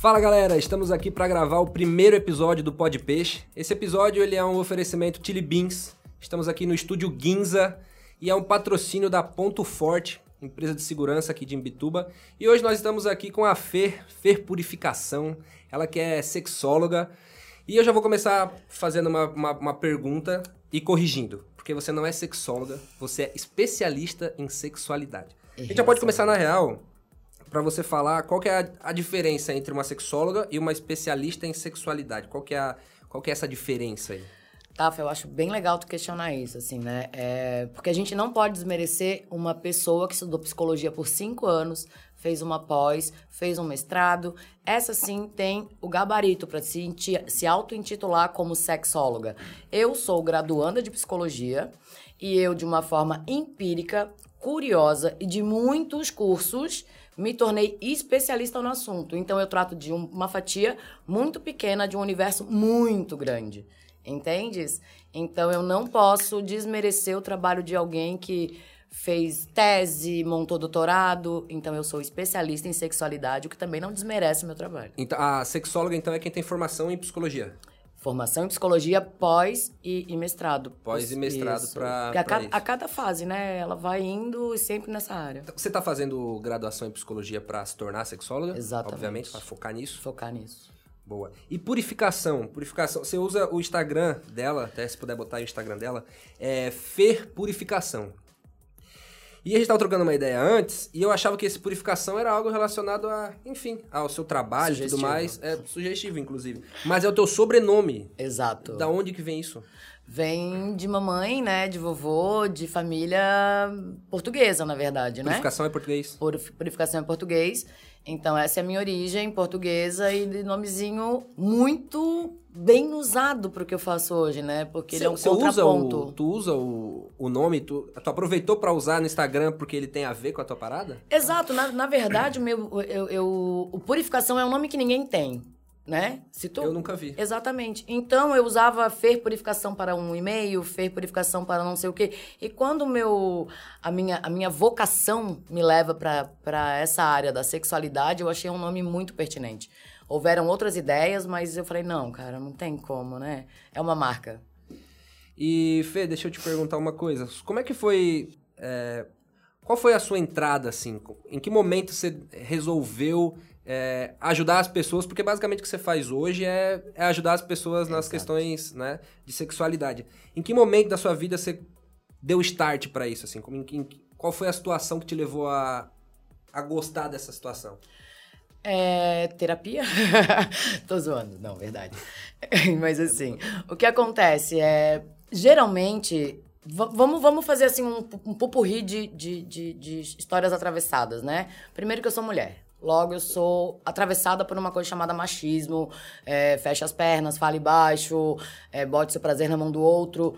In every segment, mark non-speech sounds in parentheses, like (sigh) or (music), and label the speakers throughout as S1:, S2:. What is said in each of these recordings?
S1: Fala galera, estamos aqui para gravar o primeiro episódio do Pod Peixe. Esse episódio ele é um oferecimento Chili Beans. Estamos aqui no estúdio Ginza e é um patrocínio da Ponto Forte, empresa de segurança aqui de Imbituba. E hoje nós estamos aqui com a Fer, Fer Purificação, ela que é sexóloga. E eu já vou começar fazendo uma, uma, uma pergunta e corrigindo, porque você não é sexóloga, você é especialista em sexualidade. A gente já pode começar na real para você falar qual que é a, a diferença entre uma sexóloga e uma especialista em sexualidade. Qual que é, a- qual que é essa diferença aí?
S2: Tafa, eu acho bem legal tu questionar isso, assim, né? É, porque a gente não pode desmerecer uma pessoa que estudou psicologia por cinco anos, fez uma pós, fez um mestrado. Essa sim tem o gabarito para se, inti- se auto-intitular como sexóloga. Eu sou graduanda de psicologia e eu, de uma forma empírica, curiosa e de muitos cursos, me tornei especialista no assunto. Então eu trato de um- uma fatia muito pequena de um universo muito grande. Entendes? Então eu não posso desmerecer o trabalho de alguém que fez tese, montou doutorado. Então eu sou especialista em sexualidade, o que também não desmerece meu trabalho.
S1: Então, a sexóloga, então, é quem tem formação em psicologia.
S2: Formação em psicologia pós e, e mestrado.
S1: Pós e mestrado
S2: Isso.
S1: pra-
S2: Porque a,
S1: pra
S2: ca-
S1: isso.
S2: a cada fase, né? Ela vai indo e sempre nessa área.
S1: Então, Você tá fazendo graduação em psicologia para se tornar sexóloga?
S2: Exatamente.
S1: Obviamente, para focar nisso.
S2: Focar nisso.
S1: Boa. E purificação? Purificação. Você usa o Instagram dela, até se puder botar aí o Instagram dela, é Fer Purificação. E a gente tava trocando uma ideia antes, e eu achava que esse purificação era algo relacionado a, enfim, ao seu trabalho e tudo
S2: Sugestivo.
S1: mais. É sugestivo, inclusive. Mas é o teu sobrenome.
S2: Exato.
S1: Da onde que vem isso?
S2: Então, Né? Vem de mamãe, né? De vovô, de família portuguesa, na verdade, né?
S1: Purificação é português.
S2: Purif- purificação em português. Então, essa é a minha origem portuguesa e de nomezinho muito bem usado pro que eu faço hoje, né? Porque ele é um
S1: Você usa
S2: contraponto.
S1: o, tu usa o, o nome, tu, tu aproveitou pra usar no Instagram porque ele tem a ver com a tua parada?
S2: Exato, na, na verdade, o meu, eu, eu- o purificação é um nome que ninguém tem, né? Se tu,
S1: Eu nunca vi.
S2: Exatamente. Então eu usava fer purificação para um e-mail, fer purificação para não sei o quê. E quando o meu a minha a minha vocação me leva para essa área da sexualidade, eu achei um nome muito pertinente. Houveram outras ideias, mas eu falei não, cara, não tem como, né? É uma marca.
S1: E, Fê, deixa eu te perguntar uma coisa. Como é que foi. é, qual foi a sua entrada, assim? Em que momento você resolveu é, ajudar as pessoas? Porque basicamente o que você faz hoje é, é ajudar as pessoas nas questões né, de sexualidade. Em que momento da sua vida você deu start pra isso, assim? Como, em que- em que- qual foi a situação que te levou a, a gostar dessa situação?
S2: É, terapia? (laughs) Tô zoando, não, verdade. (laughs) Mas assim, o que acontece é. Geralmente. va- Vamos, vamos fazer assim um, pu- um pupurri de, de, de, de histórias atravessadas, né? Primeiro que eu sou mulher. Logo, eu sou atravessada por uma coisa chamada machismo. é, fecha as pernas, fale baixo, é, bote seu prazer na mão do outro.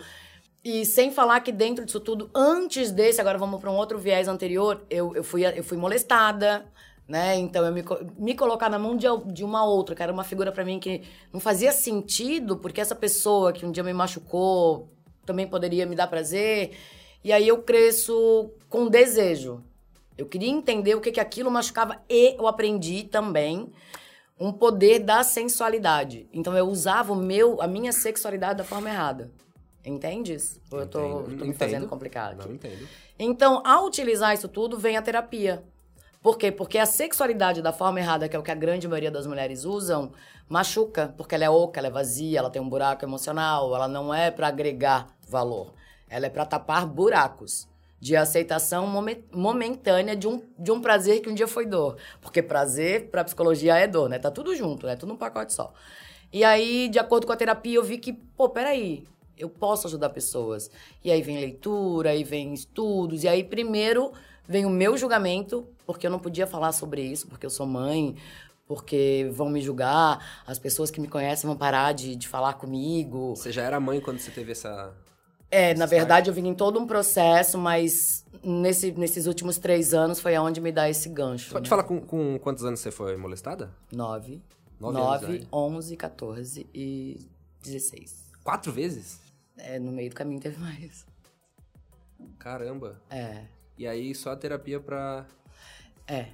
S2: E sem falar que dentro disso tudo, antes desse, agora vamos para um outro viés anterior, eu, eu, fui, eu fui molestada, né? Então eu me, co- me colocar na mão de, al- de uma outra, que era uma figura pra mim que não fazia sentido, porque essa pessoa que um dia me machucou também poderia me dar prazer. E aí eu cresço com desejo. Eu queria entender o que, que aquilo machucava e eu aprendi também um poder da sensualidade. Então eu usava o meu, a minha sexualidade da forma errada. Entendes? Ou eu tô,
S1: Entendo.
S2: tô me fazendo
S1: Entendo.
S2: complicado?
S1: Não entendo.
S2: Então, ao utilizar isso tudo, vem a terapia. Por quê? Porque a sexualidade da forma errada, que é o que a grande maioria das mulheres usam, machuca, porque ela é oca, ela é vazia, ela tem um buraco emocional, ela não é pra agregar valor. Ela é pra tapar buracos de aceitação momen- momentânea de um, de um prazer que um dia foi dor. Porque prazer pra psicologia é dor, né? Tá tudo junto, né? Tudo num pacote só. E aí, de acordo com a terapia, eu vi que, pô, peraí, eu posso ajudar pessoas. E aí vem leitura, aí vem estudos, e aí primeiro vem o meu julgamento, porque eu não podia falar sobre isso, porque eu sou mãe, porque vão me julgar, as pessoas que me conhecem vão parar de, de falar comigo.
S1: Você já era mãe quando você teve essa.
S2: É, na verdade, eu vim em todo um processo, mas nesse- nesses últimos três anos foi aonde me dá esse gancho.
S1: Pode
S2: né?
S1: falar com, com quantos anos você foi molestada?
S2: Nove.
S1: Nove anos,
S2: Nove,
S1: né?
S2: onze, 14 e 16.
S1: Quatro vezes?
S2: É, no meio do caminho teve mais.
S1: Caramba.
S2: É,
S1: E aí só a terapia pra.
S2: é.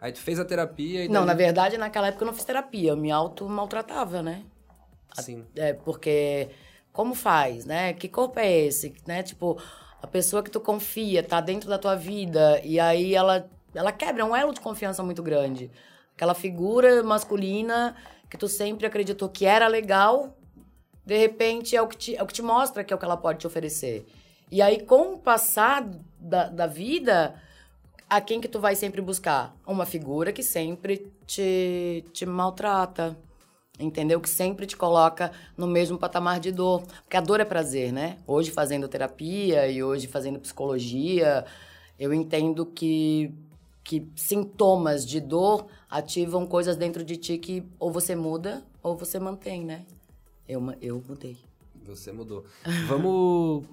S1: Aí tu fez a terapia e.
S2: Não,
S1: daí-
S2: na verdade, naquela época eu não fiz terapia, eu me auto-maltratava, né?
S1: Sim.
S2: É, porque como faz, né? Que corpo é esse, né? Tipo, a pessoa que tu confia tá dentro da tua vida e aí ela ela quebra é um elo de confiança muito grande. Aquela figura masculina que tu sempre acreditou que era legal, de repente é o que te, é o que te mostra que é o que ela pode te oferecer. E aí, com o passar da, da vida, a quem que tu vai sempre buscar? Uma figura que sempre te, te maltrata, entendeu? Que sempre te coloca no mesmo patamar de dor. Porque a dor é prazer, né? Hoje fazendo terapia e hoje fazendo psicologia, eu entendo que, que sintomas de dor ativam coisas dentro de ti que ou você muda ou você mantém, né? Eu, ma- eu mudei.
S1: Você mudou. (laughs) Vamos.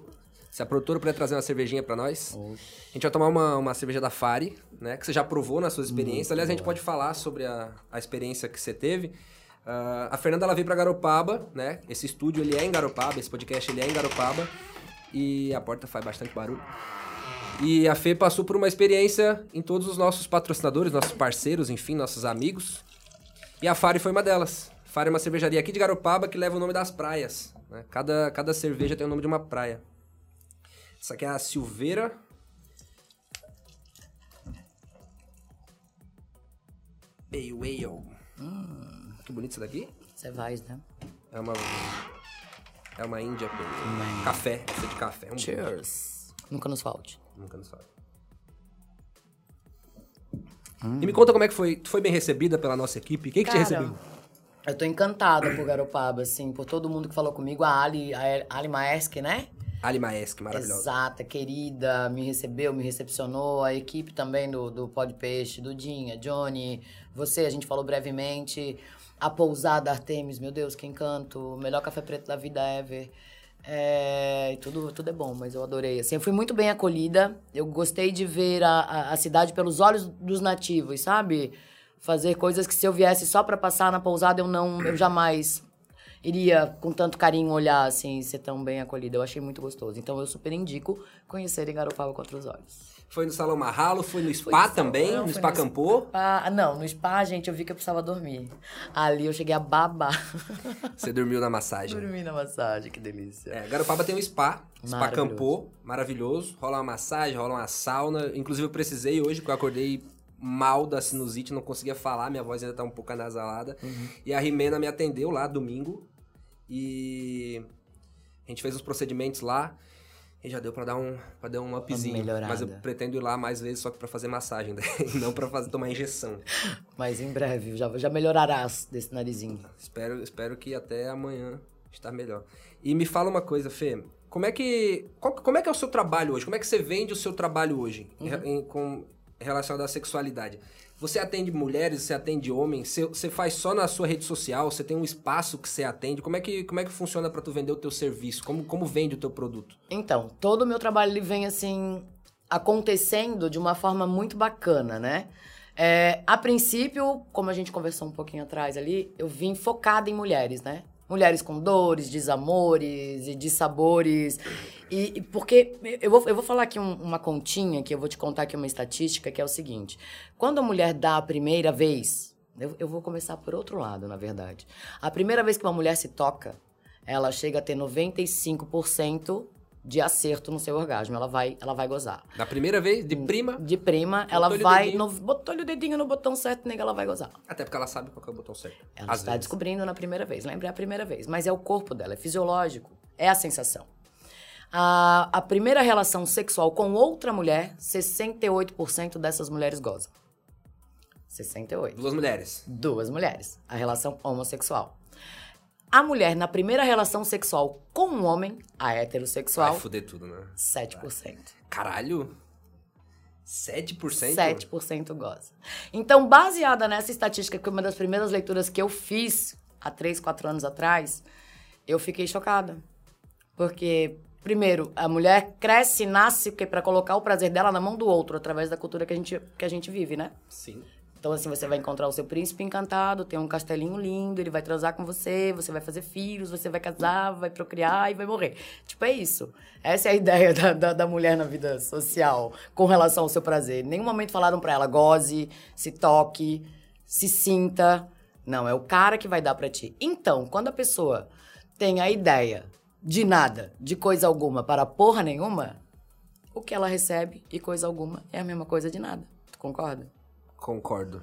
S1: Se a produtora puder trazer uma cervejinha pra nós, a gente vai tomar uma, uma cerveja da Fari, né? Que você já provou nas suas experiências. Aliás, a gente pode falar sobre a, a experiência que você teve. Ah, a Fernanda, ela veio pra Garopaba, né? Esse estúdio, ele é em Garopaba, esse podcast, ele é em Garopaba. E a porta faz bastante barulho. E a Fê passou por uma experiência em todos os nossos patrocinadores, nossos parceiros, enfim, nossos amigos. E a Fari foi uma delas. Fari é uma cervejaria aqui de Garopaba que leva o nome das praias. né? Cada, cada cerveja tem o nome de uma praia. Essa aqui é a Silveira. Bay Whale. Que bonito isso daqui.
S2: Você vai, né?
S1: É uma. É uma Índia Bay Whale. Café, essa de café. é Um
S2: Cheers. Nunca nos falte.
S1: Nunca nos fala. E me conta como é que foi. Tu foi bem recebida pela nossa equipe? Quem que te recebeu?
S2: Eu tô encantada por Garopaba, assim, por todo mundo que falou comigo, a Ali, a Ali Maersk, né?
S1: Ali Maesk, maravilhosa.
S2: Exata, querida, me recebeu, me recepcionou, a equipe também do, do Pod Peixe, Dudinha, Johnny, você, a gente falou brevemente, a pousada Artemis, meu Deus, que encanto, o melhor café preto da vida ever. É, e tudo, tudo é bom, mas eu adorei. Assim, eu fui muito bem acolhida, eu gostei de ver a, a, a cidade pelos olhos dos nativos, sabe? Fazer coisas que se eu viesse só pra passar na pousada, eu não, eu jamais iria com tanto carinho olhar assim e ser tão bem acolhida. Eu achei muito gostoso. Então eu super indico conhecerem Garopaba com outros olhos.
S1: Foi no Salão Marralo, foi no
S2: no
S1: Spa
S2: salão,
S1: também, no
S2: foi
S1: Spa
S2: no
S1: Campô.
S2: Ah, não, no spa, gente, eu vi que eu precisava dormir. Ali eu cheguei a babar.
S1: Você dormiu na massagem.
S2: (laughs) Dormi na massagem, que delícia.
S1: É, Garopaba tem um spa, spa
S2: Maravilhoso.
S1: Campô, maravilhoso. Rola uma massagem, rola uma sauna. Inclusive, eu precisei hoje, porque eu acordei mal da sinusite, não conseguia falar, minha voz ainda tá um pouco anasalada.
S2: Uhum.
S1: E a Rimena me atendeu lá domingo. E a gente fez os procedimentos lá. E já deu pra dar um, pra dar um upzinho.
S2: melhorada.
S1: Mas eu pretendo ir lá mais vezes só que pra fazer massagem, (laughs) né? E não pra fazer, tomar injeção.
S2: Mas em breve já, já melhorarás desse narizinho.
S1: Espero, espero que até amanhã está melhor. E me fala uma coisa, Fê. Como é que. qual- como é que é o seu trabalho hoje? Como é que você vende o seu trabalho hoje em
S2: Uhum.
S1: re- em- com relacionado à sexualidade? Você atende mulheres, você atende homens, você, você faz só na sua rede social, você tem um espaço que você atende. Como é que, como é que funciona para tu vender o teu serviço? Como, como vende o teu produto?
S2: Então, todo o meu trabalho ele vem assim acontecendo de uma forma muito bacana, né? É, a princípio, como a gente conversou um pouquinho atrás ali, eu vim focada em mulheres, né? Mulheres com dores, desamores e dissabores. E, e porque eu vou, eu vou falar aqui um- uma continha, que eu vou te contar aqui uma estatística, que é o seguinte: quando a mulher dá a primeira vez, eu- eu vou começar por outro lado, na verdade. A primeira vez que uma mulher se toca, ela chega a ter 95% de acerto no seu orgasmo. Ela vai, ela vai gozar.
S1: Da primeira vez,
S2: Hum.
S1: de prima,
S2: De prima, ela
S1: Botou-lhe o
S2: vai.
S1: dedinho.
S2: No, botou-lhe o dedinho no botão certo, nega, ela vai gozar.
S1: até porque ela sabe qual que é o botão certo.
S2: Ela
S1: Às
S2: está
S1: vezes.
S2: descobrindo na primeira vez. Lembra, é a primeira vez. Mas é o corpo dela, é fisiológico. É a sensação. A, a primeira relação sexual com outra mulher, 68% dessas mulheres gozam. 68.
S1: Duas mulheres.
S2: duas mulheres, a relação homossexual. A mulher na primeira relação sexual com um homem, a heterossexual,
S1: Vai fuder tudo, né?
S2: 7%.
S1: Caralho! 7%?
S2: 7% goza. Então, baseada nessa estatística, que é uma das primeiras leituras que eu fiz há 3, 4 anos atrás, eu fiquei chocada. Porque, primeiro, a mulher cresce e nasce para colocar o prazer dela na mão do outro, através da cultura que a gente, que a gente vive, né?
S1: Sim.
S2: Então, assim, você vai encontrar o seu príncipe encantado, tem um castelinho lindo, ele vai transar com você, você vai fazer filhos, você vai casar, vai procriar e vai morrer. Tipo, é isso. Essa é a (laughs) ideia da, da, da mulher na vida social com relação ao seu prazer. Em nenhum momento falaram pra ela, goze, se toque, se sinta. Não, é o cara que vai dar pra ti. Então, quando a pessoa tem a ideia de nada, de coisa alguma, para porra nenhuma, o que ela recebe e coisa alguma é a mesma coisa de nada. Tu concorda?
S1: Concordo.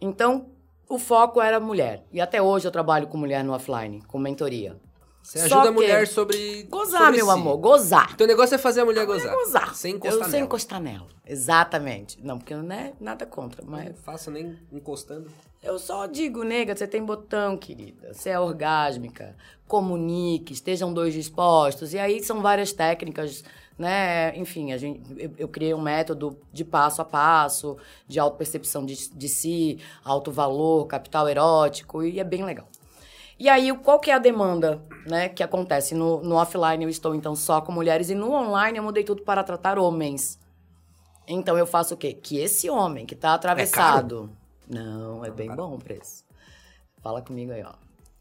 S2: Então, o foco era mulher. E até hoje eu trabalho com mulher no offline, com mentoria.
S1: Você
S2: Só
S1: ajuda a
S2: que-
S1: mulher sobre.
S2: Gozar,
S1: sobre
S2: meu
S1: si.
S2: amor, gozar.
S1: Teu negócio é fazer a mulher
S2: É
S1: gozar.
S2: gozar.
S1: Sem encostar
S2: eu, sem
S1: nela.
S2: encostar nela. Exatamente. Não, porque não é nada contra, mas
S1: Não faço nem encostando.
S2: eu só digo, nega, você tem botão, querida. Você é orgásmica. Comunique, estejam dois dispostos. E aí são várias técnicas, né? Enfim, a gente, eu, eu criei um método de passo a passo, de autopercepção de, de si, alto valor, capital erótico, e é bem legal. E aí, qual que é a demanda, né, que acontece? No, no offline eu estou, então, só com mulheres, e no online eu mudei tudo para tratar homens. Então eu faço o quê? Que esse homem que tá atravessado. Não, é bem bom o preço. Fala comigo aí, ó.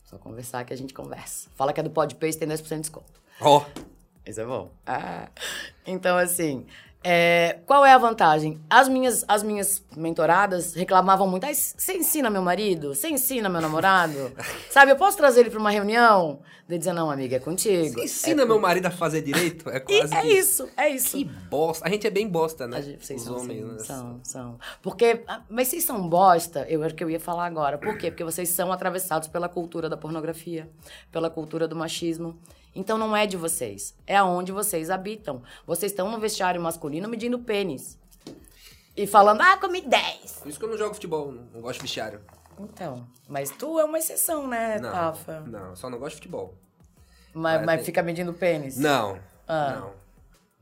S2: Só conversar que a gente conversa. Fala que é do Podpace, tem 10% de desconto.
S1: Ó.
S2: Isso é bom. Ah. Então, assim, é, qual é a vantagem? As minhas, as minhas mentoradas reclamavam muito. "Ai, Você ensina meu marido? Você ensina meu (laughs) namorado? Sabe, eu posso trazer ele pra uma reunião? Daí dizia, não, amiga, é contigo.
S1: Você ensina meu marido a fazer direito? É
S2: É. E
S1: quase
S2: é
S1: que
S2: isso, é isso.
S1: Que bosta. A gente é bem bosta, né?
S2: A gente- Vocês
S1: Os
S2: são,
S1: homens,
S2: são,
S1: né?
S2: são, são. Porque, ah, mas vocês são bosta, eu acho que eu ia falar agora. Por quê? Porque vocês são atravessados pela cultura da pornografia, pela cultura do machismo. Então não é de vocês, é aonde vocês habitam. Vocês estão no vestiário masculino medindo pênis. E falando, ah, comi 10.
S1: Por isso que eu não jogo futebol, não não gosto de vestiário.
S2: Então, mas tu é uma exceção, né,
S1: não,
S2: Tafa?
S1: não, só não gosto de futebol.
S2: Mas,
S1: Mas
S2: mas
S1: tem-
S2: fica medindo pênis?
S1: Não,
S2: Ah.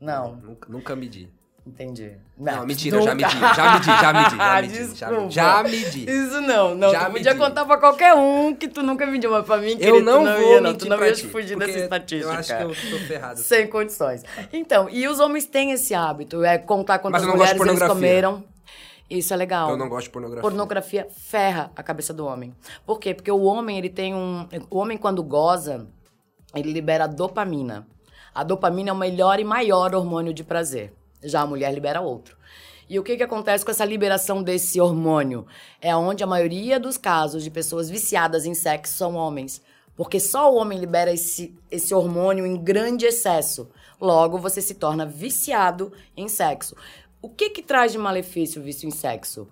S1: não,
S2: Não,
S1: nunca, nunca medi.
S2: entendi.
S1: Não, mentira, eu já
S2: nunca.
S1: medi, já medi, já medi, já medi, já
S2: Desculpa.
S1: medi. Já medi.
S2: Isso não, não.
S1: Já
S2: tu podia
S1: medi.
S2: contar pra qualquer um que tu nunca mediu, mas pra mim, querido,
S1: Eu não,
S2: tu não
S1: vou
S2: ia, não.
S1: mentir
S2: Tu não
S1: pra
S2: ia
S1: ti,
S2: fugir
S1: porque
S2: dessa estatística.
S1: Eu acho que eu tô
S2: (laughs)
S1: ferrado.
S2: Sem condições. Então, e os homens têm esse hábito, é contar quantas
S1: eu não gosto de
S2: mulheres eles
S1: pornografia.
S2: comeram. Isso é legal.
S1: Eu não gosto de pornografia.
S2: Pornografia ferra a cabeça do homem. Por quê? Porque o homem, ele tem um... O homem, quando goza, ele libera dopamina. A dopamina é o melhor e maior hormônio de prazer. Já a mulher libera outro. E o que, que acontece com essa liberação desse hormônio? É onde a maioria dos casos de pessoas viciadas em sexo são homens. Porque só o homem libera esse, esse hormônio em grande excesso. Logo, você se torna viciado em sexo. O que, que traz de malefício o vício em sexo?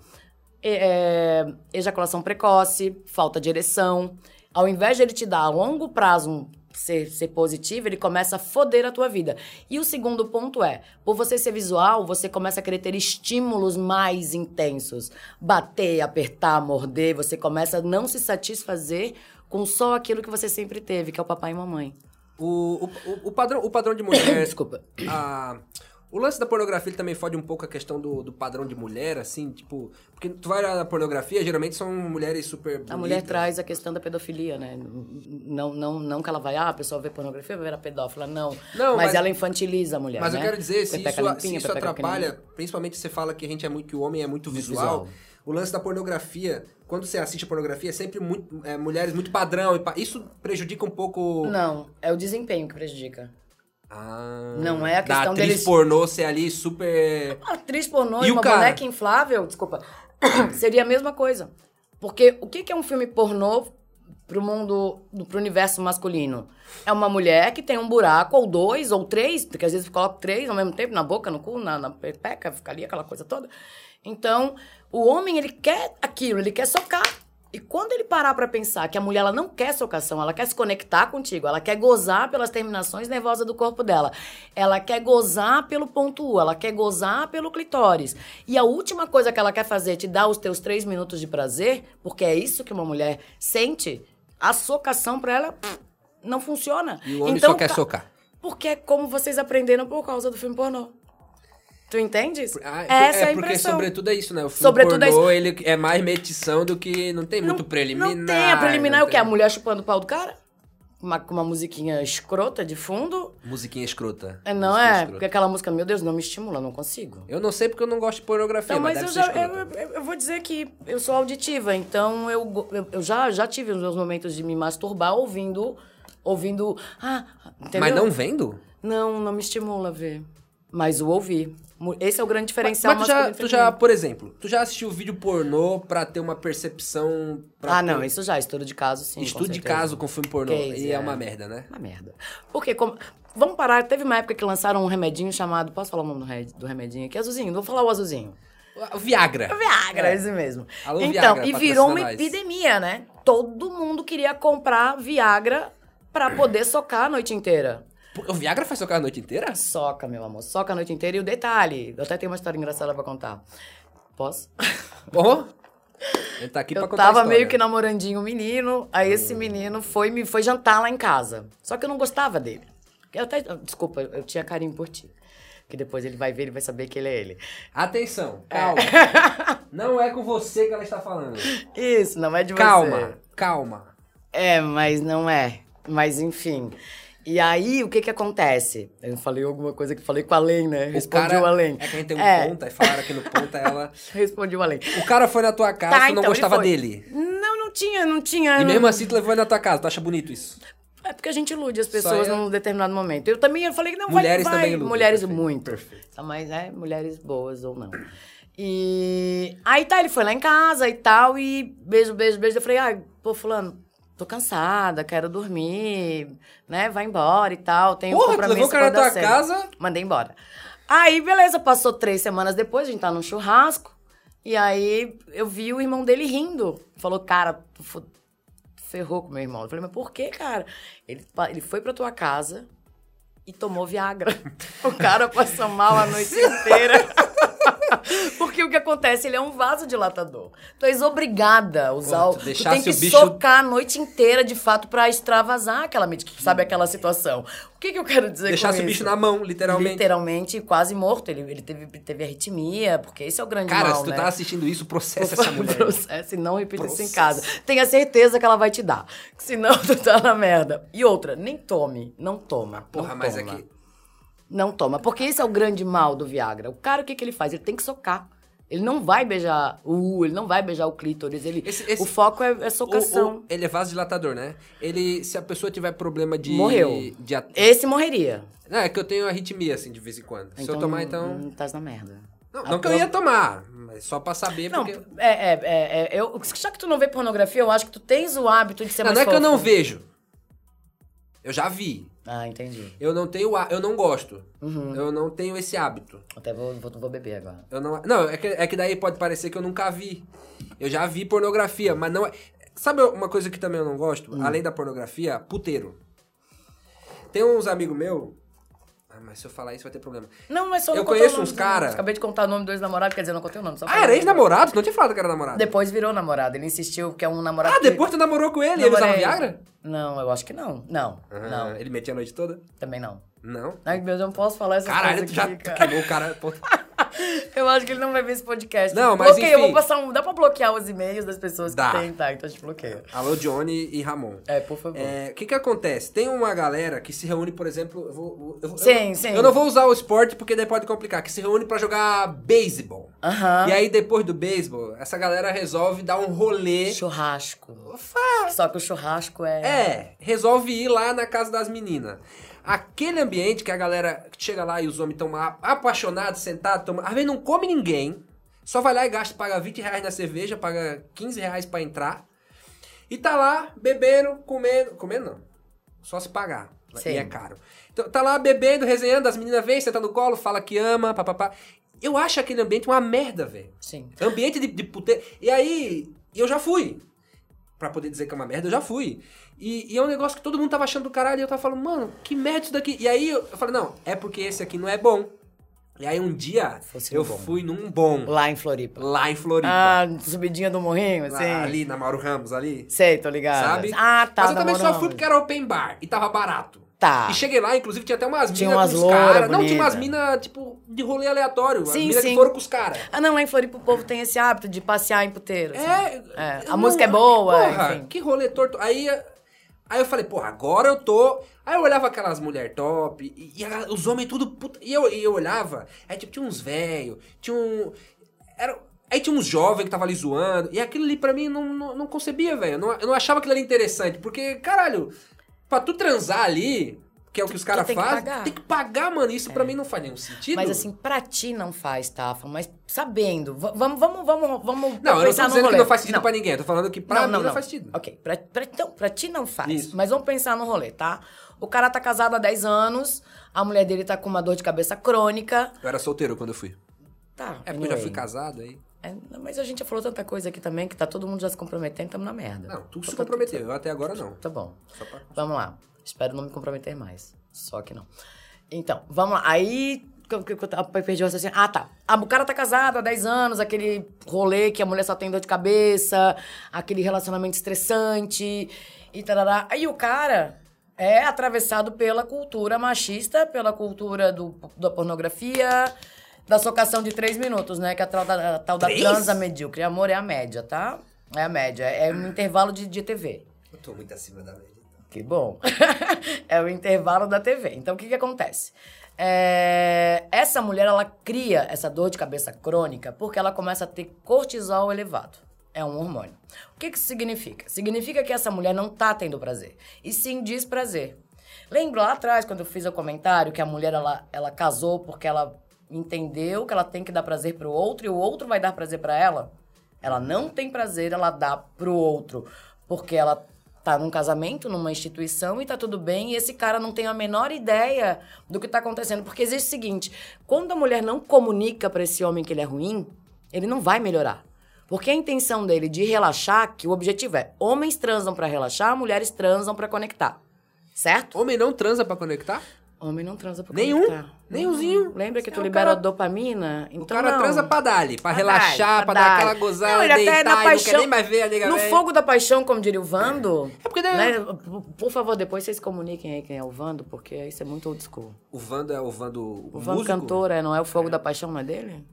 S2: é, é, ejaculação precoce, falta de ereção. Ao invés de ele te dar a longo prazo um ser, ser positivo, ele começa a foder a tua vida. E o segundo ponto é, por você ser visual, você começa a querer ter estímulos mais intensos. Bater, apertar, morder, você começa a não se satisfazer com só aquilo que você sempre teve, que é o papai e mamãe.
S1: O, o, o- o padrão, o padrão de
S2: (laughs)
S1: mulher...
S2: Desculpa.
S1: a- Ah, o lance da pornografia ele também fode um pouco a questão do, do padrão de mulher, assim, tipo... Porque tu vai lá na pornografia, geralmente são mulheres super bonitas.
S2: A mulher traz a questão da pedofilia, né? Não, não, não que ela vai, ah, a pessoa vê pornografia, vai virar pedófila, não.
S1: Não,
S2: mas,
S1: mas-
S2: ela infantiliza a mulher,
S1: Mas
S2: né?
S1: eu quero dizer, se
S2: Pepeca
S1: isso, se
S2: limpinha,
S1: isso
S2: pepeca
S1: atrapalha,
S2: pequenininha.
S1: principalmente você fala que a gente é muito que o homem é muito
S2: visual.
S1: visual. O lance da pornografia, quando você assiste a pornografia, é sempre muito, é, mulheres muito padrão. e pa- Isso prejudica um pouco.
S2: Não, é o desempenho que prejudica.
S1: Ah,
S2: Não é a
S1: da
S2: questão
S1: atriz
S2: deles-
S1: pornô ser ali super.
S2: Uma atriz pornô
S1: E
S2: e
S1: o
S2: uma
S1: cara?
S2: boneca inflável, desculpa, (clears throat) seria a mesma coisa. Porque o que que é um filme pornô pro mundo, pro universo masculino? É uma mulher que tem um buraco, ou dois, ou três, porque às vezes coloca três ao mesmo tempo, na boca, no cu, na, na pepeca, fica ali aquela coisa toda. Então, o homem, ele quer aquilo, ele quer socar. E quando ele parar pra pensar que a mulher ela não quer socação, ela quer se conectar contigo, ela quer gozar pelas terminações nervosas do corpo dela, ela quer gozar pelo ponto U, ela quer gozar pelo clitóris. E a última coisa que ela quer fazer é te dar os teus três minutos de prazer, porque é isso que uma mulher sente, a socação pra ela pff, não funciona. Então,
S1: E o homem só quer
S2: ca-
S1: socar.
S2: Porque é como vocês aprenderam por causa do filme pornô. Tu entendes?
S1: Ah,
S2: Essa é, a
S1: porque,
S2: impressão.
S1: sobretudo, é isso, né? O filme
S2: Sobretudo é
S1: pornô, ele é mais metição do que. Não tem muito preliminar.
S2: Não tem. A preliminar é
S1: não
S2: o quê? A
S1: tem.
S2: mulher chupando o pau do cara? uma, com uma musiquinha escrota de fundo.
S1: Musiquinha escrota.
S2: É, não
S1: Musiquinha
S2: é?
S1: escrota.
S2: Porque aquela música, meu Deus, não me estimula, não consigo.
S1: Eu não sei porque eu não gosto de pornografia,
S2: Não,
S1: mas,
S2: mas eu
S1: deve
S2: já
S1: ser escrota.
S2: eu, eu- eu vou dizer que eu sou auditiva, então eu, go- eu, eu já, já tive os meus momentos de me masturbar ouvindo. Ouvindo. Ah, entendeu?
S1: Mas não vendo?
S2: Não, não me estimula a ver. Mas o ouvir. Mu- Esse é o grande diferencial
S1: Mas tu já,
S2: masculino e
S1: tu já,
S2: feminino.
S1: por exemplo, tu já assistiu vídeo pornô pra ter uma percepção... Pra
S2: Ah, não,
S1: ter-
S2: isso já, estudo de caso, sim. com
S1: Estudo de
S2: certeza.
S1: caso com filme pornô.
S2: Case,
S1: e é.
S2: é.
S1: uma merda, né?
S2: Uma merda. Porque, como... vamos parar, teve uma época que lançaram um remedinho chamado. Posso falar o nome do re- do remedinho aqui? Azulzinho, vou falar o azulzinho.
S1: O Viagra.
S2: Viagra,
S1: É.
S2: esse mesmo.
S1: Alô,
S2: então,
S1: Viagra,
S2: e
S1: patrocina
S2: virou uma
S1: nós.
S2: epidemia, né? Todo mundo queria comprar Viagra pra poder socar a noite inteira.
S1: O Viagra faz tocar a noite inteira?
S2: Soca, meu amor, soca a noite inteira. E o detalhe, eu até tenho uma história engraçada pra contar. Posso?
S1: Porra? Ele tá aqui pra
S2: eu
S1: contar a
S2: tava meio
S1: história. Hum.
S2: que namorandinho um menino, aí esse menino foi me foi jantar lá em casa. Só que eu não gostava dele. Eu até, desculpa, eu tinha carinho por ti. Que depois ele vai ver, ele vai saber que ele é ele.
S1: Atenção,
S2: É.
S1: calma.
S2: (laughs)
S1: Não é com você que ela está falando.
S2: Isso, não é de você.
S1: Calma, calma.
S2: É, mas não é. Mas enfim. E aí, o que que acontece? Eu falei alguma coisa que falei com a Len, né? Respondi o Alen.
S1: É que a gente tem um
S2: É.
S1: ponta, e falaram que no ponta ela.
S2: (laughs) Respondi o Alen.
S1: O cara foi na tua casa, tu
S2: Tá,
S1: não
S2: então, ele
S1: gostava
S2: foi.
S1: dele.
S2: Não, não tinha, não tinha.
S1: E
S2: não-
S1: mesmo assim tu levou ele na tua casa, tu acha bonito isso?
S2: É porque a gente ilude as
S1: Só
S2: pessoas
S1: é-
S2: num determinado momento. Eu também eu falei que não
S1: Mulheres
S2: vai, vai.
S1: também iludem,
S2: Mulheres
S1: perfeito,
S2: muito.
S1: perfeito.
S2: Tá, Mas é, mulheres boas ou não. E aí tá, ele foi lá em casa e tal, e beijo, beijo, beijo. Eu falei, ai, pô, fulano, tô cansada, quero dormir, né? Vai embora e tal. Tenho um
S1: Porra, tu
S2: compromisso
S1: levou o cara na
S2: acordar
S1: tua
S2: cedo.
S1: casa?
S2: Mandei embora. Aí, beleza, passou três semanas depois, a gente tá num churrasco. E aí eu vi o irmão dele rindo. Falou, cara, tu fo- ferrou com meu irmão. Eu falei, mas por que, cara? Ele, pa- ele foi pra tua casa e tomou Viagra. (laughs) O cara passou mal a noite inteira. (laughs) Porque o que acontece, ele é um vaso dilatador. Tu és obrigada a usar
S1: Pô,
S2: o.
S1: tu
S2: Tu
S1: deixasse
S2: tem que
S1: o bicho-
S2: socar a noite inteira, de fato, pra extravasar aquela, med- sabe, aquela situação. O que, que eu quero dizer
S1: Deixasse
S2: com
S1: o
S2: isso?
S1: bicho na mão, literalmente.
S2: Literalmente quase morto. Ele, ele teve, teve arritmia, porque esse é o grande
S1: Cara,
S2: mal,
S1: se tu
S2: né?
S1: tá assistindo isso, processa essa mulher.
S2: Processo e não repita isso em
S1: Processo.
S2: casa. Tenha certeza que ela vai te dar. que Senão (laughs) tu tá na merda. E outra, nem tome. Não toma.
S1: Porra,
S2: não
S1: mas é
S2: toma.
S1: aqui.
S2: Não toma. Porque esse é o grande mal do Viagra. O cara, o que, que ele faz? Ele tem que socar. Ele não vai beijar o... ele não vai beijar o clítoris. Ele,
S1: Esse- esse-
S2: O foco é, é
S1: O,
S2: socação.
S1: o, ele é vasodilatador, né? Ele, se a pessoa tiver problema de...
S2: Morreu.
S1: De at-
S2: Esse morreria.
S1: Não, é que eu tenho arritmia, assim, de vez em quando. se eu tomar, então...
S2: Não, estás hum, tá na merda.
S1: Não,
S2: A
S1: não que eu
S2: pro-
S1: ia tomar, mas só pra saber,
S2: É Não,
S1: porque...
S2: é, é, é, é, eu, já que tu não vê pornografia, eu acho que tu tens o hábito de ser
S1: Não,
S2: mais
S1: não é que eu não
S2: fofa.
S1: vejo. Eu já vi.
S2: Ah, entendi.
S1: Eu não tenho... há- Eu não gosto.
S2: Uhum.
S1: Eu não tenho esse hábito.
S2: Até vou, vou, vou beber agora.
S1: Eu não... Não, é que, é que daí pode parecer que eu nunca vi. Eu já vi pornografia, mas não é... Sabe uma coisa que também eu não gosto?
S2: Hum.
S1: Além da pornografia, puteiro. Tem uns amigos meus... Ah, mas se eu falar isso vai ter problema.
S2: Não, mas só
S1: Eu
S2: não contou
S1: conheço
S2: o nome
S1: uns
S2: dos
S1: cara-
S2: namorados. Acabei de contar o nome do ex-namorado, quer dizer, não contei o nome. Só
S1: Ah,
S2: falei.
S1: era ex-namorado? Tu Não tinha falado que era namorado.
S2: Depois virou namorado. Ele insistiu que é um namorado.
S1: Ah,
S2: que-
S1: depois tu namorou com ele? Ele usava
S2: Namorei.
S1: Viagra?
S2: Não, eu acho que não. Não, não.
S1: Ah, Ele metia a noite toda?
S2: Também não.
S1: Não.
S2: Ai, meu Deus, eu não posso falar essas
S1: Caralho, tu
S2: coisas
S1: já tá
S2: aqui,
S1: tu
S2: cara.
S1: queimou o cara. pô.
S2: (laughs) Eu acho que ele não vai ver esse podcast.
S1: Não, mas
S2: Bloqueio, eu
S1: enfim.
S2: vou passar um... Dá pra bloquear os e-mails das pessoas
S1: Dá.
S2: que tem, tá? Então a gente bloqueia.
S1: Alô, Johnny e Ramon.
S2: É, por favor.
S1: É, O que que acontece? Tem uma galera que se reúne, por exemplo... Eu vou, eu vou-
S2: Sim,
S1: eu,
S2: sim.
S1: Eu não vou usar o esporte porque daí pode complicar. Que se reúne pra jogar beisebol.
S2: Aham.
S1: E aí, depois do beisebol, essa galera resolve dar um rolê.
S2: Churrasco.
S1: Fa-
S2: Só que o churrasco é.
S1: É, resolve ir lá na casa das meninas. Aquele ambiente que a galera chega lá e os homens estão apaixonados, sentados, toma... às vezes não come ninguém, só vai lá e gasta, paga 20 reais na cerveja, paga 15 reais pra entrar, e tá lá bebendo, comendo, comendo não, só se pagar,
S2: Sim.
S1: e é caro. Então, tá lá bebendo, resenhando, as meninas vêm, senta no colo, fala que ama, papapá. Eu acho aquele ambiente uma merda, velho.
S2: Sim.
S1: Ambiente de, de puteiro. E aí, eu já fui. Pra poder dizer que é uma merda, eu já fui. E, e é um negócio que todo mundo tava achando do caralho. E eu tava falando, mano, que merda isso daqui. E aí eu, eu falei, não, é porque esse aqui não é bom. E aí um dia,
S2: Fosse
S1: eu
S2: um bom.
S1: fui num bom.
S2: Lá em Floripa.
S1: Lá em Floripa.
S2: Ah, subidinha do morrinho,
S1: Lá-
S2: assim.
S1: ali, na Mauro Ramos, ali.
S2: Sei, tô ligado.
S1: Sabe?
S2: Ah, tá.
S1: Mas eu também
S2: namorando.
S1: só fui porque era open bar. E tava barato.
S2: Tá.
S1: E cheguei lá, inclusive, tinha até umas
S2: Tinha
S1: minas
S2: umas
S1: com os
S2: loura
S1: caras. Não, tinha umas
S2: bonita.
S1: minas, tipo, de rolê aleatório. as
S2: Sim,
S1: minas que
S2: sim.
S1: foram com os caras.
S2: Ah, não, lá em Floripa o povo tem esse hábito de passear em puteiro. assim.
S1: É,
S2: É,
S1: eu
S2: a
S1: não-
S2: música é boa,
S1: Porra,
S2: enfim.
S1: que rolê torto. Aí, Aí eu falei, porra, agora eu tô. Aí eu olhava aquelas mulher top, e, e ela- os homens tudo. Puta, e, eu, e eu olhava, aí tipo, tinha uns velho, tinha um. Era, aí tinha uns jovens que tava ali zoando, e aquilo ali pra mim não, não, não concebia, velho. Eu não- eu não achava aquilo ali interessante, porque, caralho, pra tu transar ali, que é o que os caras
S2: tem que
S1: fazem,
S2: pagar. É.
S1: tem que pagar, mano. Isso pra mim não faz nenhum sentido.
S2: Mas assim, pra ti não faz, Tafa, mas sabendo, va- vamos, vamos, vamos, vamos
S1: Não, eu não tô
S2: pensar num
S1: dizendo que
S2: rolê.
S1: não faz sentido pra ninguém, eu tô falando que pra mim não, faz sentido.
S2: Ok, pra, pra- então, pra ti não faz.
S1: Isso.
S2: Mas vamos pensar no rolê, tá? O cara tá casado há 10 anos, a mulher dele tá com uma dor de cabeça crônica.
S1: Eu era solteiro quando eu fui.
S2: Tá.
S1: É porque eu já fui
S2: anyway.
S1: casado aí.
S2: É, não, mas a gente já falou tanta coisa aqui também que tá todo mundo já se comprometendo, tamo na merda.
S1: Não, tu se
S2: Tá-
S1: comprometeu, eu até agora não.
S2: Tá bom.
S1: Só pra-
S2: Vamos lá. Espero não me comprometer mais. Só que não. Então, vamos lá. Aí. que eu- que eu tava- Perdi o raciocínio. Ah, tá. Ah, O cara tá casado há 10 anos, aquele rolê que a mulher só tem dor de cabeça, aquele relacionamento estressante e tarará. Aí o cara é atravessado pela cultura machista, pela cultura do, da pornografia, da socação de 3 minutos, né? Que é a tal da, a tal da
S1: Três?
S2: transa medíocre. Amor é a média, tá? É a média. É um intervalo de, de TV.
S1: Eu tô muito acima da média. então.
S2: Que bom. é o intervalo da TV. Então, o que, que acontece? É, Essa mulher, ela cria essa dor de cabeça crônica porque ela começa a ter cortisol elevado. É um hormônio. O que, que isso significa? Significa que essa mulher não tá tendo prazer. E sim desprazer. Lembro lá atrás, quando eu fiz o comentário, que a mulher, ela, ela casou porque ela entendeu que ela tem que dar prazer pro outro e o outro vai dar prazer pra ela? Ela não tem prazer, ela dá pro outro. Porque ela tá num casamento, numa instituição e tá tudo bem, e esse cara não tem a menor ideia do que tá acontecendo. Porque existe o seguinte: quando a mulher não comunica pra esse homem que ele é ruim, ele não vai melhorar. Porque a intenção dele de relaxar, que o objetivo é homens transam pra relaxar, mulheres transam pra conectar. Certo?
S1: Homem não transa pra conectar?
S2: Homem não transa pra
S1: Nenhum?
S2: conectar.
S1: Nenhumzinho?
S2: Lembra que
S1: É,
S2: tu
S1: o
S2: libera
S1: cara-
S2: dopamina? Então
S1: o cara
S2: não.
S1: transa pra dali, pra,
S2: Pra
S1: relaxar,
S2: dar,
S1: pra,
S2: dar.
S1: dar aquela gozada,
S2: Não, ele até
S1: deitar,
S2: na
S1: e não
S2: paixão,
S1: quer nem mais ver a nega
S2: No
S1: velha.
S2: fogo da paixão, como diria o Vando.
S1: É porque daí-
S2: né? Por- Por favor, depois vocês comuniquem aí quem é o Vando, porque isso é muito old school.
S1: O Vando é o Vando, o,
S2: O Vando
S1: músico?
S2: cantor, é, não é o fogo da paixão, não é dele?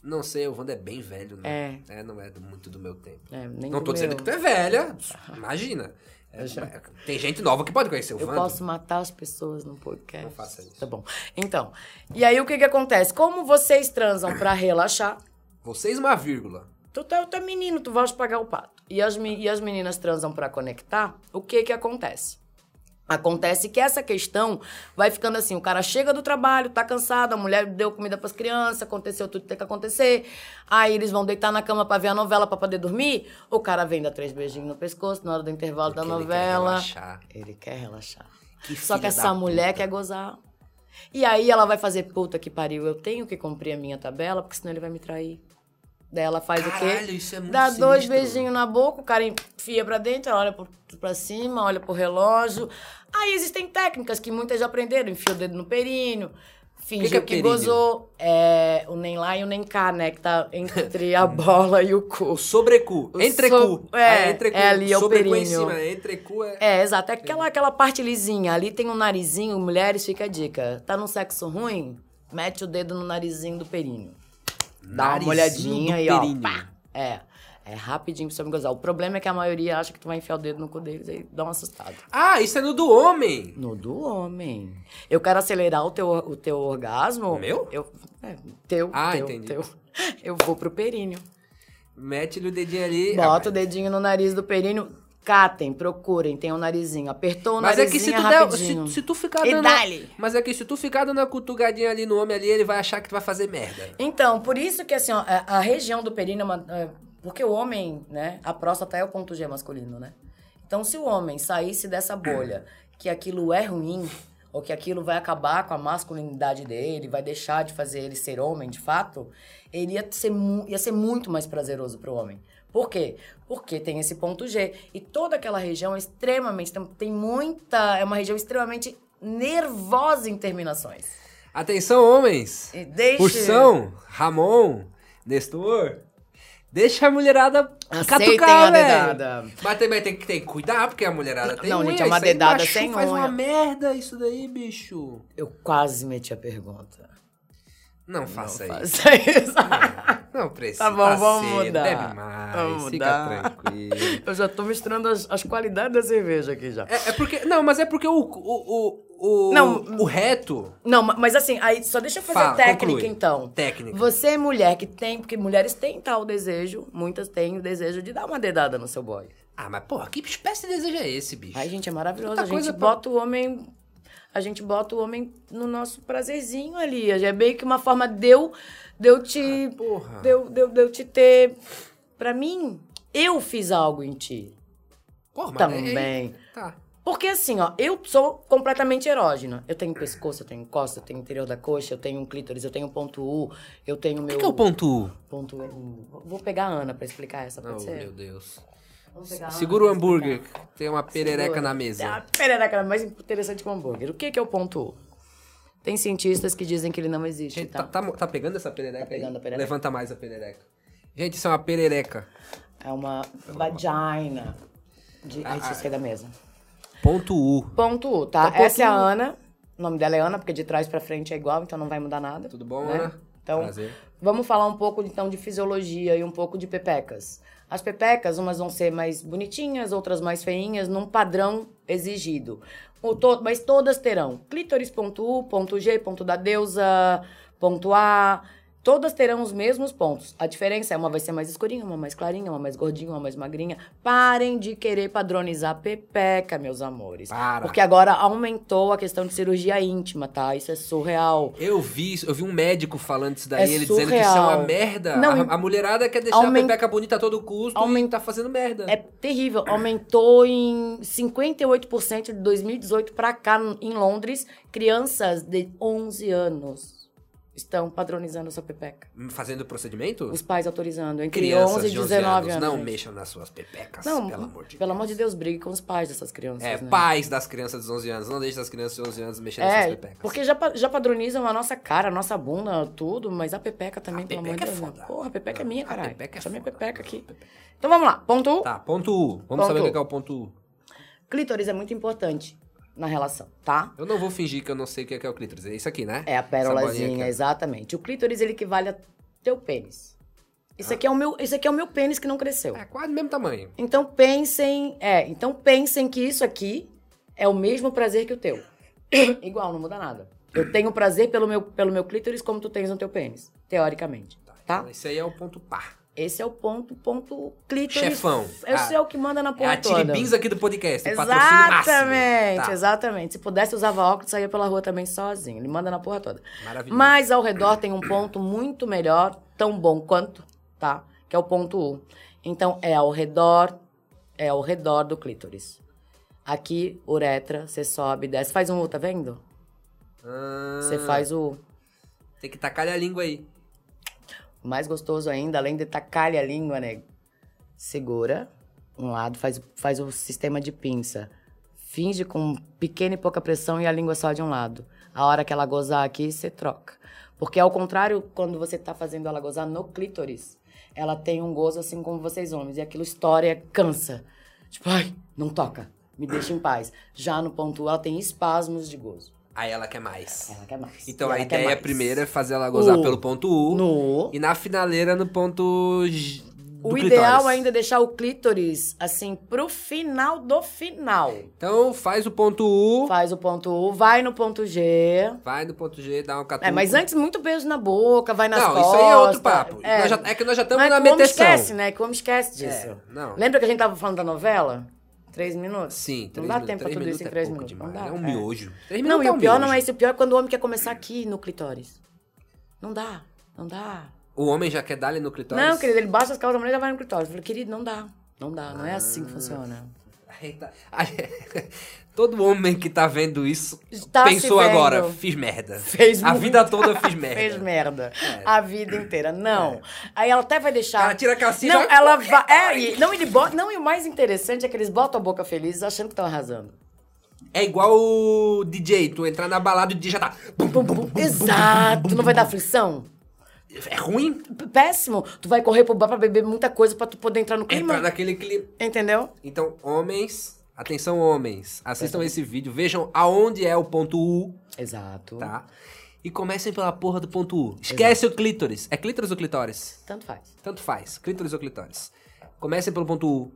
S1: Não sei, o Vando é bem velho, né? É. não é do- muito do meu tempo.
S2: É, nem
S1: não
S2: do
S1: tô dizendo
S2: meu.
S1: que tu é velha, imagina. É, é, tem gente nova que pode conhecer o
S2: Eu
S1: Vando.
S2: posso matar as pessoas no podcast.
S1: Não faça isso.
S2: Tá bom. Então, e aí o que que acontece? Como vocês transam pra relaxar,
S1: Vocês uma vírgula.
S2: Tu, tá, tu é menino, tu vais pagar o pato. E as, me- e as meninas transam pra conectar, o que que acontece? Acontece que essa questão vai ficando assim, o cara chega do trabalho, tá cansado, a mulher deu comida pras crianças, aconteceu tudo que tem que acontecer. Aí eles vão deitar na cama pra ver a novela pra poder dormir. O cara vem dar três beijinhos no pescoço na hora do intervalo da
S1: Porque ele quer
S2: novela.
S1: relaxar.
S2: Ele quer relaxar.
S1: Que
S2: Só que
S1: filha
S2: essa
S1: da
S2: mulher
S1: puta.
S2: quer gozar. E aí ela vai fazer puta que pariu, eu tenho que cumprir a minha tabela, porque senão ele vai me trair. Daí ela faz o
S1: Caralho,
S2: quê?
S1: isso é muito
S2: Dá dois
S1: sinistro.
S2: beijinhos na boca, o cara enfia pra dentro, ela olha pro- pra cima, olha pro relógio. Aí existem técnicas que muitas já aprenderam, enfia o dedo no períneo,
S1: que
S2: fingiu que,
S1: é períneo?
S2: gozou. É, o nem lá e o nem cá, né? Que tá
S1: (laughs)
S2: entre a bola e o cu.
S1: O sobrecu,
S2: O
S1: entrecu.
S2: so- é,
S1: Ah, entrecu.
S2: é ali, é o
S1: sobrecu em
S2: períneo.
S1: cima, entrecu é...
S2: É, exato. É aquela, aquela parte lisinha. Ali tem um narizinho, mulheres, fica a dica. Tá num sexo ruim? Mete o dedo no narizinho do períneo. Dá
S1: Narizinho
S2: uma olhadinha
S1: do
S2: e ó.
S1: períneo.
S2: pá. É. É rapidinho pra você me gozar. O problema é que a maioria acha que tu vai enfiar o dedo no cu deles e dá um assustado.
S1: Ah, isso é no do homem.
S2: No do homem. Eu quero acelerar o teu, o teu orgasmo.
S1: Meu?
S2: Eu, é, teu.
S1: Ah,
S2: teu,
S1: entendi.
S2: Teu. Eu vou pro períneo.
S1: Mete-lhe o dedinho ali. Ah,
S2: Bota o dedinho no nariz do períneo. Catem, procurem, tem o narizinho. Apertou o
S1: Mas é que se
S2: narizinho
S1: tu,
S2: é
S1: der,
S2: rapidinho.
S1: se, se tu ficar
S2: E
S1: dando.
S2: dá-lhe.
S1: Mas é que se tu ficar dando a cutugadinha ali no homem ali, ele vai achar que tu vai fazer merda.
S2: Então, por isso que assim, ó, a, a região do períneo é uma- é, porque o homem, né, a próstata é o ponto G masculino, né? Então, se o homem saísse dessa bolha, que aquilo é ruim, ou que aquilo vai acabar com a masculinidade dele, vai deixar de fazer ele ser homem de fato, ele ia ser, mu- ia ser muito mais prazeroso pro homem. Por quê? Porque tem esse ponto G. E toda aquela região é extremamente. Tem, tem muita. É uma região extremamente nervosa em terminações.
S1: Atenção, homens!
S2: E deixe-
S1: Ursão, Ramon, Nestor. Deixa a mulherada
S2: Aceitem
S1: catucar,
S2: a
S1: velho.
S2: dedada.
S1: Mas também tem que, tem que cuidar, porque a mulherada tem
S2: Não,
S1: unha,
S2: gente, é uma
S1: isso aí
S2: dedada
S1: machuca,
S2: sem
S1: Faz
S2: unha.
S1: uma merda isso daí, bicho.
S2: Eu quase meti a pergunta.
S1: Não faça
S2: não
S1: isso.
S2: Faça isso. (laughs)
S1: Não precisa.
S2: Tá bom, vamos
S1: cedo,
S2: mudar.
S1: Bebe mais,
S2: Vamos
S1: fica
S2: mudar.
S1: tranquilo.
S2: Eu já tô misturando as, as qualidades da cerveja aqui já.
S1: É, é porque. Não, mas é porque o. o, o, o
S2: Não.
S1: o reto.
S2: Não, ma- mas assim, aí só deixa eu fazer
S1: Fala,
S2: técnica
S1: conclui.
S2: então.
S1: Técnica.
S2: Você é mulher que tem, porque mulheres têm tal desejo, muitas têm o desejo de dar uma dedada no seu boy.
S1: Ah, mas porra, que espécie de desejo é esse, bicho?
S2: Ai, gente, é maravilhoso.
S1: Tanta
S2: a gente
S1: coisa pra-
S2: bota o homem. A gente bota o homem no nosso prazerzinho ali. É meio que uma forma de eu, de eu te.
S1: porra.
S2: De eu, de eu- de eu te ter. Pra mim, eu fiz algo em ti.
S1: Porra, mas é-
S2: também.
S1: Tá.
S2: Porque assim, ó, eu sou completamente erógena. Eu tenho pescoço, eu tenho costa, eu tenho interior da coxa, eu tenho um clítoris, eu tenho ponto U, eu tenho
S1: O
S2: meu.
S1: que, que é o ponto U?
S2: ponto U? Vou pegar a Ana pra explicar essa, pode
S1: Oh,
S2: ser?
S1: meu Deus.
S2: Vamos pegar a Ana
S1: Segura o
S2: pra explicar.
S1: hambúrguer, que tem uma perereca na mesa.
S2: A perereca era mais interessante que o hambúrguer. O que, que é o ponto U? Tem cientistas que dizem que ele não existe.
S1: Gente,
S2: tá?
S1: tá, tá, tá pegando essa perereca
S2: Tá pegando
S1: aí?
S2: a perereca.
S1: Levanta mais a perereca. Gente, isso é uma perereca.
S2: É uma vagina. De...
S1: Ah,
S2: Ai, deixa eu sair da mesa.
S1: Ponto U.
S2: Ponto U, tá?
S1: Então,
S2: Essa é a
S1: ponto U.
S2: Ana. O nome dela é Ana, porque de trás pra frente é igual, então não vai mudar nada.
S1: Tudo bom,
S2: né?
S1: Ana?
S2: Então,
S1: Prazer.
S2: vamos falar um pouco então de fisiologia e um pouco de pepecas. As pepecas, umas vão ser mais bonitinhas, outras mais feinhas, num padrão exigido. O to- mas todas terão clítoris, ponto U, ponto G, ponto da deusa, ponto A. Todas terão os mesmos pontos. A diferença é uma vai ser mais escurinha, uma mais clarinha, uma mais gordinha, uma mais magrinha. Parem de querer padronizar pepeca, meus amores.
S1: Para.
S2: Porque agora aumentou a questão de cirurgia íntima, tá? Isso é surreal.
S1: Eu vi, isso- eu vi um médico falando isso daí,
S2: É
S1: ele dizendo que isso é uma
S2: surreal.
S1: merda.
S2: Não,
S1: a,
S2: e-
S1: a mulherada quer deixar
S2: aumen-
S1: a pepeca bonita a todo custo e
S2: aumen-
S1: tá fazendo merda.
S2: É terrível. Aumentou em 58% de 2018 pra cá n- em Londres. Crianças de 11 anos estão padronizando sua pepeca.
S1: Fazendo procedimento?
S2: Os pais autorizando entre
S1: Crianças
S2: 11 e
S1: de 11
S2: 19
S1: anos,
S2: anos.
S1: não
S2: gente.
S1: mexam nas suas pepecas,
S2: Não,
S1: pelo amor de Deus.
S2: Deus, brigue com os pais dessas crianças.
S1: É,
S2: né?
S1: pais das crianças dos 11 anos, não deixem as crianças de 11 anos mexendo nas
S2: É,
S1: suas pepecas.
S2: porque já, pa- já padronizam a nossa cara, a nossa bunda, tudo, mas a pepeca também,
S1: A
S2: pelo
S1: pepeca
S2: amor de
S1: é
S2: Deus.
S1: foda.
S2: né? Porra, a pepeca
S1: Não,
S2: é minha,
S1: a
S2: caralho.
S1: pepeca é
S2: Só minha
S1: foda.
S2: pepeca aqui. Então vamos lá, ponto 1.
S1: Tá, ponto U. Vamos
S2: Ponto um.
S1: saber o
S2: U.
S1: que é o ponto U.
S2: Clítoris é muito importante na relação, tá?
S1: Eu não vou fingir que eu não sei o que é, que é o clítoris. É isso aqui, né?
S2: É a
S1: Essa bolinha
S2: pérolazinha,
S1: aqui,
S2: exatamente. O clítoris, ele equivale a teu pênis.
S1: Ah.
S2: Isso aqui é o meu, isso aqui é o meu pênis que não cresceu.
S1: ó. É quase do mesmo tamanho.
S2: Então pensem, é, então pensem que isso aqui é o mesmo prazer que o teu. (coughs) Igual, não muda nada. Eu tenho prazer pelo meu, pelo meu clítoris como tu tens no teu pênis, teoricamente, tá?
S1: Então, esse aí é o ponto par.
S2: Esse é o ponto, ponto clítoris.
S1: Chefão.
S2: Esse
S1: Ah,
S2: é o que manda na
S1: É
S2: porra
S1: a
S2: toda.
S1: Tiribins aqui do podcast. o patrocínio máximo.
S2: Exatamente,
S1: Tá,
S2: exatamente. Se pudesse, usava óculos e saía pela rua também sozinho. Ele manda na porra toda.
S1: Tá, Maravilhoso.
S2: Mas ao redor tem um ponto muito melhor, tão bom quanto, tá? Que é o ponto U. Então, é ao redor, é ao redor do clítoris. Aqui, uretra, você sobe, desce. Faz um U, tá vendo?
S1: Ah,
S2: Você faz o U.
S1: Tem que tacar a língua aí.
S2: O mais gostoso ainda, além de tacar a língua, né? Segura um lado, faz, faz o sistema de pinça. Finge com pequena e pouca pressão e a língua só de um lado. A hora que ela gozar aqui, você troca. Porque ao contrário, quando você tá fazendo ela gozar no clítoris, ela tem um gozo assim como vocês homens. E aquilo história cansa. Tipo, ai, não toca. Me deixa em paz. Já no ponto, U, ela tem espasmos de gozo.
S1: Aí ela quer mais.
S2: Ela quer mais.
S1: Então
S2: E
S1: a
S2: ela quer
S1: ideia
S2: mais.
S1: primeira é fazer ela gozar
S2: U.
S1: pelo ponto U.
S2: No
S1: E na finaleira no ponto G- do
S2: O
S1: clitóris.
S2: ideal ainda é deixar o clítoris, assim, pro final do final.
S1: Então faz o ponto U,
S2: Faz o ponto U, vai no ponto G.
S1: vai no ponto G, dá um catuca.
S2: É, mas antes, muito beijo na boca, vai nas
S1: Não,
S2: costas.
S1: isso aí é outro papo.
S2: É,
S1: Nós já- é que nós já estamos
S2: mas
S1: na
S2: que o homem
S1: meteção.
S2: esquece, né? Que o homem esquece disso.
S1: É, não.
S2: Lembra que a gente tava falando da novela? Três minutos?
S1: Sim,
S2: Não
S1: três
S2: dá
S1: minutos.
S2: tempo pra
S1: três
S2: tudo isso em
S1: é
S2: três
S1: pouco
S2: minutos. Não
S1: demais,
S2: dá.
S1: É um
S2: é.
S1: miojo. Três
S2: Não,
S1: minutos
S2: e
S1: é
S2: o
S1: um
S2: pior
S1: miojo.
S2: não é isso. O pior é quando o homem quer começar aqui no clitóris. Não dá, não dá.
S1: O homem já quer dar ali no clitóris?
S2: Não, querido, ele baixa as calças da mulher e já vai no clitóris. Eu falei, querido, não dá. Não dá, não é assim
S1: Ah.
S2: que funciona.
S1: Eita. Ai, (laughs) Todo homem que tá vendo isso
S2: Tá se
S1: pensou
S2: vendo.
S1: agora, fiz merda.
S2: (laughs) Fez
S1: A
S2: muito.
S1: vida toda fiz merda.
S2: (laughs)
S1: É.
S2: Fez merda. A vida inteira. Não. Aí ela até vai deixar.
S1: Ela tira a calcinha
S2: Não,
S1: já-
S2: ela vai. É, e, não, ele bota, não, e o mais interessante é que eles botam a boca feliz achando que estão arrasando.
S1: É igual o DJ, tu entrar na balada e o DJ já tá... Bum, bum, bum, bum.
S2: Exato. Não vai dar aflição?
S1: É ruim?
S2: P- Péssimo. Tu vai correr pro bar pra beber muita coisa pra tu poder entrar no clima.
S1: Entrar naquele clima...
S2: Entendeu?
S1: Então, homens, atenção homens, assistam esse vídeo, vejam aonde é o ponto U,
S2: Exato.
S1: tá? E comecem pela porra do ponto U. Esquece o clítoris. É clítoris ou clitóris?
S2: Tanto faz.
S1: Tanto faz. Clítoris ou clitóris. Comecem pelo ponto U.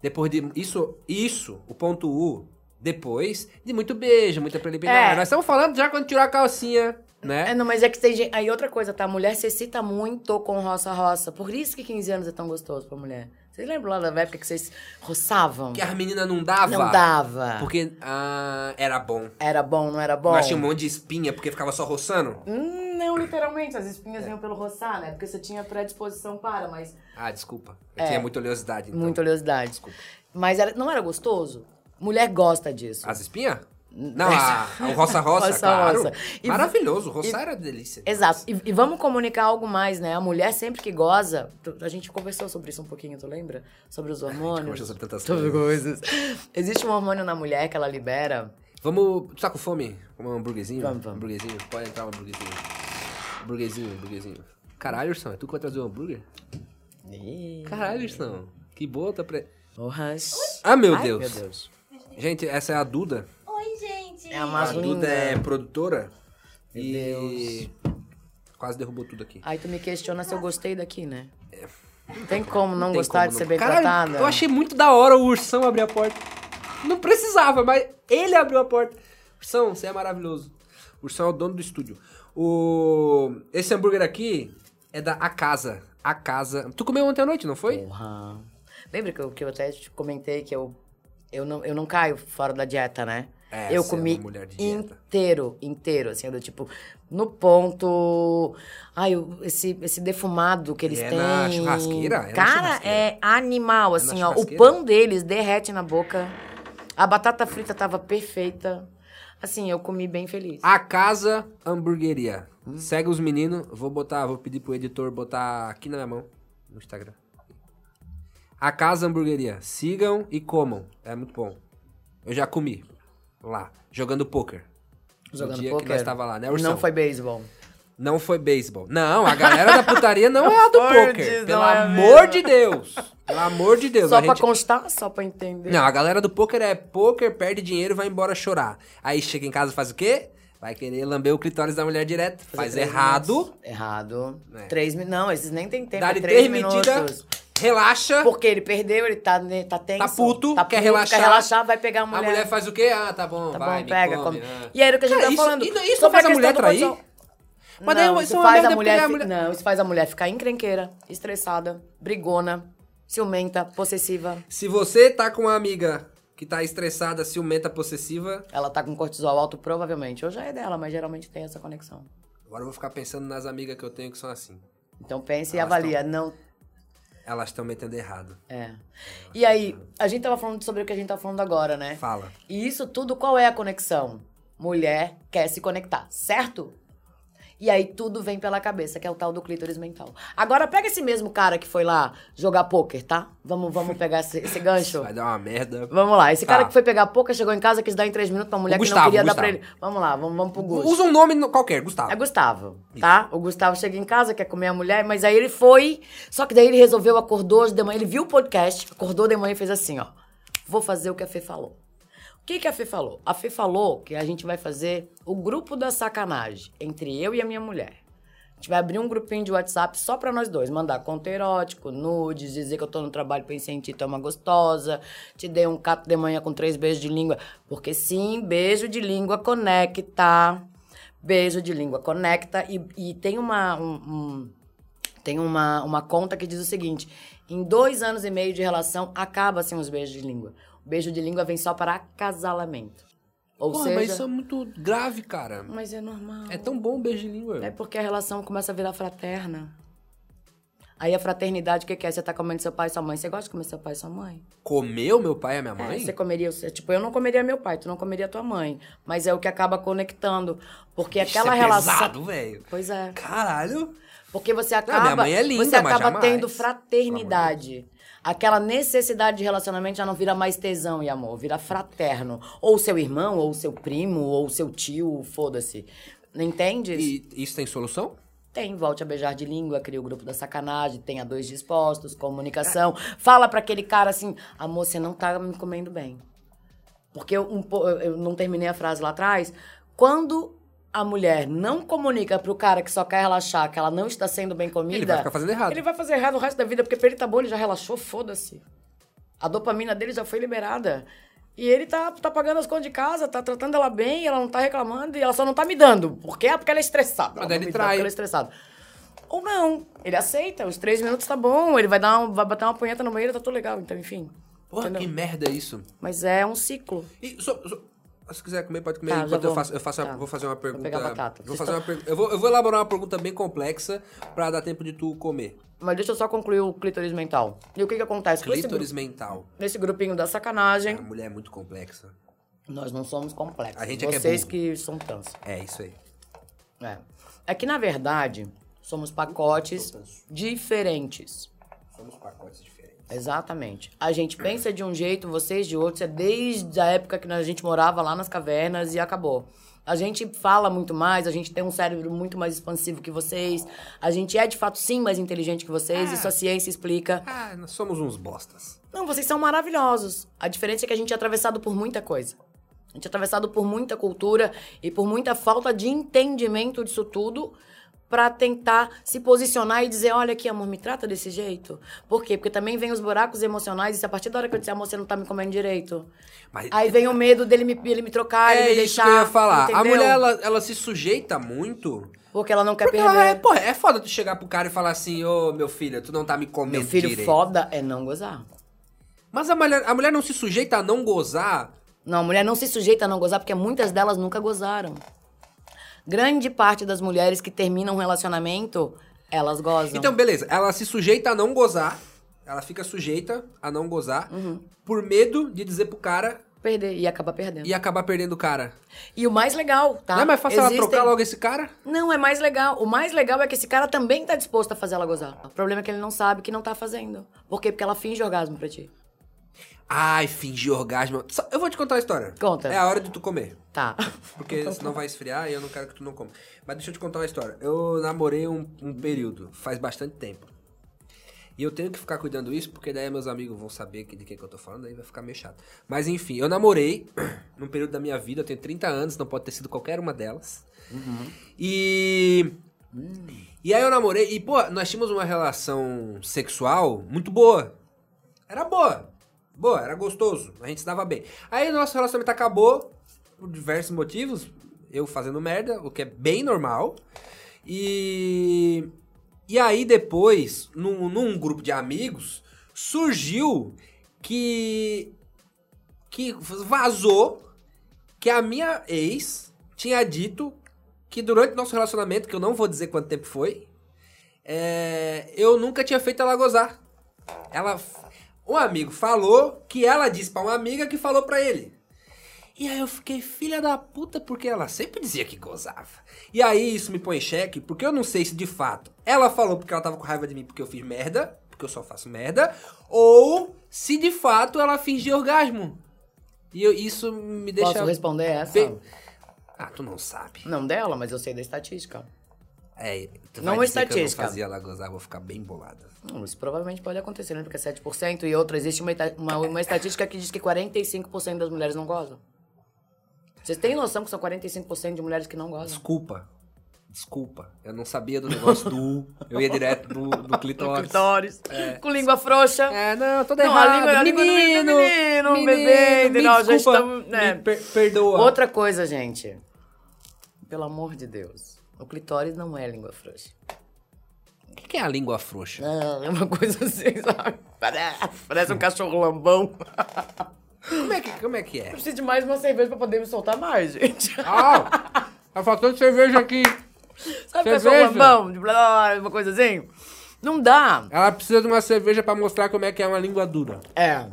S1: Depois de. Isso, isso, o ponto U. Depois de muito beijo, muita preliminar.
S2: É.
S1: Nós estamos falando já quando tirou a calcinha, né?
S2: É, não, mas é que tem gente... Aí outra coisa, tá? A mulher se excita muito com roça-roça. Por isso que 15 anos é tão gostoso pra mulher. Vocês lembram lá da época que vocês roçavam?
S1: Que as meninas não dava.
S2: Não dava.
S1: Porque ah, era bom.
S2: Era bom, não era bom?
S1: Mas tinha um monte de espinha porque ficava só roçando.
S2: Hum, não, literalmente. As espinhas vinham pelo roçar, né? Porque você tinha predisposição para, mas...
S1: Ah, desculpa.
S2: É.
S1: Eu tinha muita oleosidade. Então.
S2: Muita oleosidade. Mas era- não era gostoso? Mulher gosta disso.
S1: As espinhas? Não, a, o roça-roça,
S2: (laughs) Roça-roça.
S1: claro.
S2: E-
S1: Maravilhoso, roçar era delícia.
S2: Exato. E, e vamos comunicar algo mais, né? A mulher sempre que goza. tu- A gente conversou sobre isso um pouquinho, tu lembra? Sobre os hormônios.
S1: conversou sobre tantas
S2: Sobre coisas. Existe um hormônio na mulher que ela libera.
S1: Vamos. Tu tá com fome? Vamos um hambúrguerzinho?
S2: Vamos, vamos.
S1: Hambúrguerzinho? Pode entrar um hambúrguerzinho. Hambúrguerzinho, hambúrguerzinho. Caralho, Ursão, é tu que vai trazer o hambúrguer? Caralho, Ursão. Que boa tá pre...
S2: Porras.
S1: Ah, meu
S2: Ai,
S1: Deus.
S2: meu Deus.
S1: Gente, essa é a Duda.
S3: Oi, gente.
S2: É a
S1: A
S2: mais linda.
S1: Duda é produtora.
S2: Meu
S1: e.
S2: Deus.
S1: Quase derrubou tudo aqui.
S2: Aí tu me questiona se eu gostei daqui, né? Tem como não
S1: Tem
S2: gostar
S1: como
S2: de
S1: não-
S2: ser bem
S1: Caralho,
S2: tratada?
S1: Eu achei muito da hora o ursão abrir a porta. Não precisava, mas ele abriu a porta. Ursão, você é maravilhoso. O ursão é o dono do estúdio. O... Esse hambúrguer aqui é da A Casa. A Casa. Tu comeu ontem à noite, não
S2: É.
S1: foi?
S2: Porra. Lembra que eu, que eu até te comentei que eu, eu, não, eu não caio fora da dieta, né?
S1: É,
S2: eu
S1: você é
S2: comi
S1: uma mulher de dieta.
S2: inteiro, inteiro, assim, do tipo, no ponto. Ai, eu- esse, esse defumado que eles
S1: E é
S2: têm.
S1: na churrasqueira? É na
S2: Cara,
S1: churrasqueira.
S2: é animal, assim, ó. O
S1: churrasqueira?
S2: pão deles derrete na boca. A batata frita tava perfeita. Assim, eu comi bem feliz.
S1: A Casa Hamburgueria. Segue os meninos. Vou botar, vou pedir pro editor botar aqui na minha mão, no Instagram. A Casa Hamburgueria. Sigam e comam. É muito bom. Eu já comi lá, jogando poker.
S2: Jogando
S1: no dia que
S2: pôquer.
S1: nós tava lá, né, Ursão?
S2: Não foi beisebol.
S1: Não foi beisebol. Não, a galera da putaria não é a do
S2: (laughs) Por Deus,
S1: poker.
S2: não
S1: Pelo
S2: é
S1: amor
S2: mesmo.
S1: de Deus. Pelo amor de Deus.
S2: Só
S1: a
S2: pra
S1: gente-
S2: constar, só pra entender.
S1: não, a galera do poker é poker, perde dinheiro, vai embora chorar. Aí chega em casa e faz o quê? Vai querer lamber o clitóris da mulher direto. faz
S2: três
S1: errado.
S2: minutos. Errado.
S1: É.
S2: Três minutos. Não, esses nem tem tempo.
S1: Dá-lhe
S2: é três
S1: três
S2: minutos.
S1: medidas. Relaxa.
S2: Porque ele perdeu, ele tá, ne- tá tenso.
S1: Tá puto, quer
S2: puto,
S1: relaxar.
S2: Quer relaxar, vai pegar a mulher.
S1: A mulher faz o quê? Ah, tá bom,
S2: Tá
S1: vai,
S2: bom,
S1: me
S2: pega,
S1: come.
S2: come.
S1: ah.
S2: E era o que a gente
S1: Cara,
S2: tava
S1: isso-
S2: falando.
S1: e não- isso
S2: sobre
S1: faz a
S2: questão
S1: mulher
S2: do
S1: trair?
S2: condicional-
S1: Mas daí
S2: não,
S1: isso é
S2: isso
S1: uma
S2: faz
S1: merda
S2: a
S1: porque
S2: mulher,
S1: a
S2: fi-
S1: mulher-
S2: Não, isso faz a mulher ficar encrenqueira, estressada, brigona, ciumenta, possessiva.
S1: Se você tá com uma amiga que tá estressada, ciumenta, possessiva,
S2: Ela tá com cortisol alto, provavelmente. Hoje é dela, mas geralmente tem essa conexão.
S1: agora eu vou ficar pensando nas amigas que eu tenho que são assim.
S2: Então pensa e
S1: Elas
S2: avalia. Não
S1: Elas estão metendo errado.
S2: É. E aí, a gente tava falando sobre o que a gente tá falando agora, né?
S1: Fala.
S2: E isso tudo, qual é a conexão? Mulher quer se conectar, certo? E aí tudo vem pela cabeça, que é o tal do clítoris mental. Agora pega esse mesmo cara que foi lá jogar pôquer, tá? Vamos, vamos pegar esse, esse
S1: (laughs)
S2: gancho.
S1: Vai dar uma merda.
S2: Vamos lá, esse cara
S1: Tá.
S2: que foi pegar pôquer chegou em casa, quis dar em três minutos pra mulher que
S1: Gustavo,
S2: não queria
S1: Gustavo.
S2: dar pra ele. Vamos lá, vamos, vamos pro Gusto.
S1: Usa um nome no- qualquer, Gustavo.
S2: É Gustavo, tá? O Gustavo chega em casa, quer comer a mulher, mas aí ele foi. Só que daí ele resolveu, acordou hoje de manhã, ele viu o podcast, acordou de manhã e fez assim, ó. Vou fazer o que a Fê falou. O que, que a Fê falou? A Fê falou que a gente vai fazer o grupo da sacanagem entre eu e a minha mulher. A gente vai abrir um grupinho de WhatsApp só pra nós dois. Mandar conto erótico, nudes, dizer que eu tô no trabalho, pensei em ti, tu é uma gostosa. Te dei um cato de manhã com três beijos de língua. Porque sim, beijo de língua conecta. Beijo de língua conecta. E, e tem uma... um- um- tem uma, uma conta que diz o seguinte: em dois anos e meio de relação, acaba-se os beijos de língua. O beijo de língua vem só para acasalamento. Ou
S1: Porra,
S2: seja.
S1: mas isso é muito grave, cara.
S2: mas é normal.
S1: É tão bom um beijo de língua.
S2: É porque a relação começa a virar fraterna. Aí a fraternidade, o que, que é? Você tá comendo seu pai e sua mãe. Você gosta de comer seu pai e sua mãe?
S1: Comeu meu pai e a minha mãe?
S2: É, você comeria. o seu- Tipo, eu não comeria meu pai, tu não comeria tua mãe. Mas é o que acaba conectando. Porque
S1: Isso
S2: aquela
S1: é
S2: relação.
S1: pesado, velho.
S2: Pois é.
S1: Caralho.
S2: Porque você
S1: minha
S2: acaba.
S1: mãe é linda,
S2: você
S1: mas
S2: acaba
S1: jamais. é
S2: tendo fraternidade. Aquela necessidade de relacionamento já não vira mais tesão e amor, vira fraterno. Ou seu irmão, ou seu primo, ou seu tio, foda-se. Entende?
S1: E isso tem solução?
S2: Tem, volte a beijar de língua, cria o grupo da sacanagem, tenha dois dispostos, comunicação. Fala pra aquele cara assim, amor, você não tá me comendo bem. Porque eu, um po- eu- eu não terminei a frase lá atrás. Quando a mulher não comunica pro cara que só quer relaxar que ela não está sendo bem comida.
S1: Ele vai ficar fazendo errado.
S2: Ele vai fazer errado o resto da vida, porque pra ele tá bom, ele já relaxou, foda-se. A dopamina dele já foi liberada. E ele tá, tá pagando as contas de casa, tá tratando ela bem, ela não tá reclamando e ela só não tá me dando. Por quê? Ah, Porque ela é estressada.
S1: Mas
S2: Ela
S1: daí
S2: não
S1: ele
S2: me dá
S1: trai.
S2: Porque ela é estressada. Ou não. Ele aceita, os três minutos tá bom, ele vai, dar um, vai bater uma punheta no banheiro, tá tudo legal. Então, enfim.
S1: Porra,
S2: Entendeu?
S1: que merda é isso.
S2: Mas é um ciclo.
S1: E só- só- se quiser comer, pode comer.
S2: Tá, já
S1: Enquanto eu
S2: vou.
S1: faço, eu faço uma-
S2: Tá.
S1: vou fazer uma
S2: Vou
S1: pergunta.
S2: pegar batata.
S1: Vou
S2: Vocês
S1: fazer uma per- eu, vou, eu vou elaborar uma pergunta bem complexa pra dar tempo de tu comer.
S2: Mas deixa eu só concluir o clítoris mental. E o que que acontece? Com esse gru-
S1: Clítoris mental.
S2: Nesse grupinho da sacanagem,
S1: A mulher é muito complexa.
S2: nós não somos complexos.
S1: A gente é que é
S2: Vocês
S1: burro.
S2: que são trans.
S1: É isso aí.
S2: É. É que, na verdade, somos pacotes diferentes.
S1: Somos pacotes diferentes.
S2: Exatamente. A gente pensa de um jeito, vocês de outro. Isso é desde a época que a gente morava lá nas cavernas e acabou. A gente fala muito mais, a gente tem um cérebro muito mais expansivo que vocês. A gente é, de fato, sim, mais inteligente que vocês. Isso a ciência explica.
S1: Ah, nós somos uns bostas.
S2: Não, vocês são maravilhosos. A diferença é que a gente é atravessado por muita coisa. A gente é atravessado por muita cultura e por muita falta de entendimento disso tudo pra tentar se posicionar e dizer, olha aqui, amor, me trata desse jeito. Por quê? Porque também vem os buracos emocionais e se a partir da hora que eu disser, amor, você não tá me comendo direito.
S1: Mas
S2: Aí vem o medo dele me, ele me trocar, ele
S1: é
S2: me
S1: isso
S2: deixar.
S1: que eu ia falar. A
S2: entendeu?
S1: mulher, ela, ela se sujeita muito.
S2: Porque ela não quer
S1: Porque
S2: perder.
S1: ela é, porra, é foda tu chegar pro cara e falar assim, ô meu filho, tu não tá me comendo
S2: Meu filho,
S1: direito.
S2: foda é não gozar.
S1: Mas a mulher, a mulher não se sujeita a não gozar.
S2: Não, a mulher não se sujeita a não gozar porque muitas delas nunca gozaram. Grande parte das mulheres que terminam um relacionamento, elas gozam.
S1: Então, beleza, ela se sujeita a não gozar. Ela fica sujeita a não gozar
S2: Uhum.
S1: por medo de dizer pro cara
S2: perder e acaba perdendo. E,
S1: e acabar perdendo o cara.
S2: o mais legal, tá?
S1: Não é mais fácil ela
S2: Existem-
S1: trocar logo esse cara?
S2: Não, é mais legal. O mais legal é que esse cara também tá disposto a fazer ela gozar. O problema é que ele não sabe que não tá fazendo. Por quê? Porque ela finge orgasmo pra ti.
S1: Ai, fingir orgasmo. Só- Eu vou te contar a história.
S2: Conta.
S1: É a hora de tu comer.
S2: Tá.
S1: Porque senão vai esfriar e eu não quero que tu não coma. Mas deixa eu te contar uma história. Eu namorei um, um período, faz bastante tempo. E eu tenho que ficar cuidando isso, porque daí meus amigos vão saber que- de quem que eu tô falando, aí vai ficar meio chato. Mas enfim, eu namorei (clears throat) num período da minha vida, eu tenho 30 anos, não pode ter sido qualquer uma delas. E. E aí eu namorei, e pô, nós tínhamos uma relação sexual muito boa. Era boa. Boa, era gostoso. A gente se dava bem. Aí nosso relacionamento acabou por diversos motivos. Eu fazendo merda, o que é bem normal. E. E aí depois, num, num grupo de amigos, surgiu que. que vazou que a minha ex tinha dito que durante nosso relacionamento, que eu não vou dizer quanto tempo foi, é, eu nunca tinha feito ela gozar. Ela. Um amigo falou que ela disse pra uma amiga que falou pra ele. E aí eu fiquei filha da puta porque ela sempre dizia que gozava. E aí isso me põe em xeque porque eu não sei se de fato ela falou porque ela tava com raiva de mim porque eu fiz merda, porque eu só faço merda, ou se de fato ela fingia orgasmo. E eu- isso me deixa.
S2: Posso responder essa?
S1: Pe- Ah, tu não sabe.
S2: Não dela, mas eu sei da estatística.
S1: É, tu
S2: Não
S1: vai
S2: é
S1: dizer que eu não
S2: estatística.
S1: fazia ela gozar, eu vou ficar bem bolada.
S2: Hum, Isso provavelmente pode acontecer, né? Porque é 7% e outra. Existe uma, eta- uma, uma estatística que diz que 45% das mulheres não gozam. Vocês têm noção que são 45% de mulheres que não gozam?
S1: Desculpa. Desculpa. Eu não sabia do negócio do... Eu ia direto do,
S2: (laughs)
S1: do clitóris.
S2: Clitóris, com (laughs) língua frouxa.
S1: É, não, tô
S2: Não, a
S1: errado.
S2: língua- a língua do
S1: menino,
S2: menino, um bebê,
S1: me
S2: nós já
S1: desculpa,
S2: estamos, né?
S1: me per- perdoa.
S2: Outra coisa, gente. Pelo amor de Deus. O clitóris não é língua frouxa.
S1: O que que é a língua frouxa?
S2: Não, é uma coisa assim, (laughs) sabe? Parece- Parece um cachorro lambão.
S1: Como é que, como é, que é?
S2: Preciso de mais uma cerveja pra poder me soltar mais, (laughs) gente.
S1: Ah, tá faltando cerveja aqui.
S2: Sabe
S1: Cerveja?
S2: cachorro lambão? De blá, blá, blá, uma coisa assim? Não dá.
S1: Ela precisa de uma cerveja pra mostrar como é que é uma língua dura.
S2: É.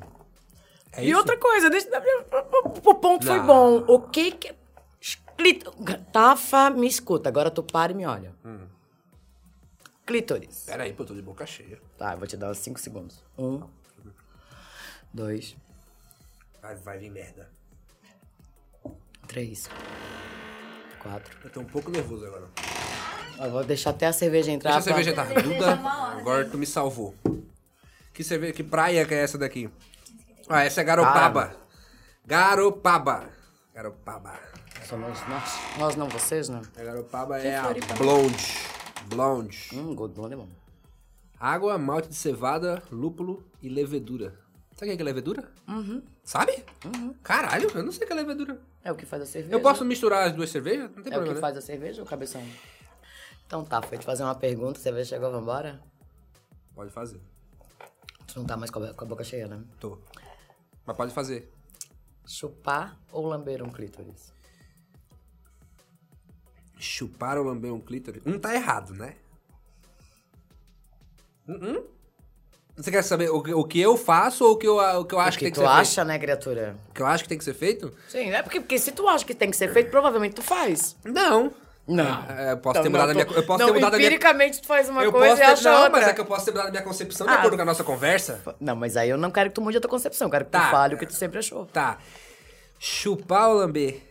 S1: É
S2: e
S1: isso?
S2: outra coisa, deixa. O ponto foi
S1: Não.
S2: bom. O que que. Clit... Tafa, me escuta. Agora tu para e me olha. Clítoris.
S1: Pera aí, pô, eu tô de boca cheia.
S2: Tá, eu vou te dar 5 segundos. Um. Dois.
S1: Vai, vai vir merda.
S2: Três. Quatro.
S1: Eu tô um pouco nervoso agora.
S2: Eu vou deixar até a cerveja é entrar.
S1: Deixa a cerveja
S2: pra-
S1: entrar. Duda,
S2: né?
S1: agora tu me salvou. Que cerveja, que praia que é essa daqui? Ah, essa é Garopaba. Garopaba. Garopaba.
S2: Somos nós. Nós não vocês, né?
S1: A Garopaba
S2: Que
S1: é a
S2: Floripa. né?
S1: blonde. Blonde.
S2: Hum, good bom limão.
S1: Água, malte de cevada, lúpulo e levedura. Sabe o que é levedura? Uhum. Sabe? Uhum. Caralho, eu não sei o que é levedura.
S2: É o que faz a cerveja.
S1: Eu posso misturar as duas cervejas? Não tem
S2: É o
S1: problema,
S2: que
S1: né?
S2: faz a cerveja ou cabeção? Então tá, foi te fazer uma pergunta, a cerveja chegou, vambora?
S1: Pode fazer.
S2: Tu não tá mais com a, com a boca cheia, né?
S1: Tô. Mas pode fazer.
S2: Chupar ou lamber um clítoris?
S1: Chupar ou lamber um clítoris? Um tá errado, né? Uh-uh. Você quer saber o que, o que eu faço ou o que eu, o que eu acho
S2: o
S1: que,
S2: que,
S1: tem que
S2: tu
S1: ser
S2: acha, né, criatura?
S1: feito? O que eu acho que tem que ser feito?
S2: Sim, é porque, porque se tu acha que tem que ser feito, provavelmente tu faz.
S1: Não.
S2: Não.
S1: É, eu posso
S2: Então,
S1: ter mudado
S2: não,
S1: a minha...
S2: tu-
S1: Eu posso
S2: não,
S1: ter mudado a minha...
S2: empiricamente tu faz uma
S1: eu
S2: coisa
S1: posso
S2: e
S1: ter-
S2: acha
S1: Não,
S2: outra.
S1: mas é que eu posso ter mudado a minha concepção de
S2: Ah.
S1: acordo com a nossa conversa.
S2: Não, mas aí eu não quero que tu mude a tua concepção, eu quero que
S1: Tá.
S2: tu fale o que tu sempre achou.
S1: Tá. Chupar ou lamber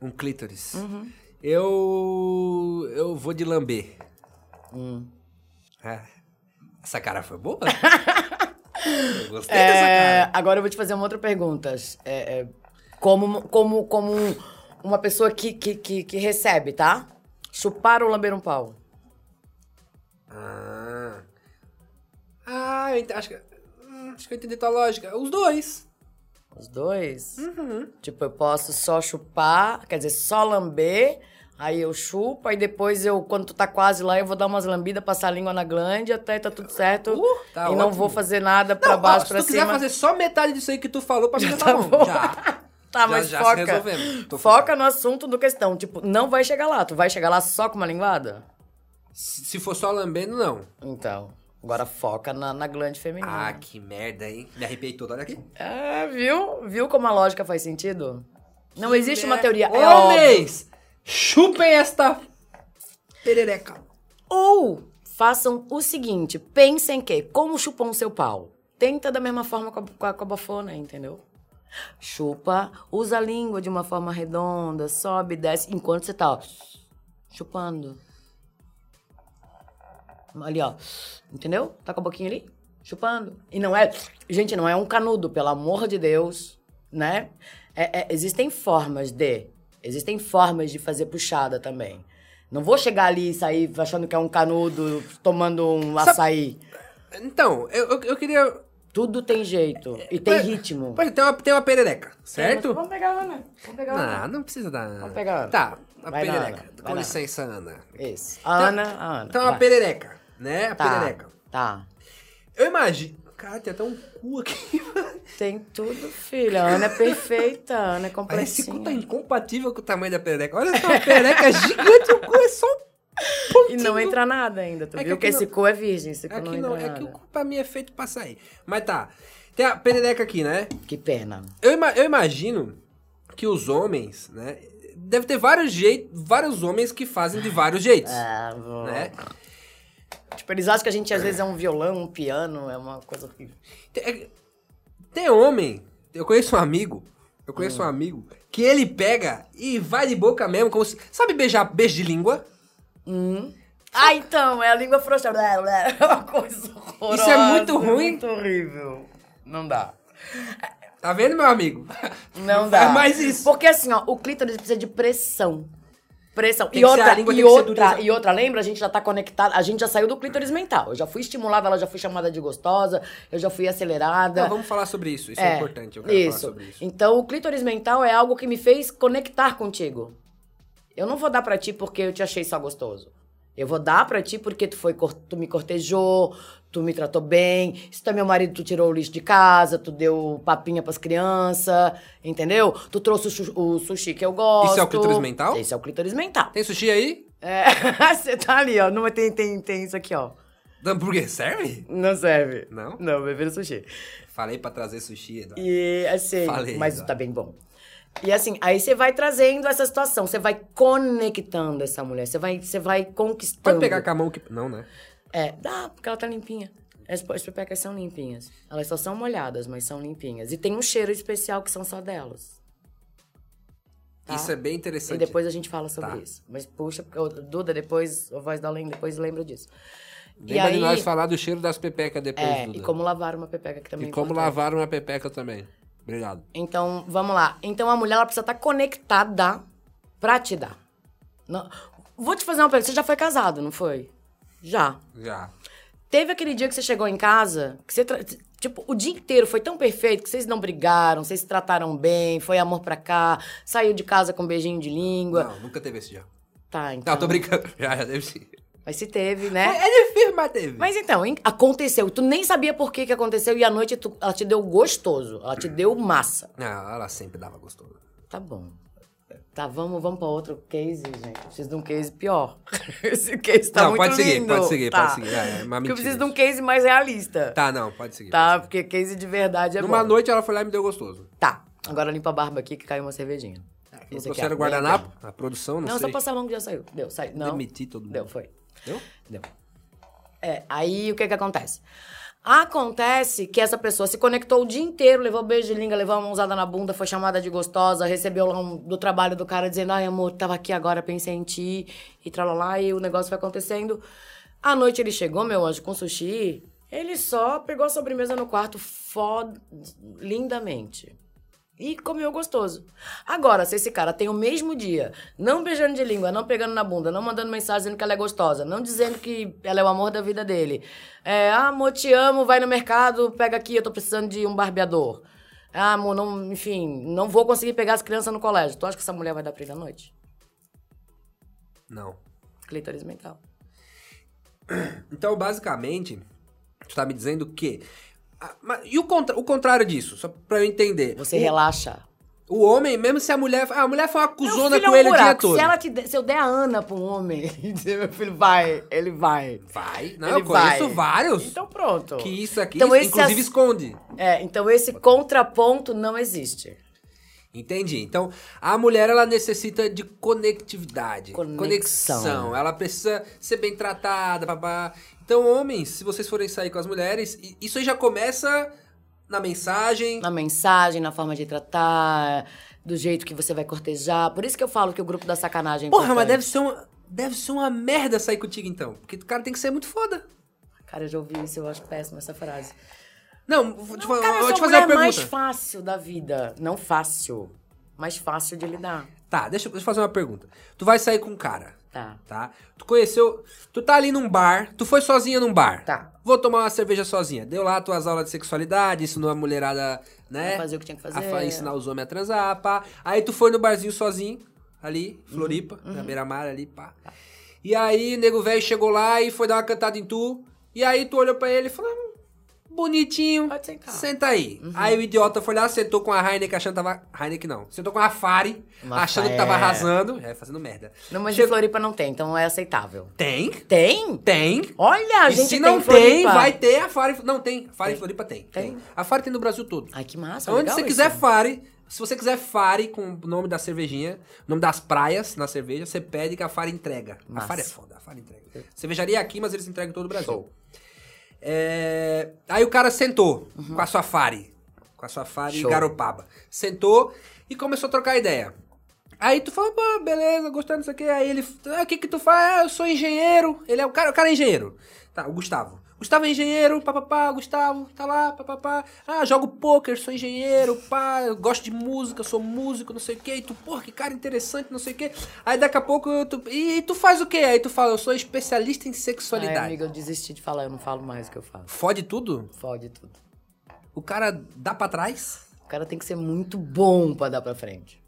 S1: um clítoris?
S2: Uhum.
S1: Eu. Eu vou de lamber.
S2: Hum.
S1: É. Essa cara foi
S2: (laughs)
S1: boa? eu gostei dessa
S2: É,
S1: cara.
S2: agora eu vou te fazer uma outra pergunta. É, é, como, como, como uma pessoa que, que, que, que recebe, tá? Chupar ou lamber um pau?
S1: Ah. Ah, eu ent- acho que. hum, Acho que eu entendi tua lógica. Os dois.
S2: Os dois?
S1: Uhum.
S2: Tipo, eu posso só chupar, quer dizer, só lamber, aí eu chupo, aí depois eu, quando tu tá quase lá, eu vou dar umas lambidas, passar a língua na glande, até tá tudo certo.
S1: Uh, tá
S2: e não
S1: ótimo.
S2: vou fazer nada pra
S1: Não, ó,
S2: baixo,
S1: se
S2: pra
S1: tu quiser
S2: cima.
S1: fazer só metade disso aí que tu falou, pra mim já tá,
S2: tá
S1: bom.
S2: bom.
S1: Já.
S2: (laughs) Tá,
S1: Já-
S2: mas
S1: já se
S2: foca.
S1: resolvemos. Tô
S2: Foca
S1: focado.
S2: no assunto do questão. Tipo, não vai chegar lá. Tu vai chegar lá só com uma linguada?
S1: Se se for só lambendo, não.
S2: Então, agora foca na, na glande feminina.
S1: Ah, que merda, hein? Me arrepiei todo. Olha aqui.
S2: É, viu? Viu como a lógica faz sentido? Não existe uma teoria. É óbvio.
S1: Né? Homens, chupem esta perereca.
S2: Ou façam o seguinte: pensem que, como chupam o seu pau? Tenta da mesma forma com a, com a- com a bafona, entendeu? Chupa, usa a língua de uma forma redonda, sobe, desce, enquanto você tá ó, chupando. Ali, ó. Entendeu? Tá com a boquinha ali? Chupando. E não é. Gente, não é um canudo, pelo amor de Deus. Né? É- é- existem formas de. Existem formas de fazer puxada também. Não vou chegar ali e sair achando que é um canudo, tomando um
S1: Sabe-
S2: açaí.
S1: Então, eu, eu, eu queria.
S2: Tudo tem jeito. E tem ritmo.
S1: Pois, tem, uma, tem uma perereca, certo?
S2: Vamos pegar Ana. Vamos pegar
S1: Não, não precisa da Ana.
S2: Vamos pegar a Ana.
S1: Tá, a
S2: Vai na
S1: perereca.
S2: Ana, vai
S1: Com
S2: na
S1: licença, Ana.
S2: Ah, Isso. A Ana, a Ana.
S1: Então, a
S2: vai.
S1: perereca, né? A
S2: Tá,
S1: perereca.
S2: Tá.
S1: Eu imagino. Cara, tem até um cu aqui. (laughs)
S2: Tem tudo, filha. A Ana é perfeita. A Ana é completinha.
S1: Parece que o cu tá incompatível com o tamanho da perereca. Olha só, a perereca é gigante, o cu é só um
S2: E
S1: pontinho.
S2: não entra nada ainda. Tu
S1: É que
S2: viu que,
S1: aqui
S2: esse cu é virgem. Esse cu
S1: Aqui
S2: não,
S1: não,
S2: entra
S1: é que o
S2: nada.
S1: cu pra mim é feito pra sair. Mas tá, tem a perereca aqui, né?
S2: Que pena.
S1: Eu, ima- eu imagino que os homens, né? Deve ter vários jeitos, vários homens que fazem de vários jeitos,
S2: Ah, vou-
S1: né?
S2: Tipo, eles acham que a gente às vezes é um violão, um piano, é uma coisa horrível.
S1: Tem, é- tem homem, eu conheço um amigo, eu conheço
S2: Hum.
S1: um amigo que ele pega e vai de boca mesmo, como se, sabe beijar beijo de língua?
S2: (laughs) Ah, então, é a língua frouxa. É uma coisa horrorosa.
S1: muito ruim.
S2: é Muito horrível. Não dá.
S1: Tá vendo, meu amigo?
S2: (laughs) Não
S1: Não
S2: dá. É
S1: faz mais isso.
S2: Porque assim, ó, o clítoris precisa de pressão. Pressão.
S1: Tem
S2: e
S1: que ser- a
S2: outra,
S1: língua
S2: e
S1: tem que ser
S2: outra,
S1: dureza.
S2: e outra, lembra? A gente já tá conectada, a gente já saiu do clítoris mental. Eu já fui estimulada, ela já foi chamada de gostosa, eu já fui acelerada.
S1: Não, vamos falar sobre isso, isso é, importante, eu quero falar sobre isso.
S2: Então, o clítoris mental é algo que me fez conectar contigo. Eu não vou dar pra ti porque eu te achei só gostoso. Eu vou dar pra ti porque tu foi cor- tu me cortejou, tu me tratou bem. Se tu é meu marido, tu tirou o lixo de casa, tu deu papinha pras crianças, entendeu? Tu trouxe o, su- o sushi que eu gosto.
S1: Isso é o clítoris mental?
S2: Isso é o clítoris mental.
S1: Tem sushi aí?
S2: É, (laughs) você tá ali, ó. Não, tem, tem, tem isso aqui, ó.
S1: Hambúrguer (laughs) serve?
S2: Não serve.
S1: Não?
S2: Não, beber sushi.
S1: Falei pra trazer sushi, Eduardo.
S2: E assim,
S1: Falei,
S2: mas
S1: Eduardo.
S2: tá bem bom. E assim, aí você vai trazendo essa situação, você vai conectando essa mulher, você vai, você vai conquistando.
S1: Pode pegar com a mão que... Não, né?
S2: É, dá, porque ela tá limpinha. As, as pepecas são limpinhas. Elas só são molhadas, mas são limpinhas. E tem um cheiro especial que são só delas. Tá.
S1: Isso é bem
S2: E
S1: interessante.
S2: depois a gente fala sobre
S1: Tá.
S2: isso. Mas puxa, porque o Duda depois, o Voz da Além depois lembra disso.
S1: Lembra de nós falar do cheiro das pepecas depois,
S2: é,
S1: Duda.
S2: e como lavar uma pepeca que também
S1: E
S2: é
S1: como
S2: importante.
S1: lavaram a pepeca também. Obrigado.
S2: Então, vamos lá. Então, a mulher ela precisa estar tá conectada pra te dar. Não- Vou te fazer uma pergunta. Você já foi casado, não foi? Já.
S1: Já.
S2: Teve aquele dia que você chegou em casa, que você. tra- Tipo, o dia inteiro foi tão perfeito que vocês não brigaram, vocês se trataram bem, foi amor pra cá, saiu de casa com um beijinho de língua.
S1: Não, nunca teve esse já.
S2: Tá, então.
S1: Não, tô brincando. (laughs) Já, já teve sim.
S2: Mas se teve, né?
S1: É, é difícil, mas teve.
S2: Mas então, hein, aconteceu. Tu nem sabia por que que aconteceu e à noite tu- ela te deu gostoso. Ela te deu massa.
S1: Ah, ela sempre dava gostoso.
S2: Tá bom. Tá, vamos, vamos pra outro case, gente. Eu preciso de um case pior. (laughs) Esse case tá
S1: não,
S2: muito
S1: pode seguir,
S2: lindo.
S1: pode seguir,
S2: Tá.
S1: pode seguir. É, é uma
S2: Porque eu
S1: mentira.
S2: preciso de um
S1: isso.
S2: case mais realista.
S1: Tá, não, pode seguir.
S2: Tá,
S1: pode
S2: porque case de verdade é
S1: seguir. Numa
S2: bom.
S1: noite ela foi lá e me deu gostoso.
S2: Tá, agora limpa a barba aqui que caiu uma cervejinha.
S1: Não É,
S2: Esse aqui, é
S1: trouxeram
S2: ó, bem
S1: guardanapo? A produção,
S2: aqui.
S1: não,
S2: Não,
S1: sei.
S2: só passar longo já saiu. Deu, saiu. Não.
S1: Demitir todo mundo.
S2: Deu, foi.
S1: Deu?
S2: Deu. É, aí o que que acontece? Acontece que essa pessoa se conectou o dia inteiro, levou beijo de língua, levou uma mãozada na bunda, foi chamada de gostosa, recebeu lá um, do trabalho do cara dizendo, ai amor, tava aqui agora, pensei em ti, e tralalá, e o negócio foi acontecendo. À noite ele chegou, meu anjo, com sushi, ele só pegou a sobremesa no quarto foda, lindamente e comeu gostoso. Agora, se esse cara tem o mesmo dia, não beijando de língua, não pegando na bunda, não mandando mensagem dizendo que ela é gostosa, não dizendo que ela é o amor da vida dele. É, ah, amor, te amo, vai no mercado, pega aqui, eu tô precisando de um barbeador. Ah, amor, não, enfim, não vou conseguir pegar as crianças no colégio. Tu acha que essa mulher vai dar pra ele à noite?
S1: Não.
S2: Clitóris mental.
S1: Então, basicamente, tu tá me dizendo que... Ah, mas E o, contra- o contrário disso, só pra eu entender.
S2: Você
S1: o...
S2: relaxa.
S1: o homem, mesmo se a mulher... Ah, a mulher foi uma
S2: Meu
S1: cuzona
S2: filho é um
S1: com ele o dia
S2: buraco.
S1: todo.
S2: Se, ela te der- se eu der a Ana pra um homem (laughs) e dizer, meu filho, vai, ele vai.
S1: Vai. Não,
S2: Ele
S1: eu conheço
S2: vai.
S1: vários.
S2: Então pronto.
S1: Que isso aqui,
S2: Então esse
S1: inclusive,
S2: ass-
S1: esconde.
S2: É, então esse contraponto não existe.
S1: Entendi. Então, a mulher ela necessita de conectividade,
S2: Conexão.
S1: Ela precisa ser bem tratada, babá. Então, homens, se vocês forem sair com as mulheres, i- isso aí já começa na mensagem.
S2: Na mensagem, na forma de tratar, do jeito que você vai cortejar. Por isso que eu falo que o grupo da sacanagem é
S1: Porra, mas
S2: importante.
S1: deve ser uma deve ser uma merda sair contigo então, porque o cara tem que ser muito foda.
S2: Cara, eu já ouvi isso, eu acho péssima essa frase.
S1: Não, vou te, fa-
S2: Cara,
S1: eu vou
S2: eu
S1: te
S2: sou a
S1: fazer uma
S2: mulher é
S1: pergunta.
S2: mais fácil da vida. Não fácil. Mais fácil de lidar.
S1: Tá, deixa, eu- deixa eu fazer uma pergunta. Tu vai sair com um cara,
S2: Tá.
S1: tá? Tu conheceu, tu tá ali num bar, tu foi sozinha num bar.
S2: Tá.
S1: Vou tomar uma cerveja sozinha. Deu lá tuas aulas de sexualidade, ensinou a mulherada, né?
S2: A fazer o que tinha que fazer.
S1: A fa- ensinar os homens a transar, pá. Aí tu foi no barzinho sozinho, ali,
S2: Uhum.
S1: Floripa, na beira-mar ali, pá. E aí, nego velho chegou lá e foi dar uma cantada em tu. E aí tu olhou pra ele e falou, "Hum, bonitinho,
S2: Pode sentar." Uhum.
S1: senta aí. Aí o idiota foi lá, sentou com a Heineken, achando que tava... Heineken não, sentou com a Fari,
S2: Uma
S1: achando que
S2: fa-
S1: tava
S2: é.
S1: arrasando. É, fazendo merda.
S2: Não, mas em
S1: Chegou-
S2: Floripa não tem, então é aceitável.
S1: Tem,
S2: Tem?
S1: tem.
S2: Olha, a
S1: e
S2: gente
S1: se
S2: tem
S1: não
S2: em Floripa.
S1: tem, vai ter a Fari. Não, tem. Fari em Floripa tem.
S2: Tem.
S1: Tem. A Fari tem no Brasil todo.
S2: Ai, que massa.
S1: Onde
S2: legal
S1: você
S2: isso.
S1: quiser Fari, se você quiser Fari com o nome da cervejinha, o nome das praias na cerveja, você pede que a Fari entrega.
S2: Massa.
S1: A Fari é foda, a Fari entrega. Cervejaria é aqui, mas eles entregam em todo o Brasil.
S2: Show.
S1: É, Aí o cara sentou com a sua Fari, com a sua Fari
S2: Uhum. Show.
S1: Garopaba. Sentou e começou a trocar ideia. Aí tu falou, pô, beleza, gostando disso aqui. Aí ele, ah, o que que tu faz? Ah, eu sou engenheiro. Ele é o cara, o cara é engenheiro. Tá, o Gustavo. Gustavo é engenheiro, papapá, Gustavo, tá lá, papapá. Ah, jogo poker, sou engenheiro, pá, eu gosto de música, sou músico, não sei o quê. E tu, porra, que cara interessante, não sei o quê. Aí daqui a pouco, tu, e, e tu faz o quê? Aí tu fala, eu sou especialista em sexualidade.
S2: Ai, amiga, eu desisti de falar, eu não falo mais o que eu falo.
S1: Fode tudo?
S2: Fode tudo.
S1: O cara dá pra trás?
S2: O cara tem que ser muito bom pra dar pra frente.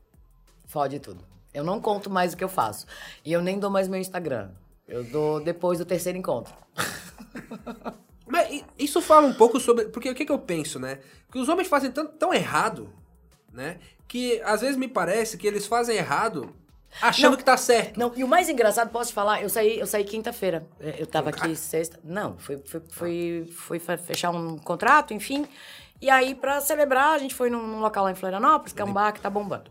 S2: Fode tudo. Eu não conto mais o que eu faço. E eu nem dou mais meu Instagram. Eu dou depois do terceiro encontro.
S1: Mas i- isso fala um pouco sobre. Porque o que, que eu penso, né? Que os homens fazem tanto, tão errado, né? Que às vezes me parece que eles fazem errado achando que tá certo.
S2: Não, e o mais engraçado, posso te falar, eu saí, eu saí quinta-feira. É, Eu tava aqui sexta. Não, fui, fui, fui, fui fa- fechar um contrato, enfim. E aí, pra celebrar, a gente foi num, num local lá em Florianópolis, que é um bar que tá bombando.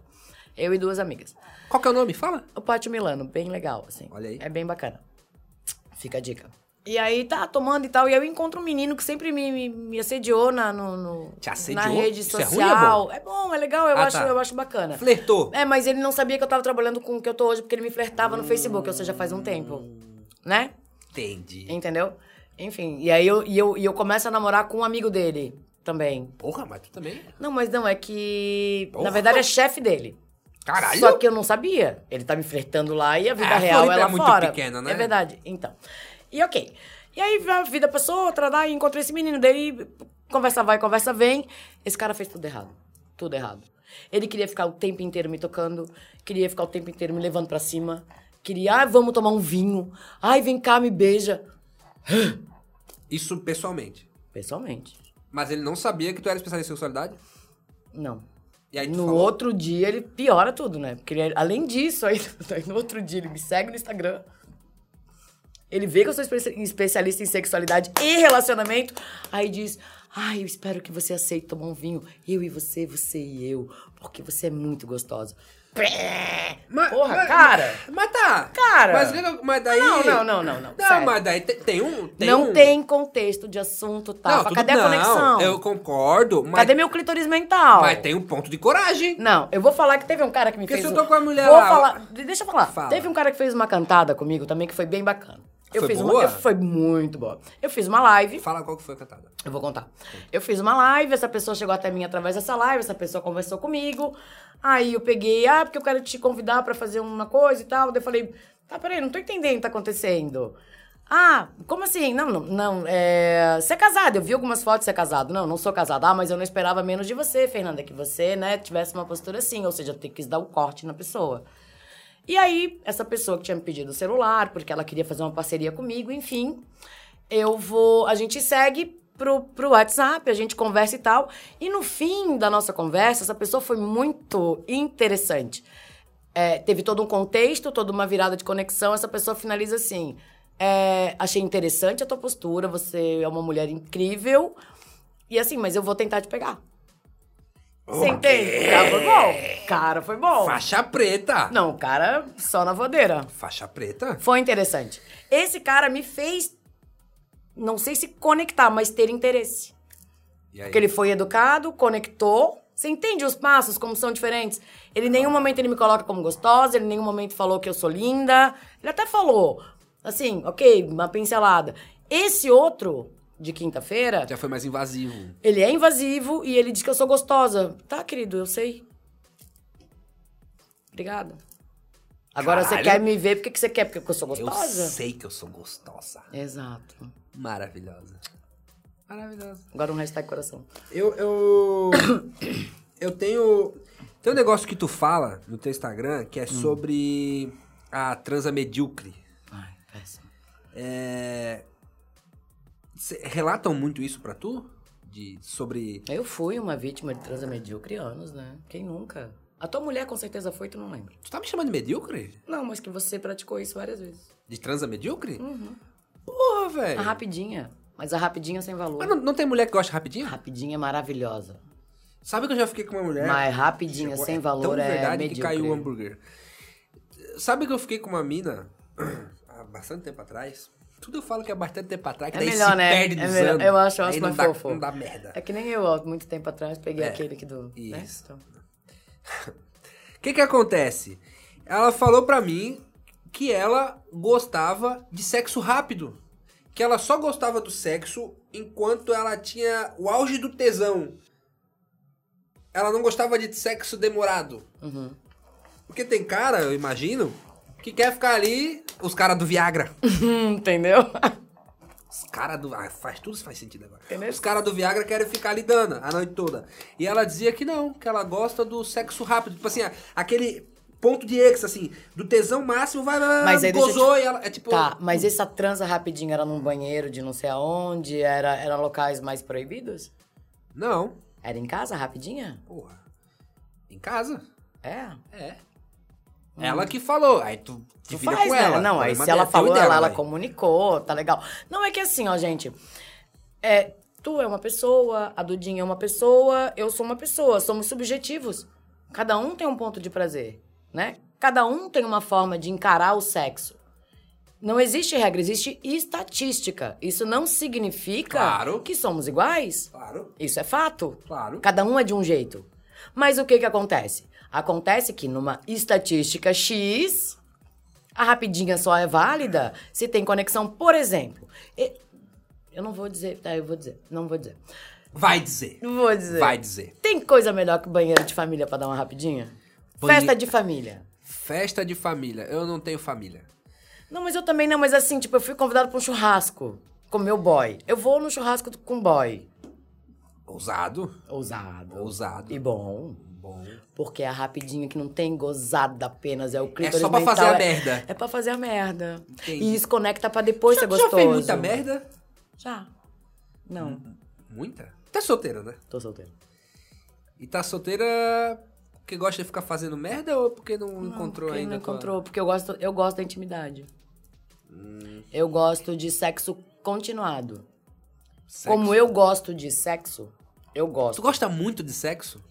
S2: Eu e duas amigas.
S1: Qual que é o nome? Fala.
S2: O Pátio Milano, bem legal, assim.
S1: Olha aí.
S2: É bem bacana. Fica a dica. E aí, tá tomando e tal. E aí eu encontro um menino que sempre me, me, me assediou na, no, no-
S1: Te assediou?
S2: na rede
S1: Isso é
S2: social.
S1: ruim ou é bom?
S2: é, bom? é legal, eu,
S1: Ah,
S2: acho,
S1: tá.
S2: eu acho bacana.
S1: Flertou.
S2: É, mas ele não sabia que eu tava trabalhando com o que eu tô hoje, porque ele me flertava no Facebook, ou seja, faz um tempo.
S1: Hum.
S2: Né?
S1: Entendi.
S2: Entendeu? Enfim, e aí eu, e eu, e eu começo a namorar com um amigo dele também.
S1: Porra, mas tu também.
S2: Não, mas não, é que.
S1: Porra.
S2: Na verdade é chefe dele.
S1: Caralho!
S2: Só que eu não sabia. Ele tá me flertando lá e a vida
S1: É, a
S2: real
S1: Floripa
S2: é
S1: é
S2: lá
S1: muito
S2: fora.
S1: pequena, né?
S2: É verdade. Então. E ok. E aí a vida passou, outra lá, e encontrei esse menino. Daí conversa vai, conversa vem. Esse cara fez tudo errado. Tudo errado. Ele queria ficar o tempo inteiro me tocando, queria ficar o tempo inteiro me levando pra cima. Queria, ah, vamos tomar um vinho. Ai, vem cá, me beija.
S1: Isso pessoalmente.
S2: Pessoalmente,
S1: Mas ele não sabia que tu era especialista em sexualidade?
S2: não.
S1: E aí tu
S2: no
S1: falou,
S2: outro dia ele piora tudo, né? Porque ele- além disso, aí, (laughs) aí no outro dia ele me segue no Instagram. Ele vê que eu sou espe- especialista em sexualidade e relacionamento. Aí diz: Ai, eu espero que você aceite tomar um vinho. Eu e você, você e eu. Porque você é muito gostosa. Pré!
S1: "Ma-
S2: Porra,
S1: ma-
S2: cara!
S1: Mas tá!
S2: Cara.
S1: Mas, que que- mas daí.
S2: Não, não, não, não, não.
S1: Não,
S2: sério.
S1: mas daí te- tem, um. Tem
S2: não
S1: um...
S2: tem contexto de assunto, tá?
S1: tudo-
S2: Cadê a
S1: não,
S2: conexão?
S1: Eu concordo, mas,
S2: Cadê meu clitoris mental?
S1: mas tem um ponto de coragem.
S2: Não, eu vou falar que teve um cara que me
S1: Porque
S2: fez.
S1: se eu
S2: um-
S1: tô com a mulher
S2: vou
S1: lá,
S2: falar. de- Deixa eu falar.
S1: Fala.
S2: Teve um cara que fez uma cantada comigo também que foi bem bacana. Eu
S1: Foi
S2: fiz
S1: boa?
S2: Uma... eu- Foi muito boa. Eu fiz uma live.
S1: Fala qual que foi a cantada.
S2: Eu vou contar. Eu fiz uma live, essa pessoa chegou até mim através dessa live, essa pessoa conversou comigo. Aí eu peguei, ah, porque eu quero te convidar pra fazer uma coisa e tal. Daí eu falei, tá, peraí, não tô entendendo o que tá acontecendo. Ah, como assim? Não, não, não. É... Você é casado, eu vi algumas fotos de você é casado. Não, não sou casada. Ah, mas eu não esperava menos de você, Fernanda, que você, né, tivesse uma postura assim. Ou seja, ter quis dar um corte na pessoa. E aí, essa pessoa que tinha me pedido o celular, porque ela queria fazer uma parceria comigo, enfim, eu vou. A gente segue pro, pro WhatsApp, a gente conversa e tal. E no fim da nossa conversa, essa pessoa foi muito interessante. É, teve todo um contexto, toda uma virada de conexão. Essa pessoa finaliza assim: é, achei interessante a tua postura, você é uma mulher incrível. E assim, mas eu vou tentar te pegar. Você entende? Cara, foi bom. Cara, foi bom.
S1: Faixa preta.
S2: Não, o cara só na voadeira.
S1: Faixa preta?
S2: Foi interessante. Esse cara me fez, não sei se conectar, mas ter interesse.
S1: E aí?
S2: Porque ele foi educado, conectou. Você entende os passos, como são diferentes? Ele em nenhum momento ele me coloca como gostosa, ele em nenhum momento falou que eu sou linda. Ele até falou, assim, ok, uma pincelada. Esse outro, de quinta-feira,
S1: Já foi mais invasivo.
S2: ele é invasivo e ele diz que eu sou gostosa. Tá, querido, eu sei. Obrigada. Agora
S1: Caralho.
S2: você quer me ver porque que você quer? Porque eu sou
S1: Eu
S2: gostosa?
S1: sei que eu sou gostosa.
S2: Exato.
S1: Maravilhosa. Maravilhosa.
S2: Agora um hashtag coração.
S1: Eu. Eu, (coughs) eu tenho. Tem um negócio que tu fala no teu Instagram que é
S2: Hum.
S1: sobre a transa medíocre.
S2: Ai, péssimo.
S1: É. cê- relatam muito isso pra tu? De, sobre.
S2: Eu fui uma vítima de transa medíocre anos, né? Quem nunca? A tua mulher com certeza foi, tu não lembra.
S1: Tu tá me chamando de medíocre?
S2: Não, mas que você praticou isso várias vezes.
S1: De transa medíocre?
S2: Uhum.
S1: Porra, velho.
S2: A rapidinha. Mas a rapidinha sem valor.
S1: É. Mas não, não tem mulher que gosta rapidinho?
S2: A rapidinha é maravilhosa.
S1: Sabe que eu já fiquei com uma mulher.
S2: Mas rapidinha sem valor
S1: Tipo, tão
S2: é
S1: verdade que
S2: medíocre.
S1: caiu o hambúrguer. Sabe que eu fiquei com uma mina (clears throat) há bastante tempo atrás? Tudo eu falo que é bastante tempo atrás, que
S2: É
S1: daí
S2: melhor,
S1: se
S2: né?
S1: perde
S2: É
S1: dos
S2: melhor.
S1: anos.
S2: Eu acho- eu
S1: Aí
S2: acho
S1: não
S2: mais
S1: dá,
S2: fofo.
S1: Não dá merda.
S2: É que nem eu, há muito tempo atrás, peguei
S1: É.
S2: aquele aqui do... né?
S1: Isso.
S2: Então- (laughs)
S1: O que que acontece? Ela falou pra mim que ela gostava de sexo rápido. Que ela só gostava do sexo enquanto ela tinha o auge do tesão. Ela não gostava de sexo demorado. Porque tem cara, eu imagino, que quer ficar ali, os caras do Viagra.
S2: Entendeu?
S1: Os caras do. Ah, faz tudo faz sentido agora.
S2: Entendeu?
S1: Os caras do Viagra querem ficar ali dando a noite toda. E ela dizia que não, que ela gosta do sexo rápido. Tipo assim, a- aquele ponto de ex, assim, do tesão máximo, vai, vai, vai,
S2: Mas aí deixa eu te-
S1: gozou e ela. É tipo.
S2: Tá, mas essa transa rapidinho era num banheiro de não sei aonde? Era, era locais mais proibidos?
S1: Não,
S2: Era em casa, rapidinha?
S1: porra. Em casa?
S2: É.
S1: É. Ela que falou. Aí tu
S2: Tu
S1: divide
S2: faz,
S1: com
S2: né?
S1: ela.
S2: Não, aí
S1: Problema
S2: se ela
S1: dela, teu e
S2: falou,
S1: dela,
S2: ela, ela
S1: vai.
S2: comunicou, tá legal. Não, é que assim, ó, gente. É, tu é uma pessoa, a Dudinha é uma pessoa, eu sou uma pessoa, somos subjetivos. Cada um tem um ponto de prazer, né? Cada um tem uma forma de encarar o sexo. Não existe regra, existe estatística. Isso não significa
S1: Claro.
S2: que somos iguais.
S1: Claro,
S2: Isso é fato.
S1: claro.
S2: Cada um é de um jeito. Mas o que que acontece? Acontece que numa estatística X, a rapidinha só é válida se tem conexão, por exemplo. e- Eu não vou dizer, tá, eu vou dizer, não vou dizer.
S1: Vai dizer.
S2: Não vou dizer.
S1: Vai dizer.
S2: Tem coisa melhor que banheiro de família pra dar uma rapidinha?
S1: Pane-
S2: Festa de família.
S1: Festa de família. Eu não tenho família.
S2: Não, mas eu também não, mas assim, tipo, eu fui convidado pra um churrasco com meu boy. Eu vou no churrasco do- com boy.
S1: Ousado.
S2: Ousado.
S1: Ousado.
S2: E bom.
S1: Bom.
S2: Porque é rapidinho que não tem gozada apenas, é o clítoris
S1: É só pra
S2: mental,
S1: fazer a
S2: é-
S1: merda.
S2: É pra fazer a merda.
S1: Entendi.
S2: E isso conecta pra depois ser
S1: já,
S2: é gostoso.
S1: já fez muita merda? Hum.
S2: Já. Não,
S1: Muita? Tá solteira, né?
S2: tô solteira.
S1: E tá solteira porque gosta de ficar fazendo merda ou porque não, encontrou
S2: Porque
S1: ainda?
S2: Não
S1: a tua-
S2: encontrou, porque eu gosto, eu gosto da intimidade.
S1: Hum.
S2: Eu gosto de sexo continuado.
S1: Sexo.
S2: Como eu gosto de sexo, eu
S1: Tu
S2: gosto.
S1: gosta muito de sexo?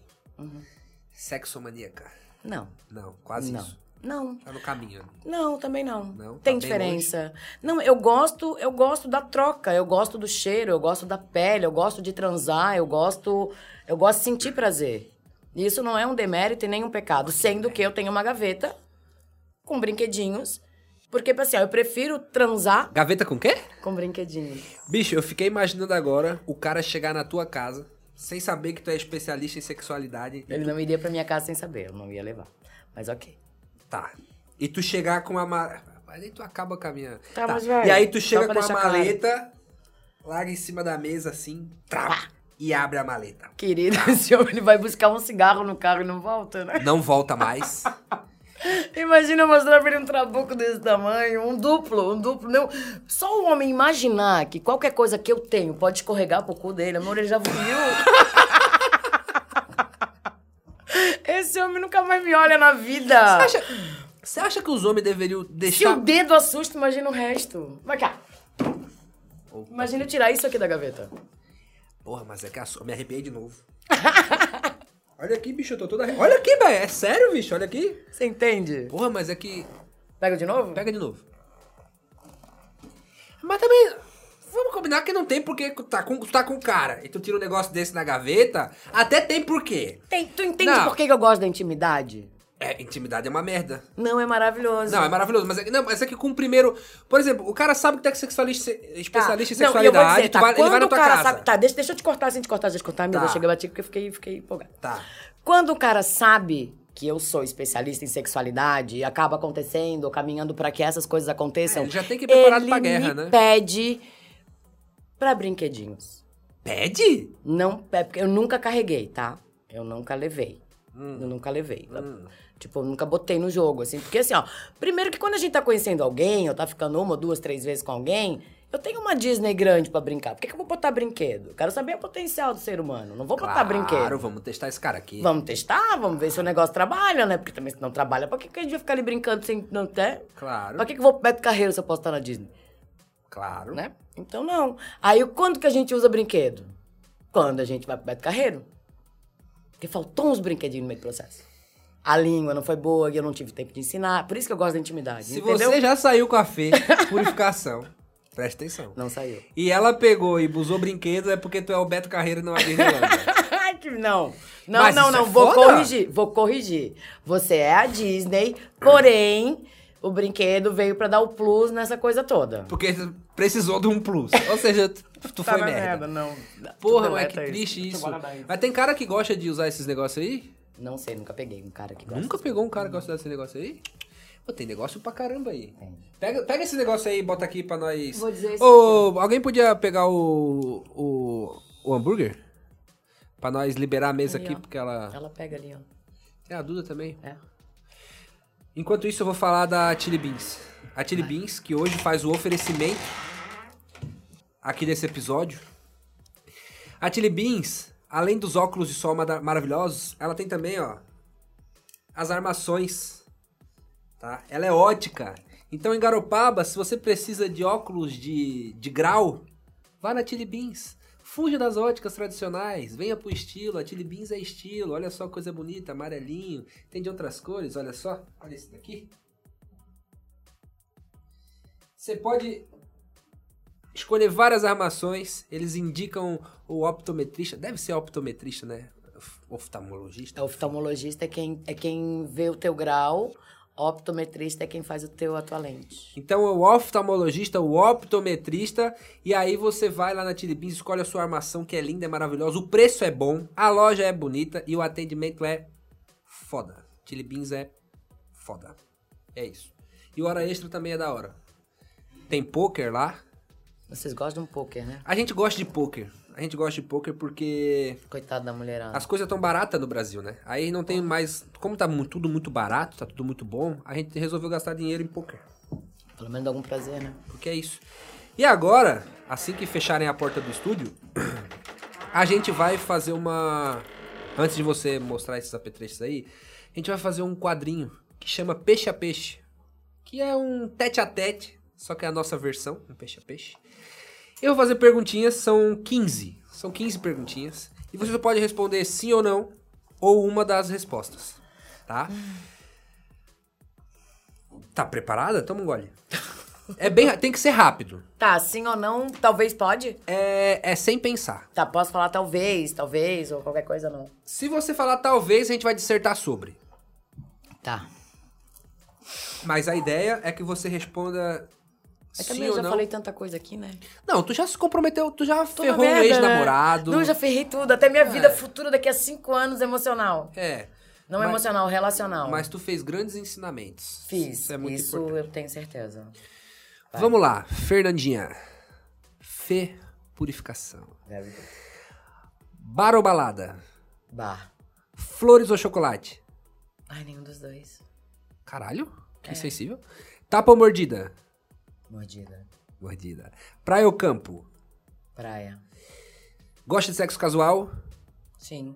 S1: Sexo maníaca.
S2: Não,
S1: Não, quase
S2: Uhum. não.
S1: isso.
S2: Não,
S1: Tá no caminho.
S2: não, também não.
S1: Não?
S2: Tem
S1: Tá bem
S2: diferença. Não, eu gosto, eu gosto da troca, eu gosto do cheiro, eu gosto da pele, eu gosto de transar, eu gosto, eu gosto de sentir prazer. Isso não é um demérito e nem um pecado, sendo que eu tenho uma gaveta com brinquedinhos, porque assim, ó, eu prefiro transar
S1: Gaveta com quê?
S2: com brinquedinhos.
S1: Bicho, eu fiquei imaginando agora o cara chegar na tua casa sem saber que tu é especialista em sexualidade.
S2: Ele não iria pra minha casa sem saber, eu não ia levar. Mas ok.
S1: Tá. E tu chegar com a maleta. Aí tu acaba com a minha.
S2: Tá, mas vai.
S1: E aí tu
S2: Só
S1: chega
S2: pra
S1: com a
S2: deixar claro.
S1: maleta, larga em cima da mesa assim, trava, e abre a maleta.
S2: Querido, (laughs) esse homem ele vai buscar um cigarro no carro e não volta, né?
S1: Não volta
S2: (laughs)
S1: mais.
S2: Imagina eu mostrar pra ele um trabuco desse tamanho, um duplo, um duplo. Não. Só o homem imaginar que qualquer coisa que eu tenho pode escorregar pro cu dele, amor,
S1: (laughs)
S2: ele já viu. Esse homem nunca mais me olha na vida.
S1: Você acha, você acha que os homens deveriam
S2: Se o
S1: deixar.
S2: dedo assusta, imagina o resto. Vai cá.
S1: Opa.
S2: Imagina eu tirar isso aqui da gaveta.
S1: Porra, mas é que a sua- me arrepiei de
S2: (laughs)
S1: novo. Olha aqui, bicho, eu tô toda. arre- Olha aqui, velho. É sério, bicho, olha aqui.
S2: Você entende?
S1: Porra, mas é que.
S2: Pega de novo?
S1: Pega de novo. Mas também. Vamos combinar que não tem porque tá com, tá com cara e tu tira um negócio desse na gaveta, até tem porquê.
S2: Tem- tu entende
S1: Não.
S2: por que, que eu gosto da intimidade?
S1: É, intimidade é uma merda.
S2: Não, é maravilhoso.
S1: Não, é maravilhoso, mas é, que- não, mas é que com o primeiro. Por exemplo, o cara sabe que tu é sexualista,
S2: Tá.
S1: especialista
S2: Não,
S1: em
S2: e eu vou
S1: sexualidade,
S2: dizer,
S1: tu
S2: tá,
S1: vai- ele vai na
S2: quando
S1: tua
S2: o cara
S1: casa.
S2: sabe- tá, deixa, deixa eu te cortar sem te cortar, sem te cortar, meu
S1: Tá.
S2: Deus, cheguei a bater porque eu fiquei, fiquei empolgada.
S1: Tá.
S2: Quando o cara sabe que eu sou especialista em sexualidade e acaba acontecendo, caminhando pra que essas coisas aconteçam.
S1: É, ele já tem que ir preparado
S2: ele
S1: pra guerra,
S2: me
S1: né?
S2: pede pra brinquedinhos.
S1: Pede?
S2: Não, é porque eu nunca carreguei, tá? Eu nunca levei.
S1: Hum.
S2: Eu nunca levei. Tipo, eu nunca botei no jogo, assim. Porque assim, ó, primeiro que quando a gente tá conhecendo alguém, ou tá ficando uma, duas, três vezes com alguém, eu tenho uma Disney grande pra brincar. Por que, que eu vou botar brinquedo? Eu Quero saber o potencial do ser humano. Não vou botar
S1: Claro,
S2: tá brinquedo.
S1: vamos testar esse cara aqui.
S2: Vamos testar, vamos ver se o negócio trabalha, né? Porque também se não trabalha, pra que, que a gente vai ficar ali brincando sem. Não, né?
S1: Claro.
S2: Pra que, que eu vou pro Beto Carreiro se eu posso estar na Disney?
S1: Claro.
S2: né? Então não. Aí quando que a gente usa brinquedo? Quando a gente vai pro Beto Carreiro. Porque faltou uns brinquedinhos no meio do processo. A língua não foi boa e eu não tive tempo de ensinar. Por isso que eu gosto da intimidade,
S1: Se
S2: entendeu?
S1: você já saiu com a Fê,
S2: (laughs)
S1: purificação. Presta atenção.
S2: Não saiu. (laughs)
S1: E ela pegou e usou brinquedo, é porque tu é o Beto Carreiro e não a
S2: (laughs)
S1: Disneylandia.
S2: Ai, que não. Não,
S1: Mas
S2: não,
S1: isso
S2: não.
S1: é
S2: vou
S1: foda.
S2: corrigir. Vou corrigir. Você é a Disney, porém, o brinquedo veio pra dar o plus nessa coisa toda.
S1: porque tu precisou de um plus. Ou seja, tu, tu
S2: Tá
S1: foi merda.
S2: não.
S1: Porra,
S2: Tu
S1: mas que
S2: deleta
S1: triste isso.
S2: Tu guarda isso.
S1: Mas tem cara que gosta de usar esses negócios aí?
S2: Não sei, nunca peguei um cara que gosta.
S1: Nunca pegou um cara que gosta desse negócio aí? Pô, tem negócio pra caramba aí. Pega, pega esse negócio aí e bota aqui pra nós.
S2: Vou dizer isso
S1: Ô, alguém podia pegar o, o, o hambúrguer? Pra nós liberar a mesa
S2: Aí,
S1: aqui,
S2: ó.
S1: porque ela...
S2: Ela pega ali, ó.
S1: É a Duda também.
S2: É.
S1: Enquanto isso, eu vou falar da Chili Beans. A Chili Beans, que hoje faz o oferecimento aqui desse episódio. A Chili Beans, além dos óculos de sol mada- maravilhosos, ela tem também, ó, as armações, tá? Ela é ótica. Então, em Garopaba, se você precisa de óculos de, de grau, vá na Chili Beans. Fuja das óticas tradicionais, venha pro estilo. A Chili Beans é estilo, olha só que coisa bonita, amarelinho. Tem de outras cores, olha só. Olha esse daqui. Você pode escolher várias armações, eles indicam o optometrista, deve ser optometrista, né? Of- Oftalmologista.
S2: O oftalmologista é quem, é quem vê o teu grau, optometrista é quem faz o teu, a tua lente.
S1: Então é o oftalmologista, o optometrista, e aí você vai lá na Chili Beans, escolhe a sua armação que é linda, é maravilhosa, o preço é bom, a loja é bonita e o atendimento é foda. Chili Beans é foda. É isso. E o Hora Extra também é da hora. Tem poker lá.
S2: Vocês gostam de um poker, né?
S1: A gente gosta de poker. A gente gosta de poker porque
S2: Coitado da mulherada.
S1: as coisas estão baratas no Brasil, né? Aí não tem mais. Como tá mu- tudo muito barato, tá tudo muito bom, a gente resolveu gastar dinheiro em poker.
S2: Pelo menos dá algum prazer, né?
S1: Porque é isso. E agora, assim que fecharem a porta do estúdio, (clears throat) a gente vai fazer uma. Antes de você mostrar esses apetrechos aí, a gente vai fazer um quadrinho que chama Peixe a Peixe. Que é um tete a tete, só que é a nossa versão, um peixe a peixe. Eu vou fazer perguntinhas, são 15. São 15 perguntinhas. E você pode responder sim ou não, ou uma das respostas. Tá? Tá preparada? Toma um gole. É bem, ra- tem que ser rápido.
S2: Tá, sim ou não, talvez pode?
S1: É, é sem pensar.
S2: Tá, posso falar talvez, talvez, ou qualquer coisa não.
S1: Se você falar talvez, a gente vai dissertar sobre.
S2: Tá.
S1: Mas a ideia é que você responda
S2: É
S1: sim
S2: também eu
S1: ou
S2: já
S1: não.
S2: falei tanta coisa aqui, né?
S1: Não, tu já se comprometeu, tu já
S2: Tô
S1: ferrou
S2: na
S1: um
S2: merda,
S1: ex-namorado.
S2: Né? Não, já ferrei tudo. Até minha vida futura daqui a cinco anos emocional.
S1: É.
S2: Não
S1: Mas-
S2: emocional, relacional.
S1: Mas tu fez grandes ensinamentos.
S2: Fiz.
S1: Isso é muito
S2: Isso
S1: importante.
S2: eu tenho certeza. vai.
S1: Vamos lá, Fernandinha. Fê purificação. Bar ou balada?
S2: Bar.
S1: Flores ou chocolate?
S2: Ai, nenhum dos dois.
S1: Caralho, que
S2: É.
S1: insensível. Tapa ou mordida?
S2: Mordida.
S1: Mordida. Praia ou campo?
S2: Praia.
S1: Gosta de sexo casual?
S2: Sim.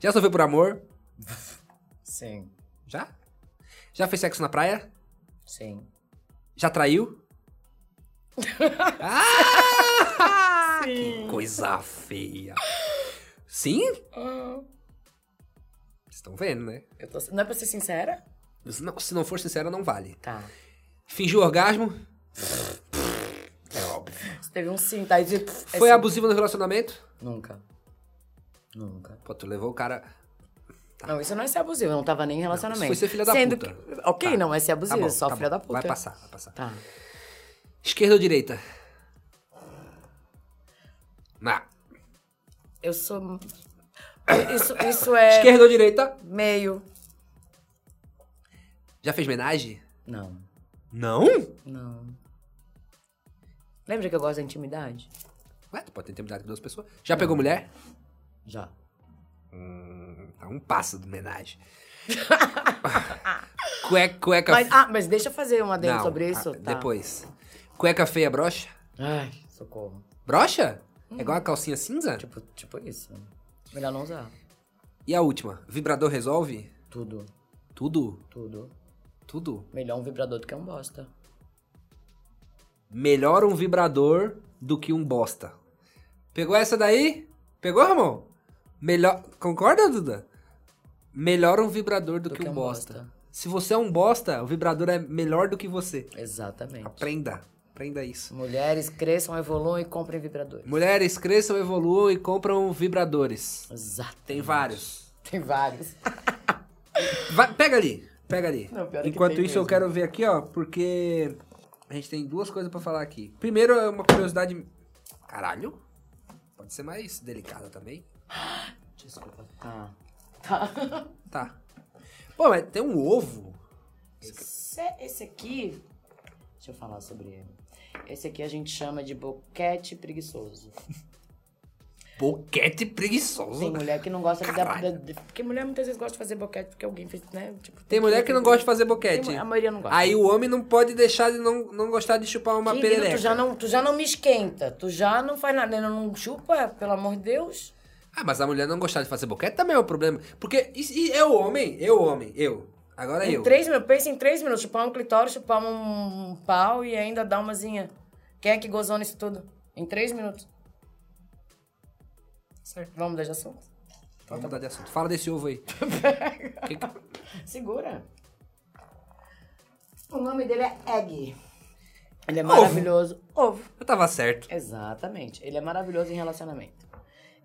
S1: Já sofreu por amor?
S2: Sim.
S1: Já? Já fez sexo na praia?
S2: Sim.
S1: Já
S2: (laughs)
S1: traiu? ah! Que coisa feia. Sim? Vocês estão vendo, né?
S2: Eu tô... Não é pra ser sincera?
S1: Se não, se não for sincera, não vale.
S2: Tá.
S1: Fingiu orgasmo? é óbvio.
S2: Você teve um sim, tá? E de...
S1: Foi
S2: é sim.
S1: abusivo no relacionamento?
S2: Nunca. Nunca.
S1: Pô, tu levou o cara. Tá
S2: Não, isso não é ser abusivo. Eu não tava nem em relacionamento.
S1: Foi ser filha da
S2: Sendo
S1: puta.
S2: Que... Ok,
S1: Tá.
S2: não é ser
S1: Tá
S2: abusivo,
S1: bom,
S2: é só
S1: tá
S2: filha
S1: bom.
S2: da puta.
S1: Vai passar, vai passar.
S2: Tá.
S1: Esquerda ou direita? Na.
S2: Eu sou.
S1: (coughs)
S2: Isso, isso é
S1: Esquerda ou direita?
S2: meio.
S1: Já fez homenagem?
S2: Não,
S1: Não?
S2: não. Lembra que eu gosto da intimidade?
S1: Ué, tu pode ter intimidade com duas pessoas. Já pegou mulher?
S2: Já.
S1: Tá um passo de (laughs) homenagem. Cue- cueca.
S2: Mas, ah, mas deixa eu fazer uma adendo
S1: Não,
S2: sobre isso.
S1: ah,
S2: tá.
S1: Depois. Cueca feia brocha?
S2: Ai, socorro.
S1: Brocha? É igual a calcinha cinza?
S2: Tipo, tipo isso. Melhor não usar.
S1: E a última? Vibrador resolve?
S2: Tudo,
S1: Tudo?
S2: tudo.
S1: Tudo?
S2: Melhor um vibrador do que um bosta.
S1: Melhor um vibrador do que um bosta. Pegou essa daí? Pegou, Ramon? Melhor. Concorda, Duda? Melhor um vibrador do, que, um bosta. Se você é um bosta, o vibrador é melhor do que você.
S2: Exatamente.
S1: Aprenda. Aprenda isso.
S2: Mulheres cresçam, evoluam e comprem vibrador.
S1: Mulheres cresçam, evoluam e compram vibradores.
S2: Exato.
S1: Tem vários.
S2: (laughs) Tem vários.
S1: Vai- pega ali. Pega ali.
S2: Não, pior é que
S1: Enquanto
S2: tem
S1: isso, eu
S2: mesmo.
S1: quero ver aqui, ó, porque a gente tem duas coisas pra falar aqui. Primeiro, é uma curiosidade. Caralho. Pode ser mais delicada também.
S2: Desculpa. Tá.
S1: Tá. Pô, mas tem um ovo.
S2: (laughs) Esse, é, esse aqui. Deixa eu falar sobre ele. Esse aqui a gente chama de boquete preguiçoso.
S1: Boquete preguiçoso.
S2: Tem mulher que não gosta de dar.
S1: Caralho.
S2: de- porque mulher muitas vezes gosta de fazer boquete porque alguém fez, né? Tipo,
S1: Tem mulher que não gosta de fazer
S2: tem
S1: boquete.
S2: mu- A maioria não gosta.
S1: Aí o homem não pode deixar de não, não gostar de chupar uma
S2: Querido,
S1: perereca.
S2: tu já, não, tu já não me esquenta. Tu já não faz nada. Não, não chupa, pelo amor de Deus.
S1: Ah, mas a mulher não gostar de fazer boquete também é um problema. Porque e, e eu, homem, eu, homem, eu. Agora
S2: Em
S1: Ah, eu.
S2: três minutos, pensa em três minutos. Chupar um clitóris, chupar um, um pau e ainda dar umazinha. Quem é que gozou nisso tudo? Em três minutos. Certo. Vamos mudar de assunto?
S1: Vamos mudar de assunto. Fala desse ovo
S2: (laughs)
S1: aí. Que que-
S2: Segura. O nome dele é Egg. Ele é
S1: Ovo.
S2: maravilhoso. Ovo.
S1: Eu tava certo.
S2: Exatamente. Ele é maravilhoso em relacionamento.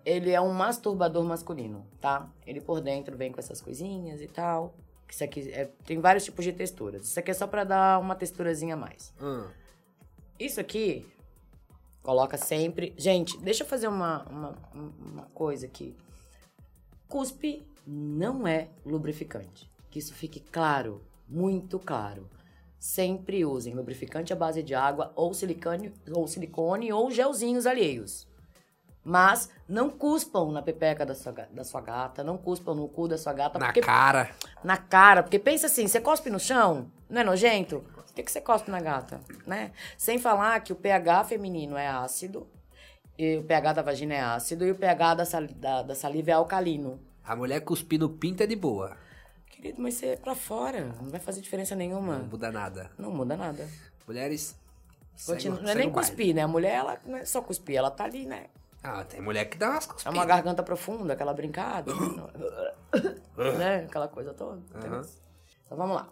S2: Ele é um masturbador masculino, tá? Ele por dentro vem com essas coisinhas e tal. Isso aqui é- tem vários tipos de texturas. Isso aqui é só pra dar uma texturazinha a mais.
S1: Hum.
S2: Isso aqui, coloca sempre. Gente, deixa eu fazer uma, uma, uma coisa aqui. Cuspe não é lubrificante. Que isso fique claro, muito claro. Sempre usem lubrificante à base de água ou silicone ou, silicone, ou gelzinhos alheios. Mas não cuspam na pepeca da sua, ga- da sua gata, não cuspam no cu da sua gata.
S1: Na
S2: Tá, porque-
S1: cara.
S2: na cara, porque pensa assim, você cospe no chão, não é nojento? Por que, que você cospe na gata, né? Sem falar que o pH feminino é ácido, e o pH da vagina é ácido, e o pH da, sali- da- da saliva é alcalino.
S1: A mulher cuspindo pinta é de boa.
S2: Querido, mas você é pra fora, não vai fazer diferença
S1: Não
S2: nenhuma.
S1: muda nada.
S2: Não muda nada.
S1: Mulheres. segue o-
S2: Continua, não é
S1: segue
S2: nem
S1: o baile.
S2: cuspir, né? A mulher, ela não é só cuspir, ela tá ali, né?
S1: Ah, tem mulher que dá umas
S2: É
S1: cuspidas.
S2: uma garganta profunda,
S1: (coughs)
S2: aquela brincada. né? Aquela coisa toda. entendeu?
S1: Aham.
S2: Então vamos lá.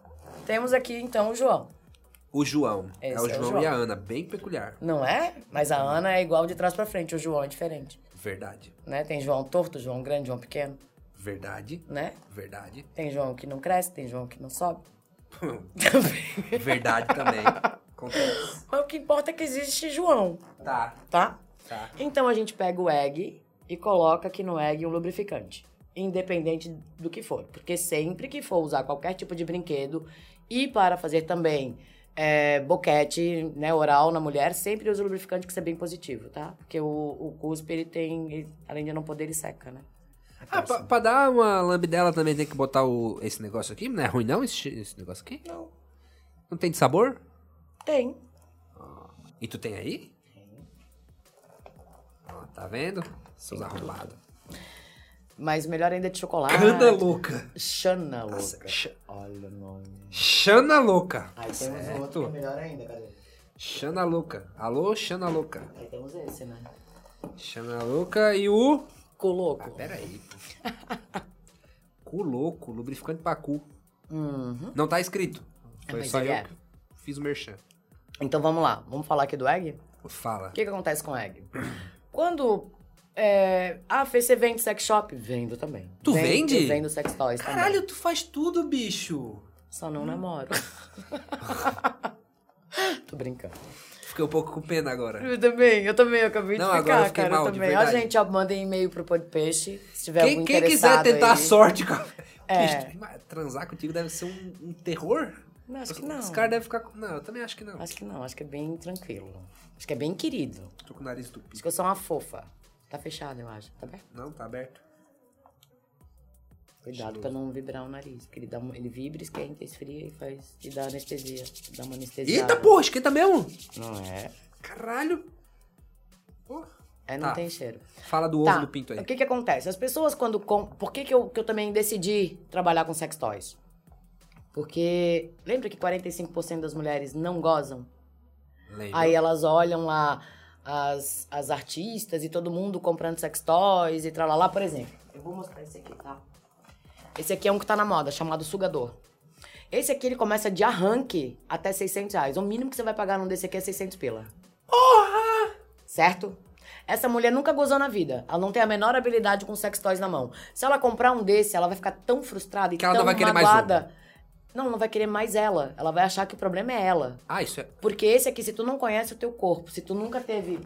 S2: Temos aqui então o João.
S1: O João. é o
S2: Esse é o
S1: João
S2: João.
S1: e a Ana. Bem peculiar.
S2: Não é? Mas a Ana é igual de trás pra frente, o João é diferente,
S1: Verdade.
S2: né? Tem João torto, João grande, João pequeno,
S1: Verdade.
S2: né?
S1: Verdade.
S2: Tem João que não cresce, tem João que não sobe.
S1: Verdade
S2: (laughs)
S1: também. Acontece.
S2: Mas o que importa é que existe João,
S1: Tá,
S2: tá?
S1: tá.
S2: Então a gente pega o egg e coloca aqui no egg um lubrificante, independente do que for, porque sempre que for usar qualquer tipo de brinquedo e para fazer também é, boquete, né, oral na mulher, sempre usa lubrificante que seja bem positivo, tá? Porque o, o cuspe ele tem, ele- além de não poder, ele seca, né? É
S1: Ah, pra,
S2: péssimo.
S1: pra dar uma lambidela também tem que botar o, esse negócio aqui? Não é ruim não esse, esse negócio aqui?
S2: Não.
S1: Não tem de sabor?
S2: Tem.
S1: E tu tem aí? Ó, tá vendo? Seus arrombados.
S2: Mas melhor ainda é de chocolate.
S1: Cana louca.
S2: Xana
S1: Nossa,
S2: louca.
S1: Xa-
S2: Olha o nome.
S1: Xana louca.
S2: Aí temos
S1: Certo.
S2: outro que é melhor ainda, cadê?
S1: Xana louca. Alô, Xana louca.
S2: Aí temos esse, né?
S1: Xana louca e o...
S2: Coloco.
S1: Ah, pera
S2: (laughs)
S1: aí, pô. Cu louco, lubrificante pra cu.
S2: Uhum.
S1: Não tá escrito.
S2: É,
S1: Foi
S2: mas
S1: só
S2: ele
S1: eu
S2: é.
S1: que fiz o merchan.
S2: Então vamos lá, vamos falar aqui do egg?
S1: Fala.
S2: O que, que acontece com o egg? Quando. É... Ah, Fê, você vende sex shop? Vendo também.
S1: Tu
S2: Vendo-
S1: vende?
S2: Eu vendo sex toys também.
S1: Caralho, tu faz tudo, bicho.
S2: Só não
S1: (laughs)
S2: namoro. Tô brincando.
S1: Fiquei um pouco com pena agora.
S2: Eu também, eu também, eu acabei
S1: Não,
S2: de
S1: agora
S2: ficar,
S1: eu fiquei
S2: cara.
S1: mal,
S2: eu
S1: de
S2: também. Ó,
S1: verdade.
S2: gente, ó, mandem e-mail pro Pô de Peixe. Se tiver
S1: Quem,
S2: algum
S1: quem quiser
S2: interessado
S1: tentar a
S2: aí.
S1: sorte, cara.
S2: É.
S1: Bicho, tu ima- transar contigo deve ser um, um terror.
S2: Não, acho que
S1: Os-
S2: não.
S1: Os caras devem ficar. com- Não, eu também acho que não.
S2: Acho que não, acho que é bem tranquilo. Acho que é bem querido.
S1: Tô com o nariz entupido.
S2: Acho que eu sou uma fofa. Tá fechado, eu acho. Tá aberto?
S1: Não, tá aberto.
S2: Cuidado pra não vibrar o nariz, porque ele, dá, uma- ele vibra, esquenta, esfria e faz. E dá anestesia. Dá uma anestesia.
S1: Eita porra, esquenta mesmo.
S2: Não é?
S1: Caralho. Porra.
S2: É, não
S1: Tá.
S2: tem cheiro.
S1: Fala do ovo
S2: Tá.
S1: do pinto aí.
S2: O que que acontece? As pessoas quando... com- Por que que eu, que eu também decidi trabalhar com sex toys? Porque... Lembra que 45% das mulheres não gozam?
S1: Lembra?
S2: Aí elas olham lá as, as artistas e todo mundo comprando sex toys e tralalá, por exemplo. Eu vou mostrar esse aqui, tá? Esse aqui é um que tá na moda, chamado sugador. Esse aqui ele começa de arranque até 600 reais. O mínimo que você vai pagar num desse aqui é 600 pila. Porra! Certo? Essa mulher nunca gozou na vida. Ela não tem a menor habilidade com sex toys na mão. Se ela comprar um desse, ela vai ficar tão frustrada e
S1: Que ela não
S2: tão
S1: vai querer mais um.
S2: magoada. Não, não vai querer mais ela. Ela vai achar que o problema é ela.
S1: Ah, isso é.
S2: Porque esse aqui, se tu não conhece o teu corpo, se tu nunca teve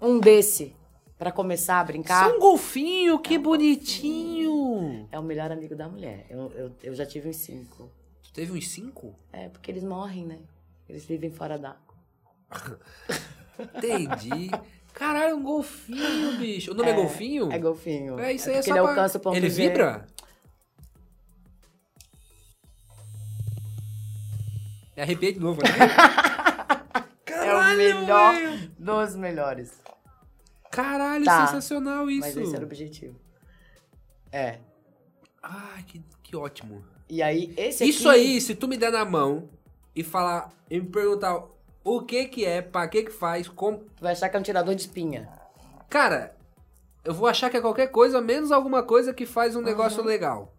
S2: um desse pra começar a brincar,
S1: Isso é um golfinho, que bonitinho.
S2: é o melhor amigo da mulher. Eu, eu, eu já tive uns cinco.
S1: Tu teve uns cinco?
S2: É, porque eles morrem, né? Eles vivem fora da.
S1: Entendi. Caralho, um golfinho, bicho. O nome é, golfinho?
S2: É golfinho.
S1: É isso aí, é
S2: porque
S1: só
S2: ele
S1: pra-
S2: alcança o ponto
S1: Ele
S2: G.
S1: vibra? Me arrepiei de novo. Né? (laughs)
S2: É o melhor dos melhores.
S1: Caralho,
S2: Tá.
S1: sensacional isso.
S2: Mas esse era o objetivo. É.
S1: Ai, que, que ótimo.
S2: E aí, esse aqui.
S1: isso aí, se tu me der na mão e falar, e me perguntar o que que é, pra que que faz, como...
S2: Tu vai achar que é um tirador de espinha.
S1: Cara, eu vou achar que é qualquer coisa, menos alguma coisa que faz um negócio legal.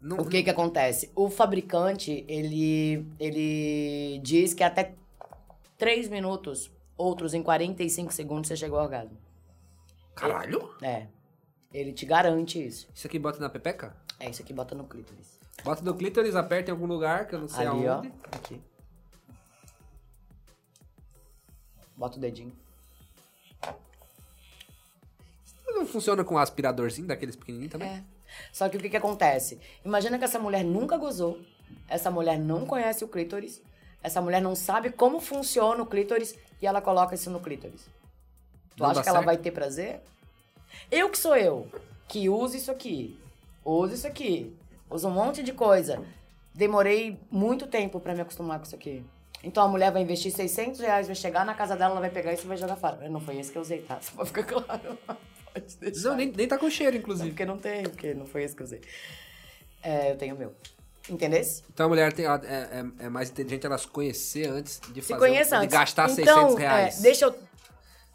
S1: Não,
S2: O que que acontece? O fabricante, ele, ele diz que até 3 minutos, outros em 45 segundos, você chegou ao orgasmo.
S1: Caralho?
S2: É. Ele te garante isso.
S1: Isso aqui bota na pepeca?
S2: É isso aqui, bota no clítoris.
S1: Bota no clítoris, aperta em algum lugar, que eu não sei
S2: Ali, ó.
S1: aonde.
S2: Aqui. Bota o dedinho.
S1: Não funciona com um aspiradorzinho daqueles pequenininhos também?
S2: É. Só que o que, que acontece? Imagina que essa mulher nunca gozou, essa mulher não conhece o clítoris, essa mulher não sabe como funciona o clítoris e ela coloca isso no clítoris. Tu
S1: Não
S2: acha
S1: dá
S2: que ela
S1: certo?
S2: vai ter prazer? Eu que sou eu, que uso isso aqui, uso isso aqui, uso um monte de coisa. Demorei muito tempo pra me acostumar com isso aqui. Então a mulher vai investir 600 reais, vai chegar na casa dela, ela vai pegar isso e vai jogar fora. Não foi esse que eu usei, tá? (laughs) Só pra ficar claro. Pode deixar.
S1: Não, nem, nem tá com cheiro,
S2: Não,
S1: inclusive.
S2: Porque não tem, porque não foi esse que eu usei. É, eu tenho o meu. Entendesse?
S1: Então a mulher tem, ela- é, é- é mais inteligente ela se conhecer antes de
S2: Se
S1: fazer
S2: conheça
S1: um- de
S2: antes.
S1: gastar
S2: então,
S1: 600 reais.
S2: é, deixa eu,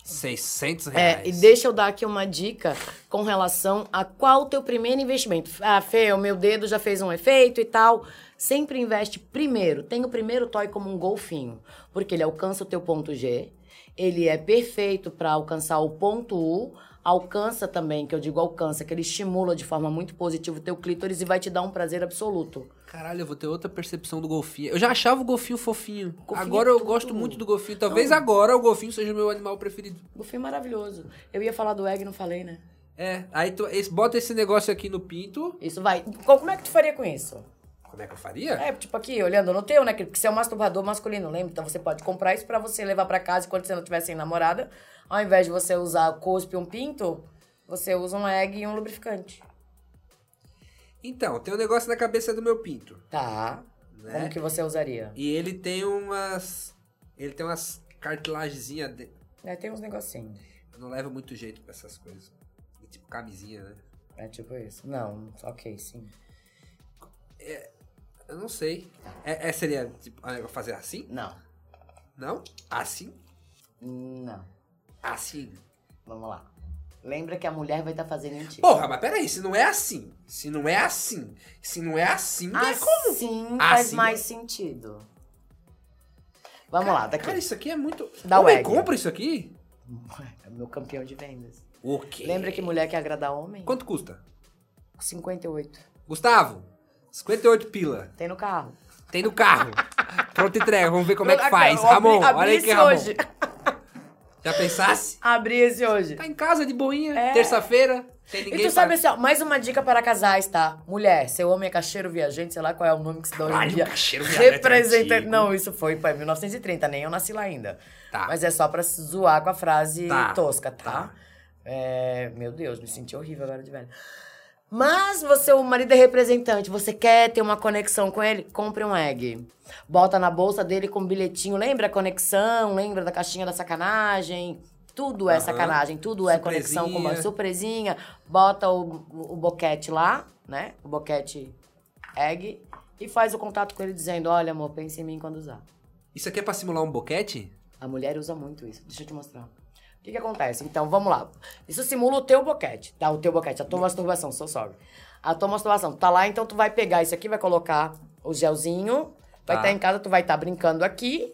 S1: 600 reais.
S2: é, e deixa eu dar aqui uma dica com relação a qual o teu primeiro investimento. Ah, Fê, o meu dedo já fez um efeito e tal. Sempre investe primeiro. Tem o primeiro toy como um golfinho, porque ele alcança o teu ponto G. Ele é perfeito para alcançar o ponto U. Alcança também, que eu digo alcança, que ele estimula de forma muito positiva o teu clítoris e vai te dar um prazer absoluto.
S1: Caralho, eu vou ter outra percepção do golfinho. Eu já achava o golfinho fofinho.
S2: Golfinho
S1: agora
S2: é
S1: eu
S2: tudo. Então-
S1: gosto muito do golfinho. Talvez agora o golfinho seja o meu animal preferido.
S2: Golfinho é maravilhoso. Eu ia falar do egg, não falei, né?
S1: É, aí tu esse- bota esse negócio aqui no pinto.
S2: Isso vai. Co- Como é que tu faria com isso?
S1: Como é que eu faria?
S2: É, tipo aqui, olhando no teu, né? que- Porque você é um masturbador masculino, lembra? Então você pode comprar isso pra você levar pra casa quando você não tiver sem namorada. Ao invés de você usar cuspe e um pinto, você usa um egg e um lubrificante.
S1: Então, tem um negócio na cabeça do meu pinto.
S2: Tá.
S1: Né?
S2: Como que você usaria?
S1: E ele tem umas. Ele tem umas cartilagenzinhas. De...
S2: É, tem uns negocinhos.
S1: Eu não levo muito jeito pra essas coisas. É tipo camisinha, né?
S2: É tipo isso. Não, ok, sim.
S1: Eu não sei. É, é- seria tipo, ah, eu fazer assim?
S2: Não.
S1: Não? Assim?
S2: Não.
S1: Assim.
S2: Vamos lá. Lembra que a mulher vai estar fazendo em ti.
S1: Porra, mas peraí, se não é assim. Se não é assim. Se não é assim, não é como.
S2: Assim faz
S1: Assim.
S2: mais sentido. Vamos lá, daqui.
S1: Cara, isso aqui é muito.
S2: Dá o
S1: Homem,
S2: egg.
S1: compra isso aqui?
S2: É meu campeão de vendas.
S1: O quê?
S2: Lembra que mulher quer agradar homem?
S1: Quanto custa?
S2: 58.
S1: Gustavo, 58 pila.
S2: Tem no carro.
S1: Tem no
S2: (laughs)
S1: carro. Pronto, entrega. Vamos ver como é que
S2: Eu-
S1: faz.
S2: eu abri-
S1: Ramon,
S2: abri
S1: olha aqui,
S2: esse
S1: Ramon.
S2: hoje. (laughs)
S1: Já pensasse?
S2: Abri esse hoje.
S1: Tá em casa de boinha,
S2: É.
S1: terça-feira. Tem
S2: E
S1: ninguém
S2: tu sabe
S1: pra-
S2: assim, ó, mais uma dica para casais, tá? Mulher, seu homem é cacheiro viajante, sei lá qual é o nome que se dá hoje em
S1: Caralho,
S2: dia.
S1: cacheiro viajante é
S2: Representa.
S1: antigo.
S2: Não, isso foi é pra 1930, nem eu nasci lá ainda.
S1: Tá.
S2: Mas é só pra se zoar com a frase
S1: Tá.
S2: tosca, tá?
S1: Tá.
S2: É, Meu Deus, me senti horrível agora de velho. Mas você, o marido é representante, você quer ter uma conexão com ele? Compre um egg. Bota na bolsa dele com um bilhetinho. Lembra a conexão? Lembra da caixinha da sacanagem? Tudo é
S1: Aham.
S2: sacanagem, tudo é conexão com uma
S1: Surpresinha.
S2: surpresinha. Bota o, o boquete lá, né? O boquete egg. E faz o contato com ele dizendo: Olha, amor, pense em mim quando usar.
S1: Isso aqui é pra simular um boquete?
S2: A mulher usa muito isso. Deixa eu te mostrar. O que, que acontece? Então, vamos lá. Isso simula o teu boquete, tá? O teu boquete, a tua masturbação, so sorry. A tua masturbação. Tu Tá lá, então tu vai pegar isso aqui, vai colocar o gelzinho. Vai
S1: Tá.
S2: estar em casa, tu vai estar brincando aqui.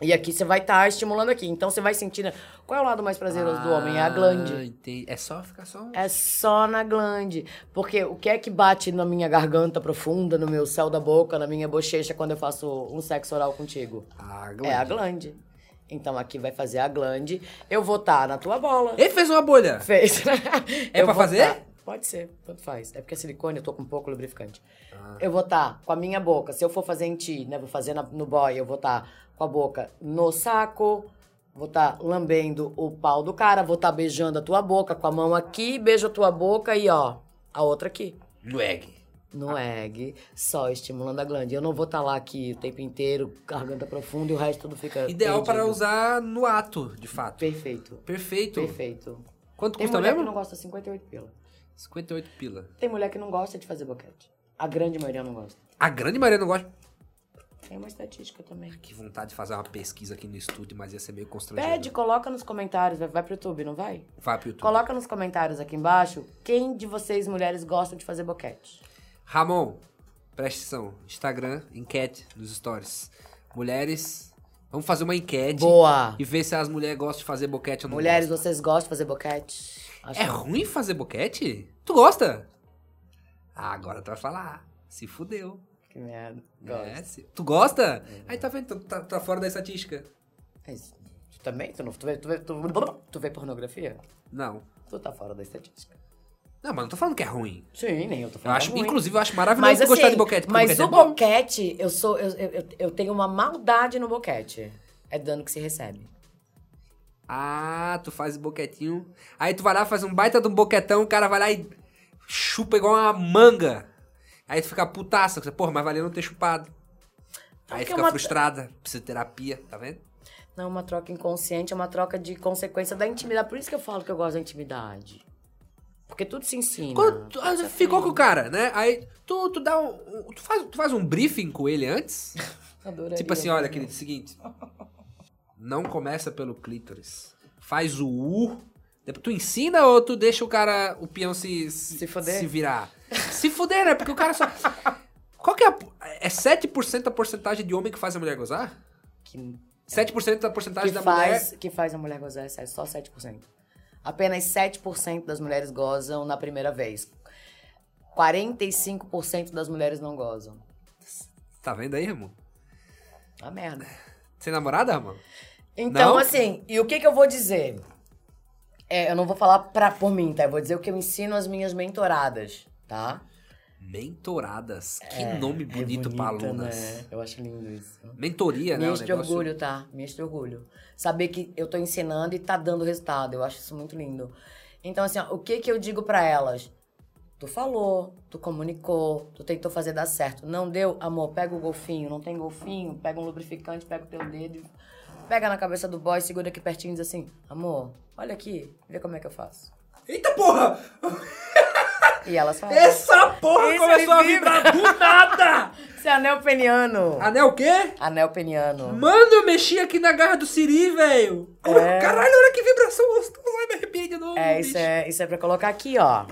S2: E aqui você vai estar estimulando aqui. Então você vai sentindo. Qual é o lado mais prazeroso do homem? É a glande.
S1: Ah, entendi. É só ficar só um.
S2: É só na glande. Porque o que é que bate na minha garganta profunda, no meu céu da boca, na minha bochecha quando eu faço um sexo oral contigo?
S1: Ah,
S2: É a
S1: glande.
S2: glande. Então aqui vai fazer a glande. Eu vou estar na tua bola.
S1: Ele fez uma bolha.
S2: Fez.
S1: (laughs) É
S2: Eu
S1: pra
S2: vou
S1: fazer?
S2: tá- Pode ser, tanto faz. É porque é silicone, eu tô com pouco lubrificante.
S1: Ah.
S2: Eu vou estar com a minha boca, se eu for fazer em ti, né? Vou fazer na- no boy, eu vou estar com a boca no saco, vou estar lambendo o pau do cara, vou estar beijando a tua boca com a mão aqui, beijo a tua boca e ó, a outra aqui.
S1: No egg.
S2: No
S1: Ah.
S2: egg, só estimulando a glande. Eu não vou estar lá aqui o tempo inteiro, garganta profunda e o resto tudo fica.
S1: Ideal para
S2: perdido.
S1: usar no ato, de fato.
S2: Perfeito.
S1: Perfeito.
S2: Perfeito.
S1: Quanto
S2: Tem
S1: custa
S2: mulher que não
S1: mesmo?
S2: gosta 58 pila.
S1: 58 pila.
S2: Tem mulher que não gosta de fazer boquete. A grande maioria não gosta.
S1: A grande maioria não gosta.
S2: Tem uma estatística também.
S1: Que vontade de fazer uma pesquisa aqui no estúdio, mas ia ser meio constrangedor.
S2: Pede, coloca nos comentários. Vai, vai pro YouTube, não vai?
S1: Vai pro YouTube.
S2: Coloca nos comentários aqui embaixo quem de vocês, mulheres, gostam de fazer boquete.
S1: Ramon, presta atenção. Instagram, enquete nos stories. Mulheres, vamos fazer uma enquete.
S2: Boa!
S1: E ver se as mulheres gostam de fazer boquete ou não.
S2: Mulheres, vocês gostam de fazer boquete? Acho
S1: gostam. É ruim fazer boquete? Tu gosta? Ah, agora tu vai falar. Se fudeu.
S2: que merda.
S1: É,
S2: Gosto.
S1: se- Tu gosta? Aí tá vendo, tu tá, tá fora da estatística.
S2: É isso. Tu também? Tu, não, tu, vê, tu, vê, tu, tu vê pornografia?
S1: Não.
S2: Tu tá fora da estatística.
S1: Não, mas não tô falando que é ruim.
S2: Sim, nem eu tô
S1: Eu
S2: falando.
S1: acho,
S2: é ruim.
S1: inclusive, eu acho maravilhoso
S2: mas, assim,
S1: gostar de boquete. porque
S2: mas
S1: boquete
S2: o
S1: é bom.
S2: boquete, eu sou. Eu, eu, eu tenho uma maldade no boquete. É dano que se recebe.
S1: Ah, tu faz o boquetinho. Aí tu vai lá, faz um baita de um boquetão, o cara vai lá e chupa igual uma manga. Aí tu fica putaça, você, porra, mas valeu não ter chupado. Aí
S2: Porque
S1: fica
S2: é uma-
S1: frustrada, psicoterapia, tá vendo?
S2: Não é uma troca inconsciente, é uma troca de consequência da intimidade. Por isso que eu falo que eu gosto da intimidade. Porque tudo se ensina.
S1: Quando tu- ah, ficou com o cara, né? Aí tu, tu dá um. um- Tu faz, tu faz um briefing com ele antes?
S2: Adoraria.
S1: Tipo assim, olha, querido, seguinte. Não começa pelo clítoris. Faz o U. Depois tu ensina ou tu deixa o cara, o peão se...
S2: Se fuder?
S1: virar? Se fuder, né? Porque o
S2: (laughs)
S1: cara só... Qual que é a... É 7% a porcentagem de homem que faz a mulher gozar?
S2: Que,
S1: 7% a porcentagem
S2: que
S1: da
S2: faz,
S1: mulher...
S2: que faz a mulher gozar é sério, só 7%. Apenas 7% das mulheres gozam na primeira vez. 45% das mulheres não gozam.
S1: Tá vendo aí, irmão?
S2: Tá merda.
S1: Sem namorada, irmão?
S2: Então,
S1: Não?
S2: assim, e o que, que eu vou dizer? É, eu não vou falar pra, por mim, tá? Eu vou dizer o que eu ensino às minhas mentoradas, tá?
S1: Mentoradas. Que
S2: É,
S1: nome
S2: é
S1: bonito pra
S2: bonito,
S1: alunas.
S2: né? Eu acho lindo isso.
S1: Mentoria,
S2: Me
S1: né? o
S2: enche de
S1: negócio.
S2: orgulho, tá? Me enche de orgulho. Saber que eu tô ensinando e tá dando resultado. Eu acho isso muito lindo. Então, assim, ó, o que que eu digo pra elas? Tu falou, tu comunicou, tu tentou fazer dar certo. Não deu, amor, pega o golfinho. Não tem golfinho? Pega um lubrificante, pega o teu dedo, e pega na cabeça do boy, segura aqui pertinho e diz assim, amor, olha aqui, vê como é que eu faço.
S1: Eita porra!
S2: E elas falam,
S1: Essa porra
S2: Esse
S1: começou a
S2: ele vibra.
S1: vibrar do nada!
S2: esse é anel peniano.
S1: Anel o quê?
S2: Anel peniano.
S1: Mano, eu mexi aqui na garra do Siri, velho.
S2: É.
S1: Caralho, olha que vibração gostosa. Ai, me arrepiei de novo.
S2: É,
S1: bicho.
S2: isso é, isso é pra colocar aqui, ó.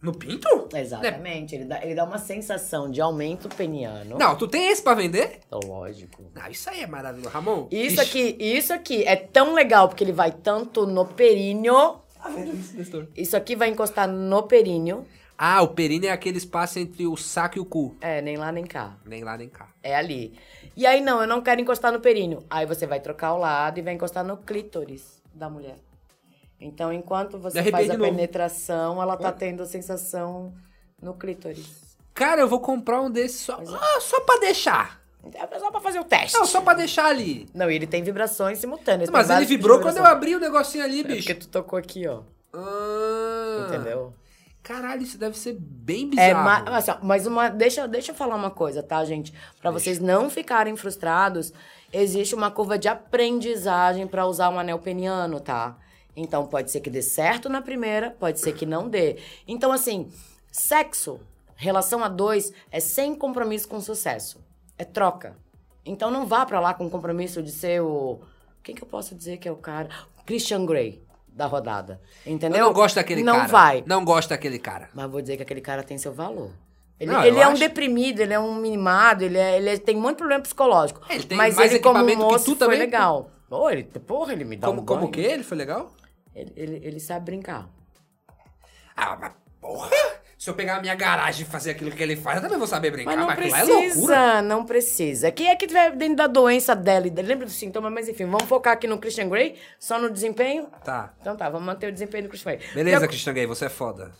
S1: No pinto?
S2: Exatamente, ele dá, ele dá uma sensação de aumento peniano.
S1: Não, tu tem esse pra vender?
S2: Então, lógico.
S1: Não, isso aí é maravilhoso. Ramon. ixi.
S2: Isso aqui, isso aqui é tão legal porque ele vai tanto no períneo.
S1: Tá vendo isso, Nestor?
S2: Isso aqui vai encostar no períneo.
S1: Ah, o períneo é aquele espaço entre o saco e o cu.
S2: É, nem lá nem cá.
S1: Nem lá, nem cá.
S2: É ali. E aí, não, eu não quero encostar no períneo. Aí você vai trocar o lado e vai encostar no clítoris da mulher. Então, enquanto você
S1: arrepiei
S2: faz
S1: de
S2: a
S1: novo.
S2: penetração, ela tá tendo a sensação no clítoris.
S1: Cara, eu vou comprar um desses só, ah, só pra deixar.
S2: É só pra fazer o teste.
S1: Não, só pra deixar ali.
S2: Não, e ele tem vibrações simultâneas.
S1: Mas ele
S2: tem vários tipos de
S1: vibrou quando eu
S2: vibração.
S1: abri o negocinho ali,
S2: É
S1: bicho.
S2: Porque tu tocou aqui, ó.
S1: Ah.
S2: Entendeu?
S1: Caralho, isso deve ser bem bizarro.
S2: É, ma- mas, ó, mas uma, deixa, deixa eu falar uma coisa, tá, gente? Pra vocês não ficarem frustrados, existe uma curva de aprendizagem pra usar um anel peniano, tá? Então, pode ser que dê certo na primeira, pode ser que não dê. Então, assim, sexo, relação a dois, é sem compromisso com sucesso. É troca. Então, não vá pra lá com compromisso de ser o... Quem que eu posso dizer que é o cara? Christian Grey da rodada,
S1: Eu
S2: entendeu?
S1: não gosto daquele
S2: não
S1: cara.
S2: vai.
S1: Não gosto daquele cara.
S2: Mas vou dizer que aquele cara tem seu valor. Ele,
S1: Não, eu
S2: ele é um
S1: acho.
S2: deprimido, ele é um mimado, ele, é- ele é- tem muito problema psicológico.
S1: É, ele tem
S2: mas
S1: mais
S2: ele, como
S1: equipamento que
S2: moço,
S1: tu
S2: foi
S1: também, pô.
S2: legal. Pô, ele, porra, ele me dá
S1: como
S2: um
S1: como
S2: banho.
S1: o quê? Ele foi legal?
S2: Ele, ele- ele sabe brincar.
S1: Ah, mas porra! Se eu pegar a minha garagem e fazer aquilo que ele faz, eu também vou saber brincar.
S2: Mas não
S1: aquilo lá é
S2: precisa,
S1: loucura.
S2: não precisa. Quem é que tiver dentro da doença dela, e dele- lembra do sintoma, mas enfim, vamos focar aqui no Christian Grey, só no desempenho?
S1: Tá.
S2: Então tá, vamos manter o desempenho do Christian Grey.
S1: Beleza,
S2: Porque-
S1: Christian Gay, você é foda.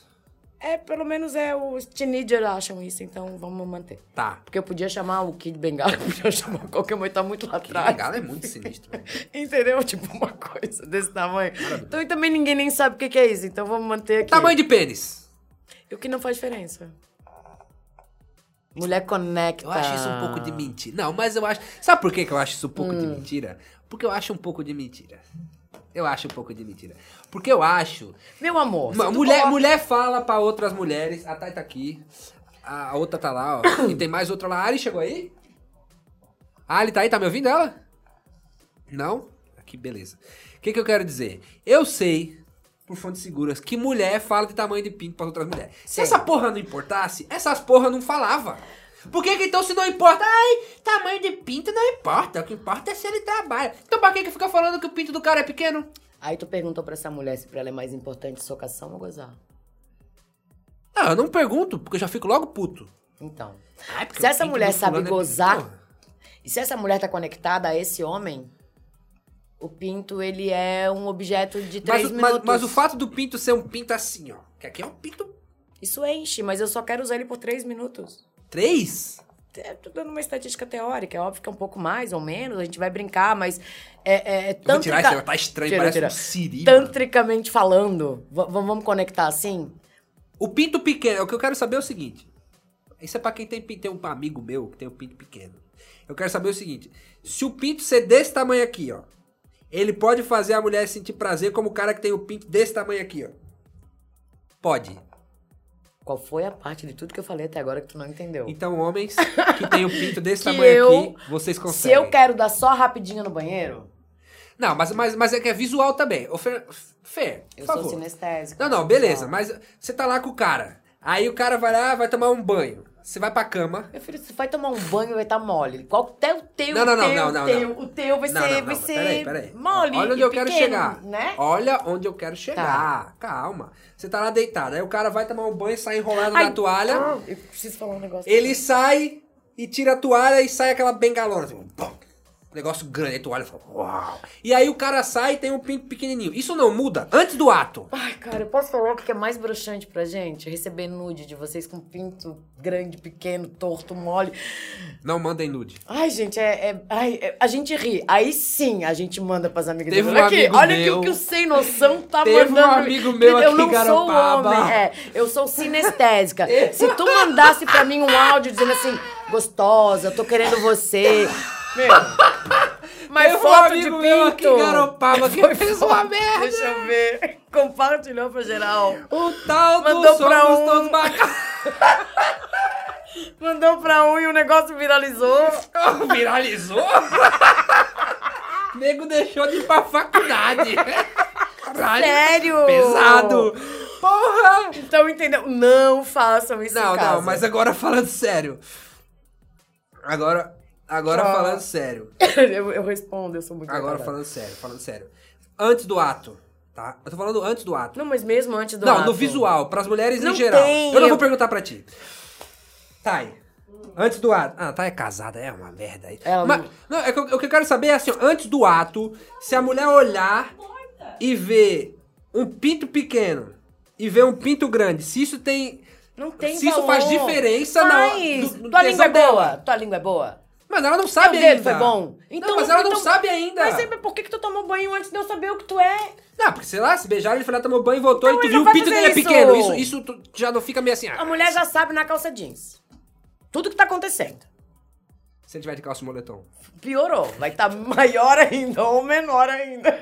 S2: É, pelo menos é os teenagers acham isso, então vamos manter.
S1: Tá.
S2: Porque eu podia chamar o Kid Bengala, (laughs) podia chamar qualquer um, ele tá muito lá atrás.
S1: Legal é muito sinistro.
S2: (laughs)
S1: velho.
S2: Entendeu? Tipo, uma coisa desse tamanho. Então, e também ninguém nem sabe o que, que é isso. Então, vamos manter aqui.
S1: Tamanho Tá, de pênis.
S2: O que não faz diferença. Mulher conecta.
S1: Eu acho isso
S2: Ah.
S1: um pouco de mentira. Não, mas eu acho. Sabe por que que eu acho isso um pouco de
S2: Hum.
S1: mentira? Porque eu acho um pouco de mentira. Eu acho um pouco de mentira. Porque eu acho
S2: Meu amor. se
S1: Ma-
S2: tu
S1: mulher,
S2: coloca-
S1: mulher fala pra outras mulheres. A Thay tá aqui. A outra tá lá, ó. e tem mais outra lá. A Ali chegou aí? A Ali tá aí? Tá me ouvindo ela? Não? Aqui, beleza. O que, que eu quero dizer? Eu sei, por fontes seguras, que mulher fala de tamanho de pinto pras outras mulheres. Se
S2: Sim.
S1: essa porra não importasse, essas porra não falava. Por que, que então se não importa? Ai, tamanho de pinto não importa. O que importa é se ele trabalha. Então pra que, que fica falando que o pinto do cara é pequeno?
S2: Aí tu perguntou pra essa mulher se pra ela é mais importante socação ou gozar.
S1: Não, Ah, eu não pergunto, porque eu já fico logo puto.
S2: Então.
S1: Ah, é porque
S2: Se
S1: o
S2: essa
S1: pinto
S2: mulher
S1: do
S2: sabe
S1: fulano é-
S2: gozar,
S1: Pô,
S2: e se essa mulher tá conectada a esse homem, o pinto, ele é um objeto de
S1: Mas,
S2: três
S1: o- mas,
S2: minutos.
S1: mas o fato do pinto ser um pinto assim, ó. Que aqui é um pinto.
S2: Isso enche, mas eu só quero usar ele por três minutos.
S1: Três?
S2: É, tô dando uma estatística teórica, é óbvio que é um pouco mais ou menos, a gente vai brincar, mas é, é, é
S1: Eu vou tirar
S2: tantrica-
S1: esse, tá estranho,
S2: Tira,
S1: parece
S2: tira.
S1: um siri. mano.
S2: tantricamente falando, v- v- vamos conectar assim?
S1: O pinto pequeno, o que eu quero saber é o seguinte. Isso é pra quem tem, pin- tem um amigo meu que tem um pinto pequeno. Eu quero saber o seguinte. Se o pinto ser desse tamanho aqui, ó. Ele pode fazer a mulher sentir prazer como o cara que tem o pinto desse tamanho aqui, ó. Pode.
S2: Qual foi a parte de tudo que eu falei até agora que tu não entendeu?
S1: Então, homens que têm o pinto desse
S2: (laughs) Que
S1: tamanho
S2: eu-
S1: aqui, vocês conseguem.
S2: Se eu quero dar só rapidinho no banheiro,
S1: Não, mas, mas, mas é que é visual também. Ô, Fer, Fer, por
S2: eu
S1: favor.
S2: sou sinestésico.
S1: Não, não, beleza. Mas você tá lá com o cara. Aí o cara vai lá, vai tomar um banho. Você vai pra cama.
S2: Meu filho, você vai tomar um banho e vai estar mole. Qual até o teu,
S1: Não, não, não,
S2: teu,
S1: não, não,
S2: teu,
S1: não.
S2: o teu vai
S1: não,
S2: ser,
S1: não, não,
S2: vai
S1: mas
S2: ser
S1: peraí, peraí.
S2: mole.
S1: Olha onde
S2: e
S1: eu quero
S2: pequeno,
S1: chegar.
S2: Né?
S1: Olha onde eu quero chegar. Calma. Você tá lá deitado. Aí o cara vai tomar um banho, sai enrolado
S2: Ai,
S1: na toalha.
S2: ah, eu preciso falar um negócio.
S1: Ele sai e tira a toalha e sai aquela bengalona. Assim, pum. Negócio grande, a toalha fala, uau. E aí o cara sai e tem um pinto pequenininho. Isso não muda antes do ato.
S2: Ai, cara, eu posso falar o que é mais broxante pra gente? É Receber nude de vocês com pinto grande, pequeno, torto, mole.
S1: Não mandem nude.
S2: Ai, gente, é, é- ai, é- a gente ri. Aí sim a gente manda pras amigas
S1: Teve
S2: dele.
S1: um
S2: Olha aqui,
S1: amigo
S2: olha aqui
S1: meu-
S2: o que o sem noção tá
S1: Teve um
S2: mandando. pra mim.
S1: amigo meu
S2: eu
S1: aqui em
S2: não sou
S1: Garopaba.
S2: homem, é. Eu
S1: (laughs)
S2: sou sinestésica. Se tu mandasse pra mim um áudio dizendo assim, gostosa, tô querendo você. Meu. Mas
S1: Teve um
S2: foto de
S1: amigo
S2: pinto.
S1: meu aqui em Garopaba que
S2: Foi
S1: fez
S2: foto.
S1: uma merda.
S2: Deixa eu ver. Compartilhou pra geral.
S1: O tal
S2: Mandou
S1: do
S2: pra
S1: somos
S2: um.
S1: todos
S2: (laughs)
S1: bacanas.
S2: Mandou pra um e o negócio viralizou.
S1: Viralizou? Nego deixou de ir pra faculdade. Caralho.
S2: Sério?
S1: Pesado. Porra.
S2: Então entendeu? Não façam isso
S1: Não,
S2: em casa.
S1: não, mas é- agora falando sério. Agora, agora
S2: Tchau.
S1: falando sério.
S2: (laughs) eu, eu respondo, eu sou muito
S1: Agora
S2: retardada.
S1: falando sério, falando sério. Antes do ato, tá? Eu tô falando antes do ato.
S2: Não, mas mesmo antes do
S1: não,
S2: ato.
S1: no visual, pras mulheres
S2: Não
S1: em geral.
S2: tem,
S1: eu não
S2: eu-
S1: vou perguntar pra ti. Thay, antes do ato. Ah, Thay é casada, é uma merda aí.
S2: Ela
S1: Mas,
S2: não-
S1: não, é que eu- o que eu quero saber é assim, ó, antes do ato, se a mulher olhar e ver um pinto pequeno e ver um pinto grande, se isso tem.
S2: Não tem
S1: Se isso
S2: valor.
S1: faz diferença na-
S2: Faz.
S1: no- no
S2: Tua língua é
S1: tesão
S2: boa.
S1: dela.
S2: Tua língua é boa.
S1: Mas ela não sabe
S2: Teu dedo
S1: ainda.
S2: foi bom.
S1: Então,
S2: Então-
S1: mas ela não
S2: então-
S1: sabe ainda.
S2: Mas sempre, por que, que tu tomou banho antes de eu saber o que tu é?
S1: Não, porque sei lá, se beijaram, ele foi lá, tomou banho e voltou
S2: Então
S1: e tu
S2: ele
S1: viu
S2: não
S1: o
S2: vai
S1: pinto
S2: fazer
S1: dele é
S2: isso.
S1: pequeno. Isso, isso tu já não fica meio assim. Ah,
S2: A mulher já sabe na calça jeans. Tudo que tá acontecendo.
S1: Se ele tiver de calça e moletom.
S2: Piorou. Vai estar tá maior ainda ou menor ainda.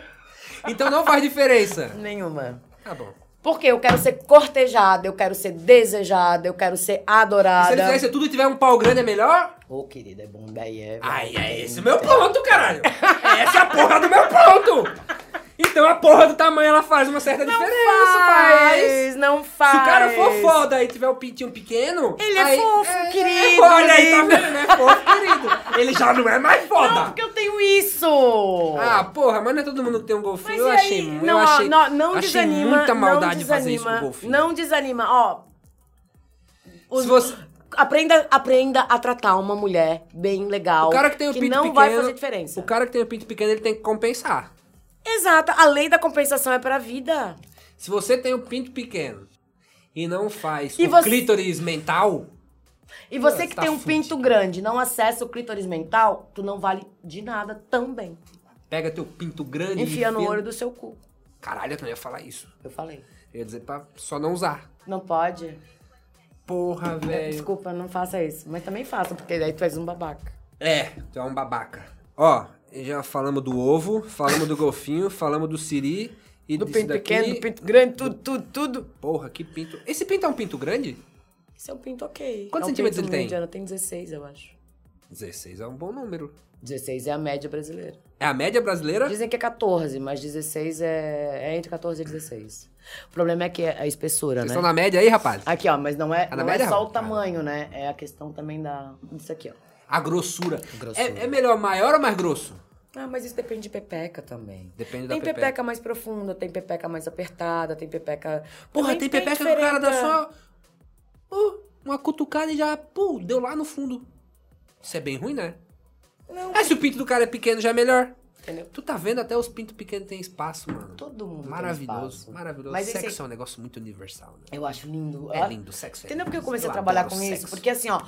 S1: Então não faz diferença.
S2: Nenhuma.
S1: Tá bom.
S2: Porque eu quero ser cortejada, eu quero ser desejada, eu quero ser
S1: Se ele
S2: adorada.
S1: fizesse tudo e tiver um pau grande, é melhor?
S2: Ô, querida, é bom daí é.
S1: Ai, é esse o meu ponto, caralho. É essa a porra do meu ponto. Então a porra do tamanho, ela faz uma certa diferença, faz.
S2: não
S1: Se
S2: faz.
S1: o cara for foda e tiver um o pintinho pequeno...
S2: Ele é
S1: aí-
S2: fofo, querido,
S1: Olha aí, tá
S2: lindo.
S1: vendo? Não é fofo, querido. Ele já não é mais foda.
S2: Não, porque eu tenho isso.
S1: Ah, porra, mas não é todo mundo que tem um golfinho.
S2: Mas
S1: eu
S2: e
S1: achei,
S2: aí?
S1: eu
S2: Não, ó,
S1: achei,
S2: não, não
S1: achei
S2: desanima.
S1: muita maldade
S2: não
S1: fazer
S2: desanima,
S1: isso com o golfinho.
S2: Não desanima, ó. Os-
S1: Se você-
S2: Aprenda, aprenda a tratar uma mulher bem legal.
S1: O cara que tem o pinto
S2: não
S1: pequeno,
S2: vai fazer diferença.
S1: O cara que tem o pinto pequeno, ele tem que compensar.
S2: Exato. A lei da compensação é pra vida.
S1: Se você tem o pinto pequeno e não faz
S2: E
S1: o
S2: você-
S1: clítoris mental,
S2: E você
S1: Nossa,
S2: que
S1: tá
S2: tem um
S1: fudido.
S2: pinto grande, não acessa o clítoris mental, tu não vale de nada também.
S1: pega teu pinto grande
S2: Enfia
S1: e
S2: no olho do seu cu.
S1: Caralho, eu não ia falar isso.
S2: Eu falei.
S1: Eu ia dizer pra só não usar.
S2: Não pode?
S1: Porra, velho.
S2: Desculpa, não faça isso. Mas também faça, porque daí tu és um babaca.
S1: É, tu é um babaca. Ó, já falamos do ovo, falamos do golfinho, (laughs) falamos do siri e
S2: Do
S1: desse
S2: pinto
S1: daqui.
S2: pequeno, do pinto grande, tudo, tudo, tudo.
S1: Porra, que pinto. Esse pinto é um pinto grande?
S2: Esse é um pinto ok.
S1: Quantos
S2: é um
S1: centímetros
S2: pinto
S1: ele tem?
S2: mediano, Tem 16, eu acho.
S1: 16 é um bom número.
S2: 16 é a média brasileira.
S1: É a média brasileira?
S2: Dizem que é 14, mas 16 é, é entre 14 e 16. O problema é que é a espessura,
S1: Vocês
S2: né?
S1: estão na média aí, rapaz?
S2: Aqui, ó, mas não é,
S1: Ah, na
S2: não
S1: média
S2: é só
S1: não,
S2: o tamanho, né? É a questão também da... Isso aqui, ó.
S1: A grossura.
S2: Grossura.
S1: É, é melhor maior ou mais grosso?
S2: Ah, mas isso depende de pepeca também.
S1: Depende da
S2: Tem
S1: pepeca.
S2: pepeca. mais profunda, tem pepeca mais apertada, tem pepeca.
S1: Porra,
S2: Também
S1: tem pepeca que o cara dá
S2: diferença.
S1: só pô, uma cutucada e já pô, deu lá no fundo. Isso é bem ruim, né?
S2: Não.
S1: É, se o pinto do cara é pequeno já é melhor.
S2: entendeu?
S1: Tu tá vendo até os pinto pequeno tem espaço, mano.
S2: Todo mundo tem
S1: Maravilhoso,
S2: espaço.
S1: maravilhoso.
S2: Mas esse-
S1: sexo é um negócio muito universal, né?
S2: Eu acho lindo. Ah,
S1: É
S2: Eu-
S1: lindo, sexo é
S2: Entendeu porque eu
S1: lindo.
S2: comecei a
S1: Eu
S2: trabalhar
S1: adoro
S2: com isso?
S1: sexo.
S2: Porque assim, ó,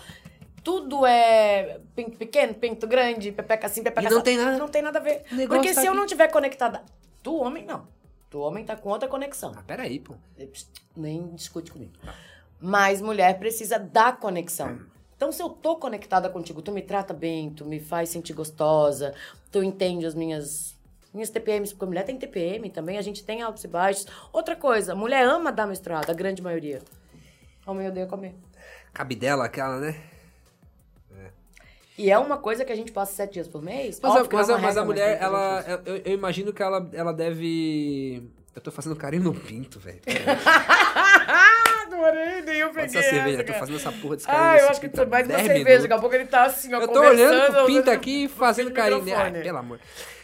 S2: tudo é pinto pequeno, pinto grande, pepeca assim, pepeca
S1: E não
S2: assim.
S1: tem nada-
S2: Não tem nada a ver.
S1: o negócio
S2: Porque
S1: tá
S2: se eu
S1: aqui.
S2: não tiver conectada. Tu, homem, não. Tu, homem, tá com outra conexão.
S1: Ah, peraí, pô.
S2: É, Nem discute comigo. Mas mulher precisa da conexão. Então, se eu tô conectada contigo, tu me trata bem, tu me faz sentir gostosa, tu entende as minhas. Minhas TPMs, porque mulher tem TPM também, a gente tem altos e baixos. Outra coisa, mulher ama dar menstruada, a grande maioria. Homem odeia comer.
S1: Cabidela aquela, né?
S2: E é uma coisa que a gente passa sete dias por mês.
S1: Mas,
S2: Óbvio
S1: a,
S2: que
S1: mas
S2: é
S1: a-
S2: uma
S1: mas a
S2: regra,
S1: mulher,
S2: tem muita
S1: ela.
S2: gente
S1: Eu, eu imagino que ela, ela deve. Eu tô fazendo carinho no pinto, velho.
S2: que usa. Adorei, daí Ah, eu peguei
S1: Essa cerveja, eu tô
S2: cara.
S1: fazendo essa porra desse carinho.
S2: Ah, eu
S1: nesse
S2: acho que
S1: pinto
S2: tu
S1: há
S2: mais uma
S1: 10
S2: cerveja.
S1: minutos.
S2: Daqui a pouco ele tá assim, ó,
S1: Eu tô olhando pro
S2: conversando,
S1: pinto
S2: usando-
S1: aqui e fazendo
S2: no
S1: carinho.
S2: microfone.
S1: Ai, pelo amor.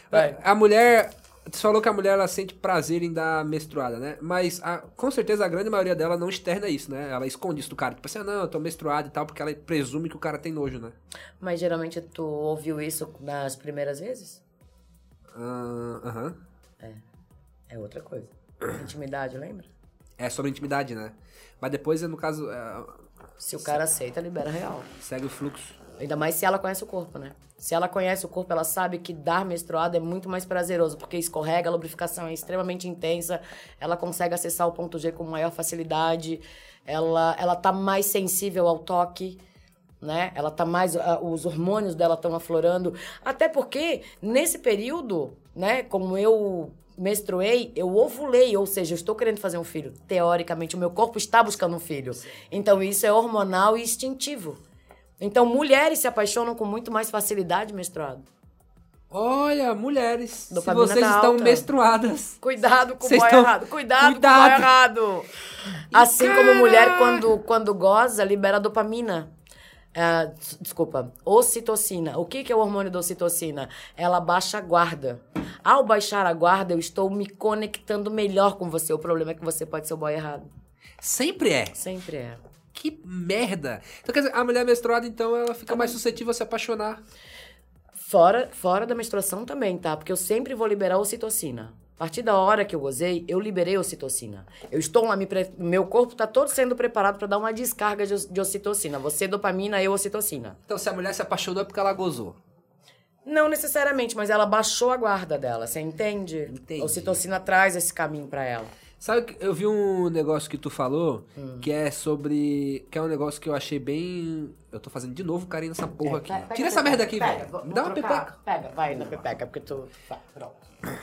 S2: Vai.
S1: A mulher. Tu falou que a mulher ela sente prazer em dar menstruada, né? Mas a- com certeza a grande maioria dela não externa isso, né? Ela esconde isso do cara. Tipo assim, ah, não, eu tô menstruada e tal, porque ela presume que o cara tem nojo, né?
S2: Mas geralmente tu ouviu isso nas primeiras vezes?
S1: Ah, Aham.
S2: É outra coisa. Intimidade, lembra?
S1: É sobre intimidade, né? Mas depois, no caso, é,
S2: Se o cara aceita, libera real.
S1: segue o fluxo.
S2: Ainda mais se ela conhece o corpo, né? Se ela conhece o corpo, ela sabe que dar menstruada é muito mais prazeroso, porque escorrega, a lubrificação é extremamente intensa, ela consegue acessar o ponto G com maior facilidade, ela, ela tá mais sensível ao toque, né? Ela tá mais. ah, Os hormônios dela estão aflorando. Até porque, nesse período, né, como eu menstruei, eu ovulei, ou seja, eu estou querendo fazer um filho. Teoricamente, o meu corpo está buscando um filho. Então, isso é hormonal e instintivo. Então, mulheres se apaixonam com muito mais facilidade menstruada.
S1: Olha, mulheres,
S2: Dopamina
S1: se vocês
S2: tá
S1: estão
S2: alta.
S1: menstruadas.
S2: Cuidado com
S1: Vocês
S2: o boy
S1: tão-
S2: errado. Cuidado, com o
S1: Cuidado.
S2: boy errado. Assim como
S1: Caraca.
S2: mulher, quando, quando goza, libera dopamina. Ah, des- desculpa, ocitocina. O que, que é o hormônio da ocitocina? Ela baixa a guarda. Ao baixar a guarda, eu estou me conectando melhor com você. O problema é que você pode ser o boy errado.
S1: Sempre é.
S2: Sempre é.
S1: Que merda. Então, quer dizer, a mulher menstruada, então, ela fica mais suscetível a se apaixonar.
S2: Fora, fora da menstruação também, tá? Porque eu sempre vou liberar ocitocina. A partir da hora que eu gozei, eu liberei ocitocina. Eu estou lá, me pre- meu corpo tá todo sendo preparado pra dar uma descarga de, oc- de ocitocina. Você dopamina, eu ocitocina.
S1: Então, se a mulher se apaixonou é porque ela gozou.
S2: Não necessariamente, mas ela baixou a guarda dela, você entende?
S1: Entendi.
S2: Ocitocina traz esse caminho pra ela.
S1: Sabe, que eu vi um negócio que tu falou, que é sobre... Que é um negócio que eu achei bem... Eu tô fazendo de novo carinho nessa
S2: É,
S1: porra aqui. Um Tira essa merda aqui, velho. Me dá uma pepeca.
S2: Pega, vai na pepeca, porque tu... Vai, pronto.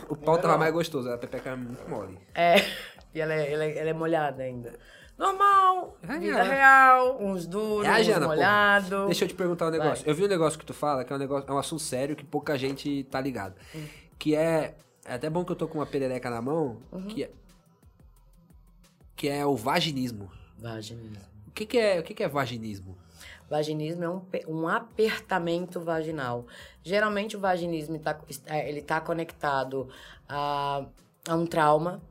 S1: O pau tava mais gostoso, a pepeca é muito mole.
S2: É, (laughs) e ela é, ela é- ela é molhada ainda. Normal,
S1: É,
S2: vida
S1: é.
S2: real, uns duros,
S1: É a
S2: uns
S1: Jana, pô.
S2: molhados.
S1: Deixa eu te perguntar um negócio. Eu vi um negócio que tu fala, que é um, negócio, é um assunto sério que pouca gente tá ligado.
S2: Hum.
S1: Que é... É até bom que eu tô com uma perereca na mão,
S2: Uhum.
S1: que é... Que é o vaginismo.
S2: Vaginismo.
S1: O que, que é, o que, que é vaginismo?
S2: Vaginismo é um, pe- um apertamento vaginal. Geralmente o vaginismo tá, é, ele tá conectado a, a um trauma,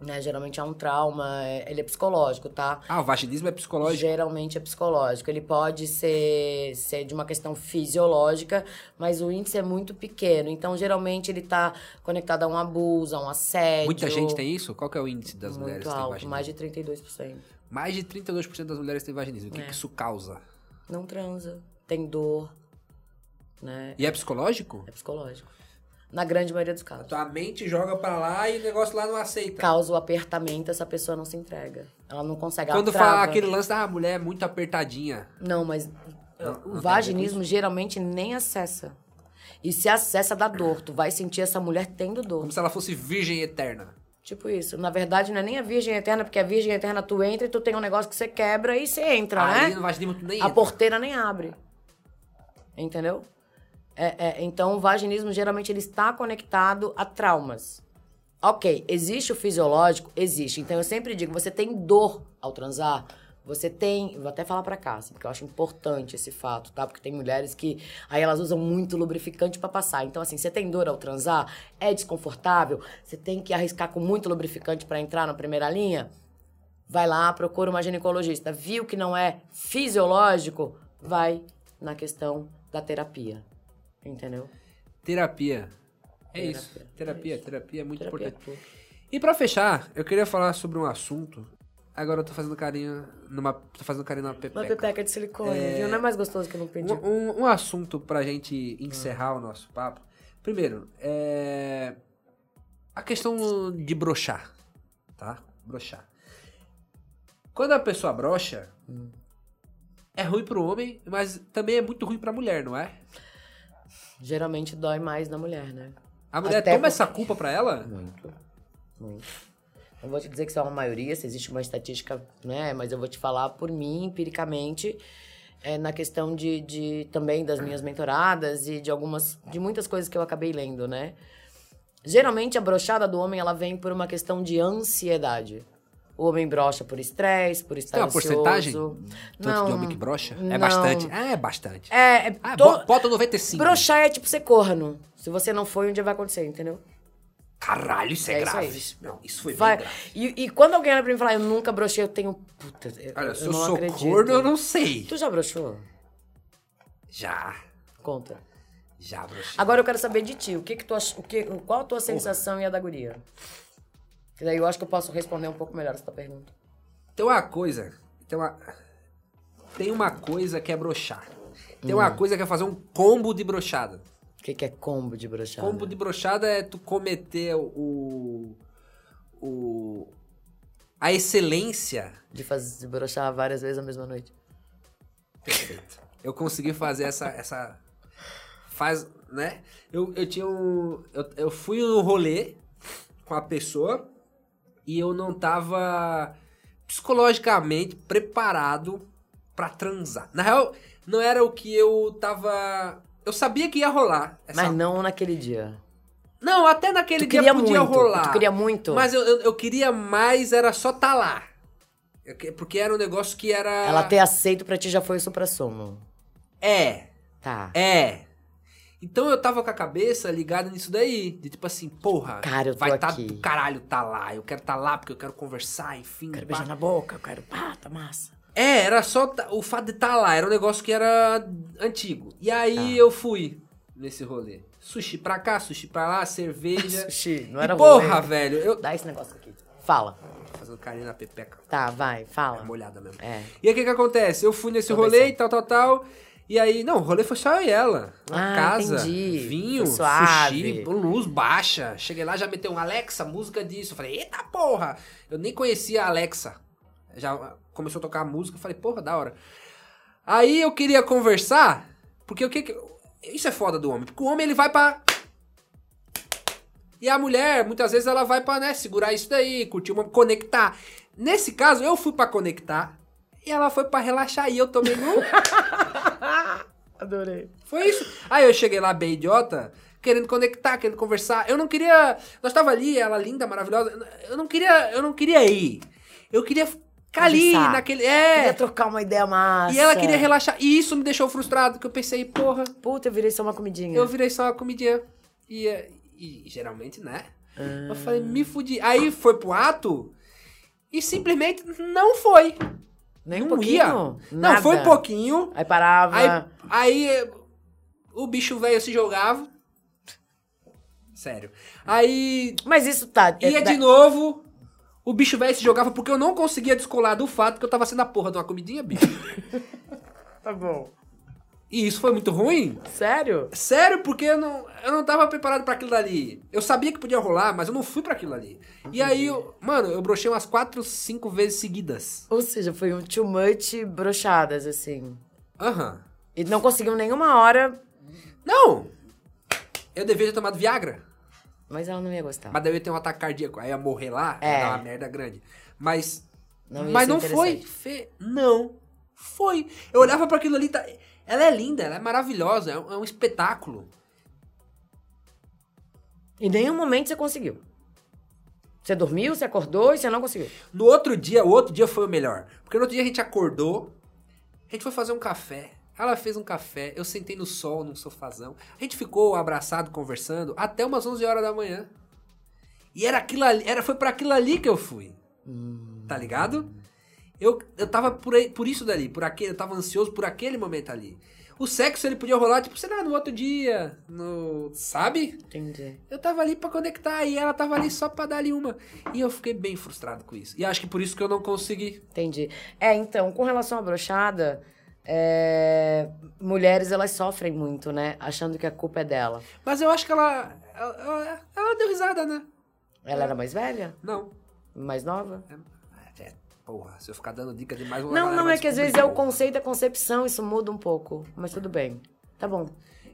S2: né? Geralmente é um trauma, é- ele é psicológico, tá?
S1: Ah, o vaginismo é psicológico.
S2: Geralmente é psicológico. Ele pode ser, ser de uma questão fisiológica, mas o índice é muito pequeno. Então, geralmente, ele tá conectado a um abuso, a um assédio.
S1: Muita gente tem isso? Qual que é o índice das mulheres
S2: Muito
S1: que têm
S2: alto,
S1: vaginismo?
S2: mais de 32%.
S1: Mais de 32% das mulheres têm vaginismo. O que,
S2: É.
S1: que isso causa?
S2: Não transa, tem dor, né?
S1: E é psicológico?
S2: É psicológico. Na grande maioria dos casos.
S1: Tua mente joga pra lá e o negócio lá não aceita.
S2: Causa o apertamento, essa pessoa não se entrega. Ela não consegue. ela
S1: Quando
S2: trava.
S1: fala aquele lance da mulher é muito apertadinha.
S2: Não, mas
S1: Não, não
S2: o
S1: tem
S2: vaginismo geralmente nem acessa. E se acessa, dá dor. Tu vai sentir essa mulher tendo dor.
S1: Como se ela fosse virgem eterna.
S2: Tipo isso. Na verdade, não é nem a virgem eterna, porque a virgem eterna tu entra e tu tem um negócio que você quebra e você entra, né?
S1: Aí no vaginismo tu nem
S2: A
S1: entra.
S2: porteira nem abre. Entendeu? É, é, então, o vaginismo geralmente ele está conectado a traumas. Ok, existe o fisiológico? Existe. Então, eu sempre digo, você tem dor ao transar. Você tem, vou até falar pra cá, assim, porque eu acho importante esse fato, tá? Porque tem mulheres que aí elas usam muito lubrificante pra passar. Então assim, você tem dor ao transar, é desconfortável, você tem que arriscar com muito lubrificante pra entrar na primeira linha. Vai lá, procura uma ginecologista. Viu que não é fisiológico? Vai na questão da terapia. Entendeu?
S1: Terapia. É isso. Terapia, terapia é muito
S2: Terapia é
S1: importante.
S2: tudo.
S1: E pra fechar, eu queria falar sobre um assunto. Agora eu tô fazendo carinho numa, tô fazendo carinho numa pepeca.
S2: Uma pepeca de silicone, viu? Não é mais gostoso que eu não perdi.
S1: Um, um, um assunto pra gente encerrar o nosso papo. Primeiro, é. A questão de brochar. Tá? Brochar. Quando a pessoa brocha, é ruim pro homem, mas também é muito ruim pra mulher, não é?
S2: Geralmente dói mais na mulher, né?
S1: A mulher
S2: Até
S1: toma
S2: porque-
S1: essa culpa pra ela?
S2: Muito. Muito. Não vou te dizer que são a maioria, se existe uma estatística, né? Mas eu vou te falar por mim, empiricamente, é, na questão de, de também das minhas mentoradas e de algumas. de muitas coisas que eu acabei lendo, né? Geralmente a brochada do homem ela vem por uma questão de ansiedade. O homem brocha por estresse, por estar
S1: Tem uma
S2: ansioso.
S1: porcentagem? Tanto
S2: Não,
S1: de homem que brocha? É
S2: não.
S1: bastante. Ah, é bastante.
S2: É, é
S1: Ah,
S2: to-
S1: bo- bota 95.
S2: brochar é tipo ser corno. Se você não foi, um dia vai acontecer, entendeu?
S1: Caralho, isso é,
S2: É isso
S1: grave.
S2: aí.
S1: Não, isso foi
S2: Vai.
S1: bem grave.
S2: E, e quando alguém olha pra mim e fala, eu nunca brochei, eu tenho. Puta, eu,
S1: Olha,
S2: eu
S1: se eu,
S2: não
S1: sou
S2: acredito.
S1: corno, eu não sei.
S2: Tu já brochou?
S1: Já,
S2: Conta.
S1: já brochei.
S2: Agora eu quero saber de ti. O que que tu ach... o que... Qual a tua sensação e a da guria? Que daí eu acho que eu posso responder um pouco melhor essa tua pergunta.
S1: Tem uma coisa. Tem uma, tem uma coisa que é brochar. Tem
S2: Hum.
S1: uma coisa que é fazer um combo de brochada.
S2: O que, que é combo de brochada?
S1: Combo de brochada é tu cometer o. o a excelência.
S2: De, faz... de brochar várias vezes na mesma noite.
S1: Perfeito. Eu consegui fazer essa. essa faz, né? Eu, eu tinha um. Eu, eu fui no rolê com a pessoa e eu não tava psicologicamente preparado pra transar. Na real, não era o que eu tava. Eu sabia que ia rolar. essa-
S2: Mas não naquele dia.
S1: Não, até naquele
S2: tu
S1: dia
S2: queria
S1: podia
S2: muito.
S1: rolar.
S2: Tu queria muito.
S1: Mas eu, eu, eu queria mais, era só tá lá. Eu que- porque era um negócio que era.
S2: Ela ter aceito pra ti já foi o supra-sumo.
S1: É.
S2: Tá.
S1: É. Então eu tava com a cabeça ligada nisso daí. De tipo assim, porra,
S2: Cara, eu tô
S1: vai tá
S2: aqui.
S1: do caralho tá lá. Eu quero tá lá porque eu quero conversar, enfim.
S2: Eu quero
S1: pá.
S2: beijar na boca, eu quero pata, massa.
S1: É, era só tá- o fato de tá lá. Era um negócio que era antigo. E aí
S2: Tá.
S1: eu fui nesse rolê. Sushi pra cá, sushi pra lá, cerveja.
S2: (laughs) Sushi, não
S1: E
S2: era
S1: porra,
S2: rolê.
S1: velho. Eu...
S2: Dá esse negócio aqui. Fala.
S1: Tô Fazendo carinho na pepeca.
S2: Tá, vai,
S1: É
S2: fala.
S1: molhada mesmo.
S2: É.
S1: E aí o que que acontece? Eu fui nesse
S2: Tô
S1: rolê e
S2: pensando.
S1: tal, tal, tal. E aí, não, o rolê foi só eu e ela. Uma
S2: Ah,
S1: casa,
S2: entendi.
S1: vinho,
S2: Foi suave.
S1: sushi, luz baixa. Cheguei lá, já meteu um Alexa, música disso. Eu falei, eita porra! Eu nem conhecia a Alexa. Já começou a tocar a música, eu falei, porra, da hora. Aí eu queria conversar, porque o que que... Isso é foda do homem, porque o homem ele vai pra... E a mulher, muitas vezes, ela vai pra, né, segurar isso daí, curtir uma. conectar. Nesse caso, eu fui pra conectar e ela foi pra relaxar e eu tomei no.
S2: Adorei.
S1: Foi isso. Aí eu cheguei lá bem idiota, querendo conectar, querendo conversar. Eu não queria. Nós tava ali, ela linda, maravilhosa. Eu não queria. Eu não queria ir. Eu queria ficar ali
S2: Conversar.
S1: naquele. É.
S2: Queria trocar uma ideia massa.
S1: E ela queria relaxar. E isso me deixou frustrado, porque eu pensei, porra,
S2: Puta, eu virei só uma comidinha.
S1: eu virei só uma comidinha. E, é, e geralmente, né?
S2: Ah.
S1: Eu falei, me fudi. Aí foi pro ato e simplesmente não foi.
S2: Nem
S1: não
S2: um pouquinho.
S1: ia.
S2: Nada.
S1: Não, foi um pouquinho.
S2: Aí parava.
S1: Aí, aí eh, o bicho velho se jogava. Sério. Aí
S2: Mas isso tá. é
S1: ia
S2: da-
S1: de novo. O bicho velho se jogava porque eu não conseguia descolar do fato que eu tava sendo a porra de uma comidinha, bicho.
S2: Tá bom.
S1: E isso foi muito ruim.
S2: Sério?
S1: Sério, porque eu não, eu não tava preparado pra aquilo dali. Eu sabia que podia rolar, mas eu não fui pra aquilo ali. E aí, eu, mano, eu brochei umas 4, 5 vezes seguidas.
S2: Ou seja, foi um too much brochadas, assim.
S1: Aham.
S2: E não conseguiu nenhuma hora,
S1: Não! Eu devia ter tomado Viagra.
S2: mas ela não ia gostar.
S1: Mas daí eu ia ter um ataque cardíaco. Aí eu ia morrer lá,
S2: É.
S1: ia dar uma merda grande. Mas.
S2: Não ia
S1: mas
S2: ser
S1: não foi.
S2: interessante.
S1: Fê, não. Foi. Eu olhava pra aquilo ali. Tá... Ela é linda, ela é maravilhosa, é um, é um espetáculo.
S2: Em nenhum momento você conseguiu. Você dormiu, você acordou e você não conseguiu.
S1: No outro dia, o outro dia foi o melhor. Porque no outro dia a gente acordou, a gente foi fazer um café. Ela fez um café, eu sentei no sol, num sofazão. A gente ficou abraçado, conversando, até umas 11 horas da manhã. E era aquilo ali, era, foi pra aquilo ali que eu fui. Tá ligado? Eu, eu tava por, aí- por isso dali, por aquele, eu tava ansioso por aquele momento ali. O O sexo ele podia rolar, tipo, sei lá, no outro dia, no. Sabe?
S2: Entendi.
S1: Eu tava ali pra conectar e ela tava ali só pra dar ali uma. E eu fiquei bem frustrado com isso. E acho que por isso que eu não consegui.
S2: Entendi. É, então, com relação à brochada, é, mulheres elas sofrem muito, né? Achando que a culpa é dela.
S1: Mas eu acho que ela. Ela, ela- ela deu risada, né?
S2: Ela era mais velha?
S1: Não.
S2: Mais nova?
S1: É, é, porra, se eu ficar dando dica demais, uma
S2: Não,
S1: galera
S2: não,
S1: vai
S2: é que às vezes
S1: descobrir.
S2: é o conceito da concepção, isso muda um pouco. Mas tudo bem. Tá bom.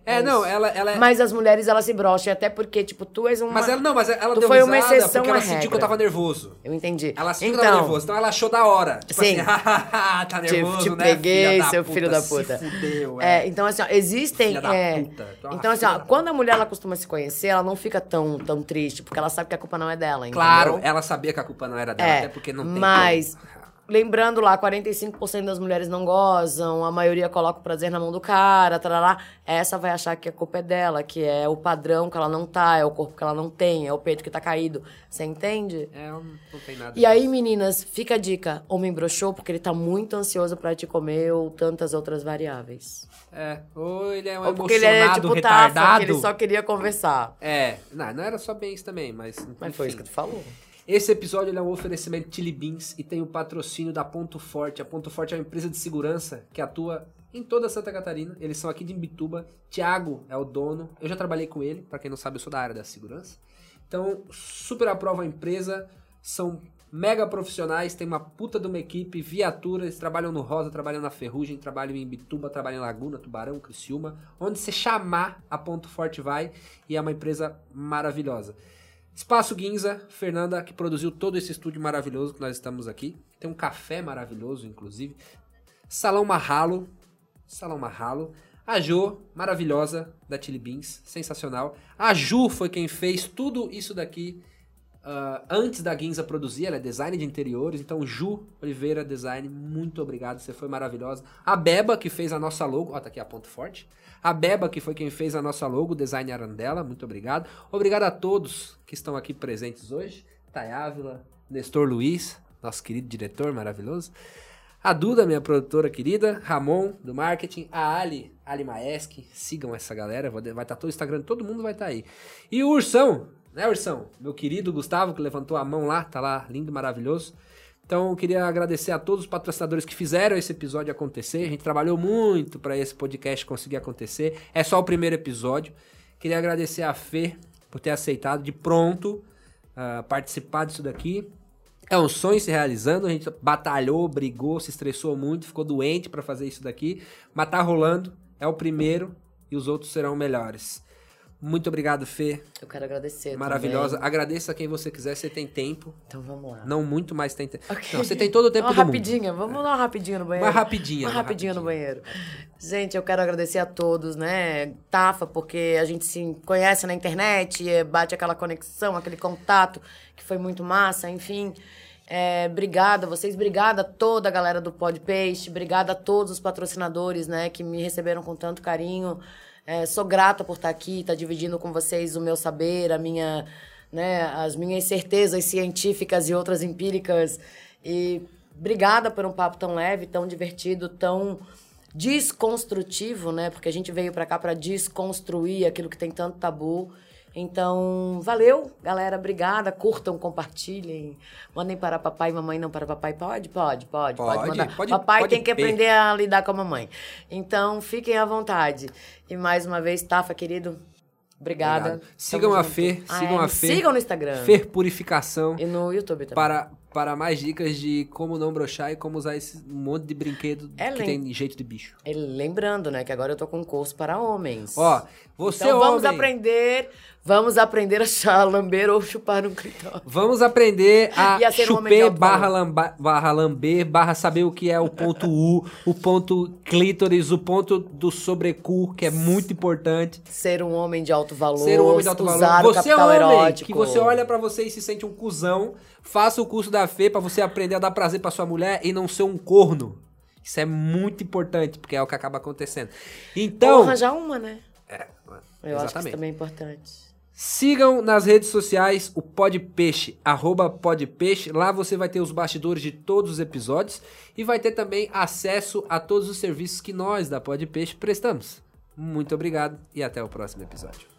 S1: É, não, ela. ela
S2: Mas as mulheres, elas se brocham, até porque, tipo, tu és uma.
S1: Mas ela não, mas ela
S2: Tu
S1: deu
S2: foi
S1: risada
S2: uma exceção
S1: porque ela
S2: à
S1: sentiu que eu
S2: regra.
S1: tava nervoso.
S2: Eu entendi.
S1: Ela sentiu que eu tava
S2: então,
S1: nervoso, então ela achou da hora. Tipo
S2: Sim.
S1: assim, (laughs) "Ah, tá
S2: Te-
S1: nervoso,
S2: te
S1: né,
S2: peguei,
S1: filha da
S2: seu
S1: puta,
S2: filho da
S1: se
S2: puta."
S1: fudeu, é.
S2: É, então assim, ó, existem.
S1: Filha da
S2: é,
S1: puta. Tu é uma
S2: Então, assim,
S1: filha
S2: ó,
S1: da
S2: quando a mulher ela costuma se conhecer, ela não fica tão, tão triste, porque ela sabe que a culpa não é dela,
S1: Claro,
S2: entendeu?
S1: ela sabia que a culpa não era dela,
S2: É,
S1: até porque não tem
S2: mas-
S1: como. É.
S2: Lembrando lá, 45% das mulheres não gozam, a maioria coloca o prazer na mão do cara, tarará. Essa vai achar que a culpa é dela, que é o padrão que ela não tá, é o corpo que ela não tem, é o peito que tá caído. Você entende?
S1: É, ela não não tem nada.
S2: E aí, meninas, fica a dica: homem broxou porque ele tá muito ansioso pra te comer ou tantas outras variáveis.
S1: É, ou ele é um
S2: ou porque ele
S1: emocionado,
S2: é tipo tafa,
S1: retardado.
S2: que ele só queria conversar.
S1: É, não, não era só bens também, mas.
S2: Mas foi
S1: enfim.
S2: isso que tu falou.
S1: Esse episódio ele é um oferecimento de Chili Beans e tem o patrocínio da Ponto Forte. A Ponto Forte é uma empresa de segurança que atua em toda Santa Catarina. Eles são aqui de Imbituba. Tiago é o dono. Eu já trabalhei com ele, pra quem não sabe, eu sou da área da segurança. Então, super aprovo a empresa. São mega profissionais, tem uma puta de uma equipe, viatura, eles trabalham no Rosa, trabalham na Ferrugem, trabalham em Bituba, trabalham em Laguna, Tubarão, Criciúma, onde você chamar a Ponto Forte vai e é uma empresa maravilhosa. Espaço Guinza, Fernanda, que produziu todo esse estúdio maravilhoso que nós estamos aqui. Tem um café maravilhoso, inclusive. Salão Marralo, Salão Marralo. A Jo, maravilhosa, da Chili Beans, sensacional. A Ju foi quem fez tudo isso daqui ah, antes da Ginza produzir, ela é design de interiores, então Ju Oliveira Design, muito obrigado, você foi maravilhosa. A Beba, que fez a nossa logo, ó, tá aqui a ponto forte. A Beba, que foi quem fez a nossa logo, Design Arandela, muito obrigado. Obrigado a todos que estão aqui presentes hoje. Thay Ávila, Nestor Luiz, nosso querido diretor maravilhoso. A Duda, minha produtora querida, Ramon, do marketing, a Ali, Ali Maeski, sigam essa galera, vou de- vai estar todo o Instagram, todo mundo vai estar aí. E o Ursão, né, Ursão? Meu querido Gustavo, que levantou a mão lá, tá lá, lindo, maravilhoso. Então, eu queria agradecer a todos os patrocinadores que fizeram esse episódio acontecer. A gente trabalhou muito para esse podcast conseguir acontecer. É só o primeiro episódio. Queria agradecer a Fê por ter aceitado de pronto ah, participar disso daqui. É um sonho se realizando, a gente batalhou, brigou, se estressou muito, ficou doente pra fazer isso daqui, mas tá rolando, é o primeiro e os outros serão melhores. Muito obrigado, Fê,
S2: Eu quero agradecer.
S1: maravilhosa.
S2: também.
S1: Agradeça a quem você quiser, você tem tempo,
S2: Então vamos lá.
S1: não muito mais tem tempo.
S2: Ok.
S1: Não, você tem todo o tempo
S2: uma
S1: do mundo.
S2: rapidinha, vamos dar uma rapidinha no banheiro.
S1: Uma rapidinha,
S2: Uma
S1: uma
S2: rapidinha no
S1: rapidinha.
S2: banheiro. Gente, eu quero agradecer a todos, né? Tafa, porque a gente se conhece na internet, e, eh, bate aquela conexão, aquele contato, que foi muito massa, enfim. É, obrigada a vocês, obrigada a toda a galera do Pod Peixe, obrigada a todos os patrocinadores, né, que me receberam com tanto carinho. É, sou grata por estar aqui, estar dividindo com vocês o meu saber, a minha, né, as minhas certezas científicas e outras empíricas. E obrigada por um papo tão leve, tão divertido, tão desconstrutivo, né? Porque a gente veio pra cá pra desconstruir aquilo que tem tanto tabu. Então, valeu, galera, obrigada. Curtam, compartilhem, mandem para papai e mamãe, não para papai. Pode, pode, pode, pode,
S1: Pode,
S2: mandar.
S1: pode-
S2: papai
S1: pode
S2: tem que
S1: ter.
S2: aprender aprender a lidar com a mamãe. Então, fiquem à vontade. E mais uma vez, Tafa, querido, obrigada.
S1: Obrigado. Sigam
S2: Tamo
S1: a
S2: junto.
S1: Fer,
S2: Ah,
S1: sigam
S2: é,
S1: a
S2: me
S1: Fer.
S2: Sigam no Instagram.
S1: Fer Purificação
S2: E no YouTube também.
S1: para para mais dicas de como não brochar e como usar esse monte de brinquedo
S2: É
S1: que
S2: lem-
S1: tem jeito de bicho.
S2: E lembrando, né, que agora eu tô com um curso para homens.
S1: Ó, você é
S2: então vamos
S1: homem,
S2: aprender, vamos aprender a chá, lamber ou chupar um clitóris.
S1: Vamos aprender a
S2: E a ser um homem de
S1: chupar
S2: alto
S1: barra,
S2: valor.
S1: lamba- barra lamber, barra saber o que é o ponto U, o ponto clítoris, o ponto do sobrecu, que é muito importante.
S2: Ser um homem de alto valor,
S1: Ser um homem de alto
S2: usar
S1: valor.
S2: o
S1: Você é
S2: capital
S1: homem
S2: erótico.
S1: que você olha pra você e se sente um cuzão. Faça o curso da Fê pra você aprender a dar prazer pra sua mulher e não ser um corno. Isso é muito importante, porque é o que acaba acontecendo. Então,
S2: Ou arranjar uma, né?
S1: É,
S2: Eu acho que isso
S1: exatamente.
S2: também é importante.
S1: Sigam nas redes sociais o Podpeixe, arroba Podpeixe. Lá você vai ter os bastidores de todos os episódios e vai ter também acesso a todos os serviços que nós da Podpeixe prestamos. Muito obrigado e até o próximo episódio.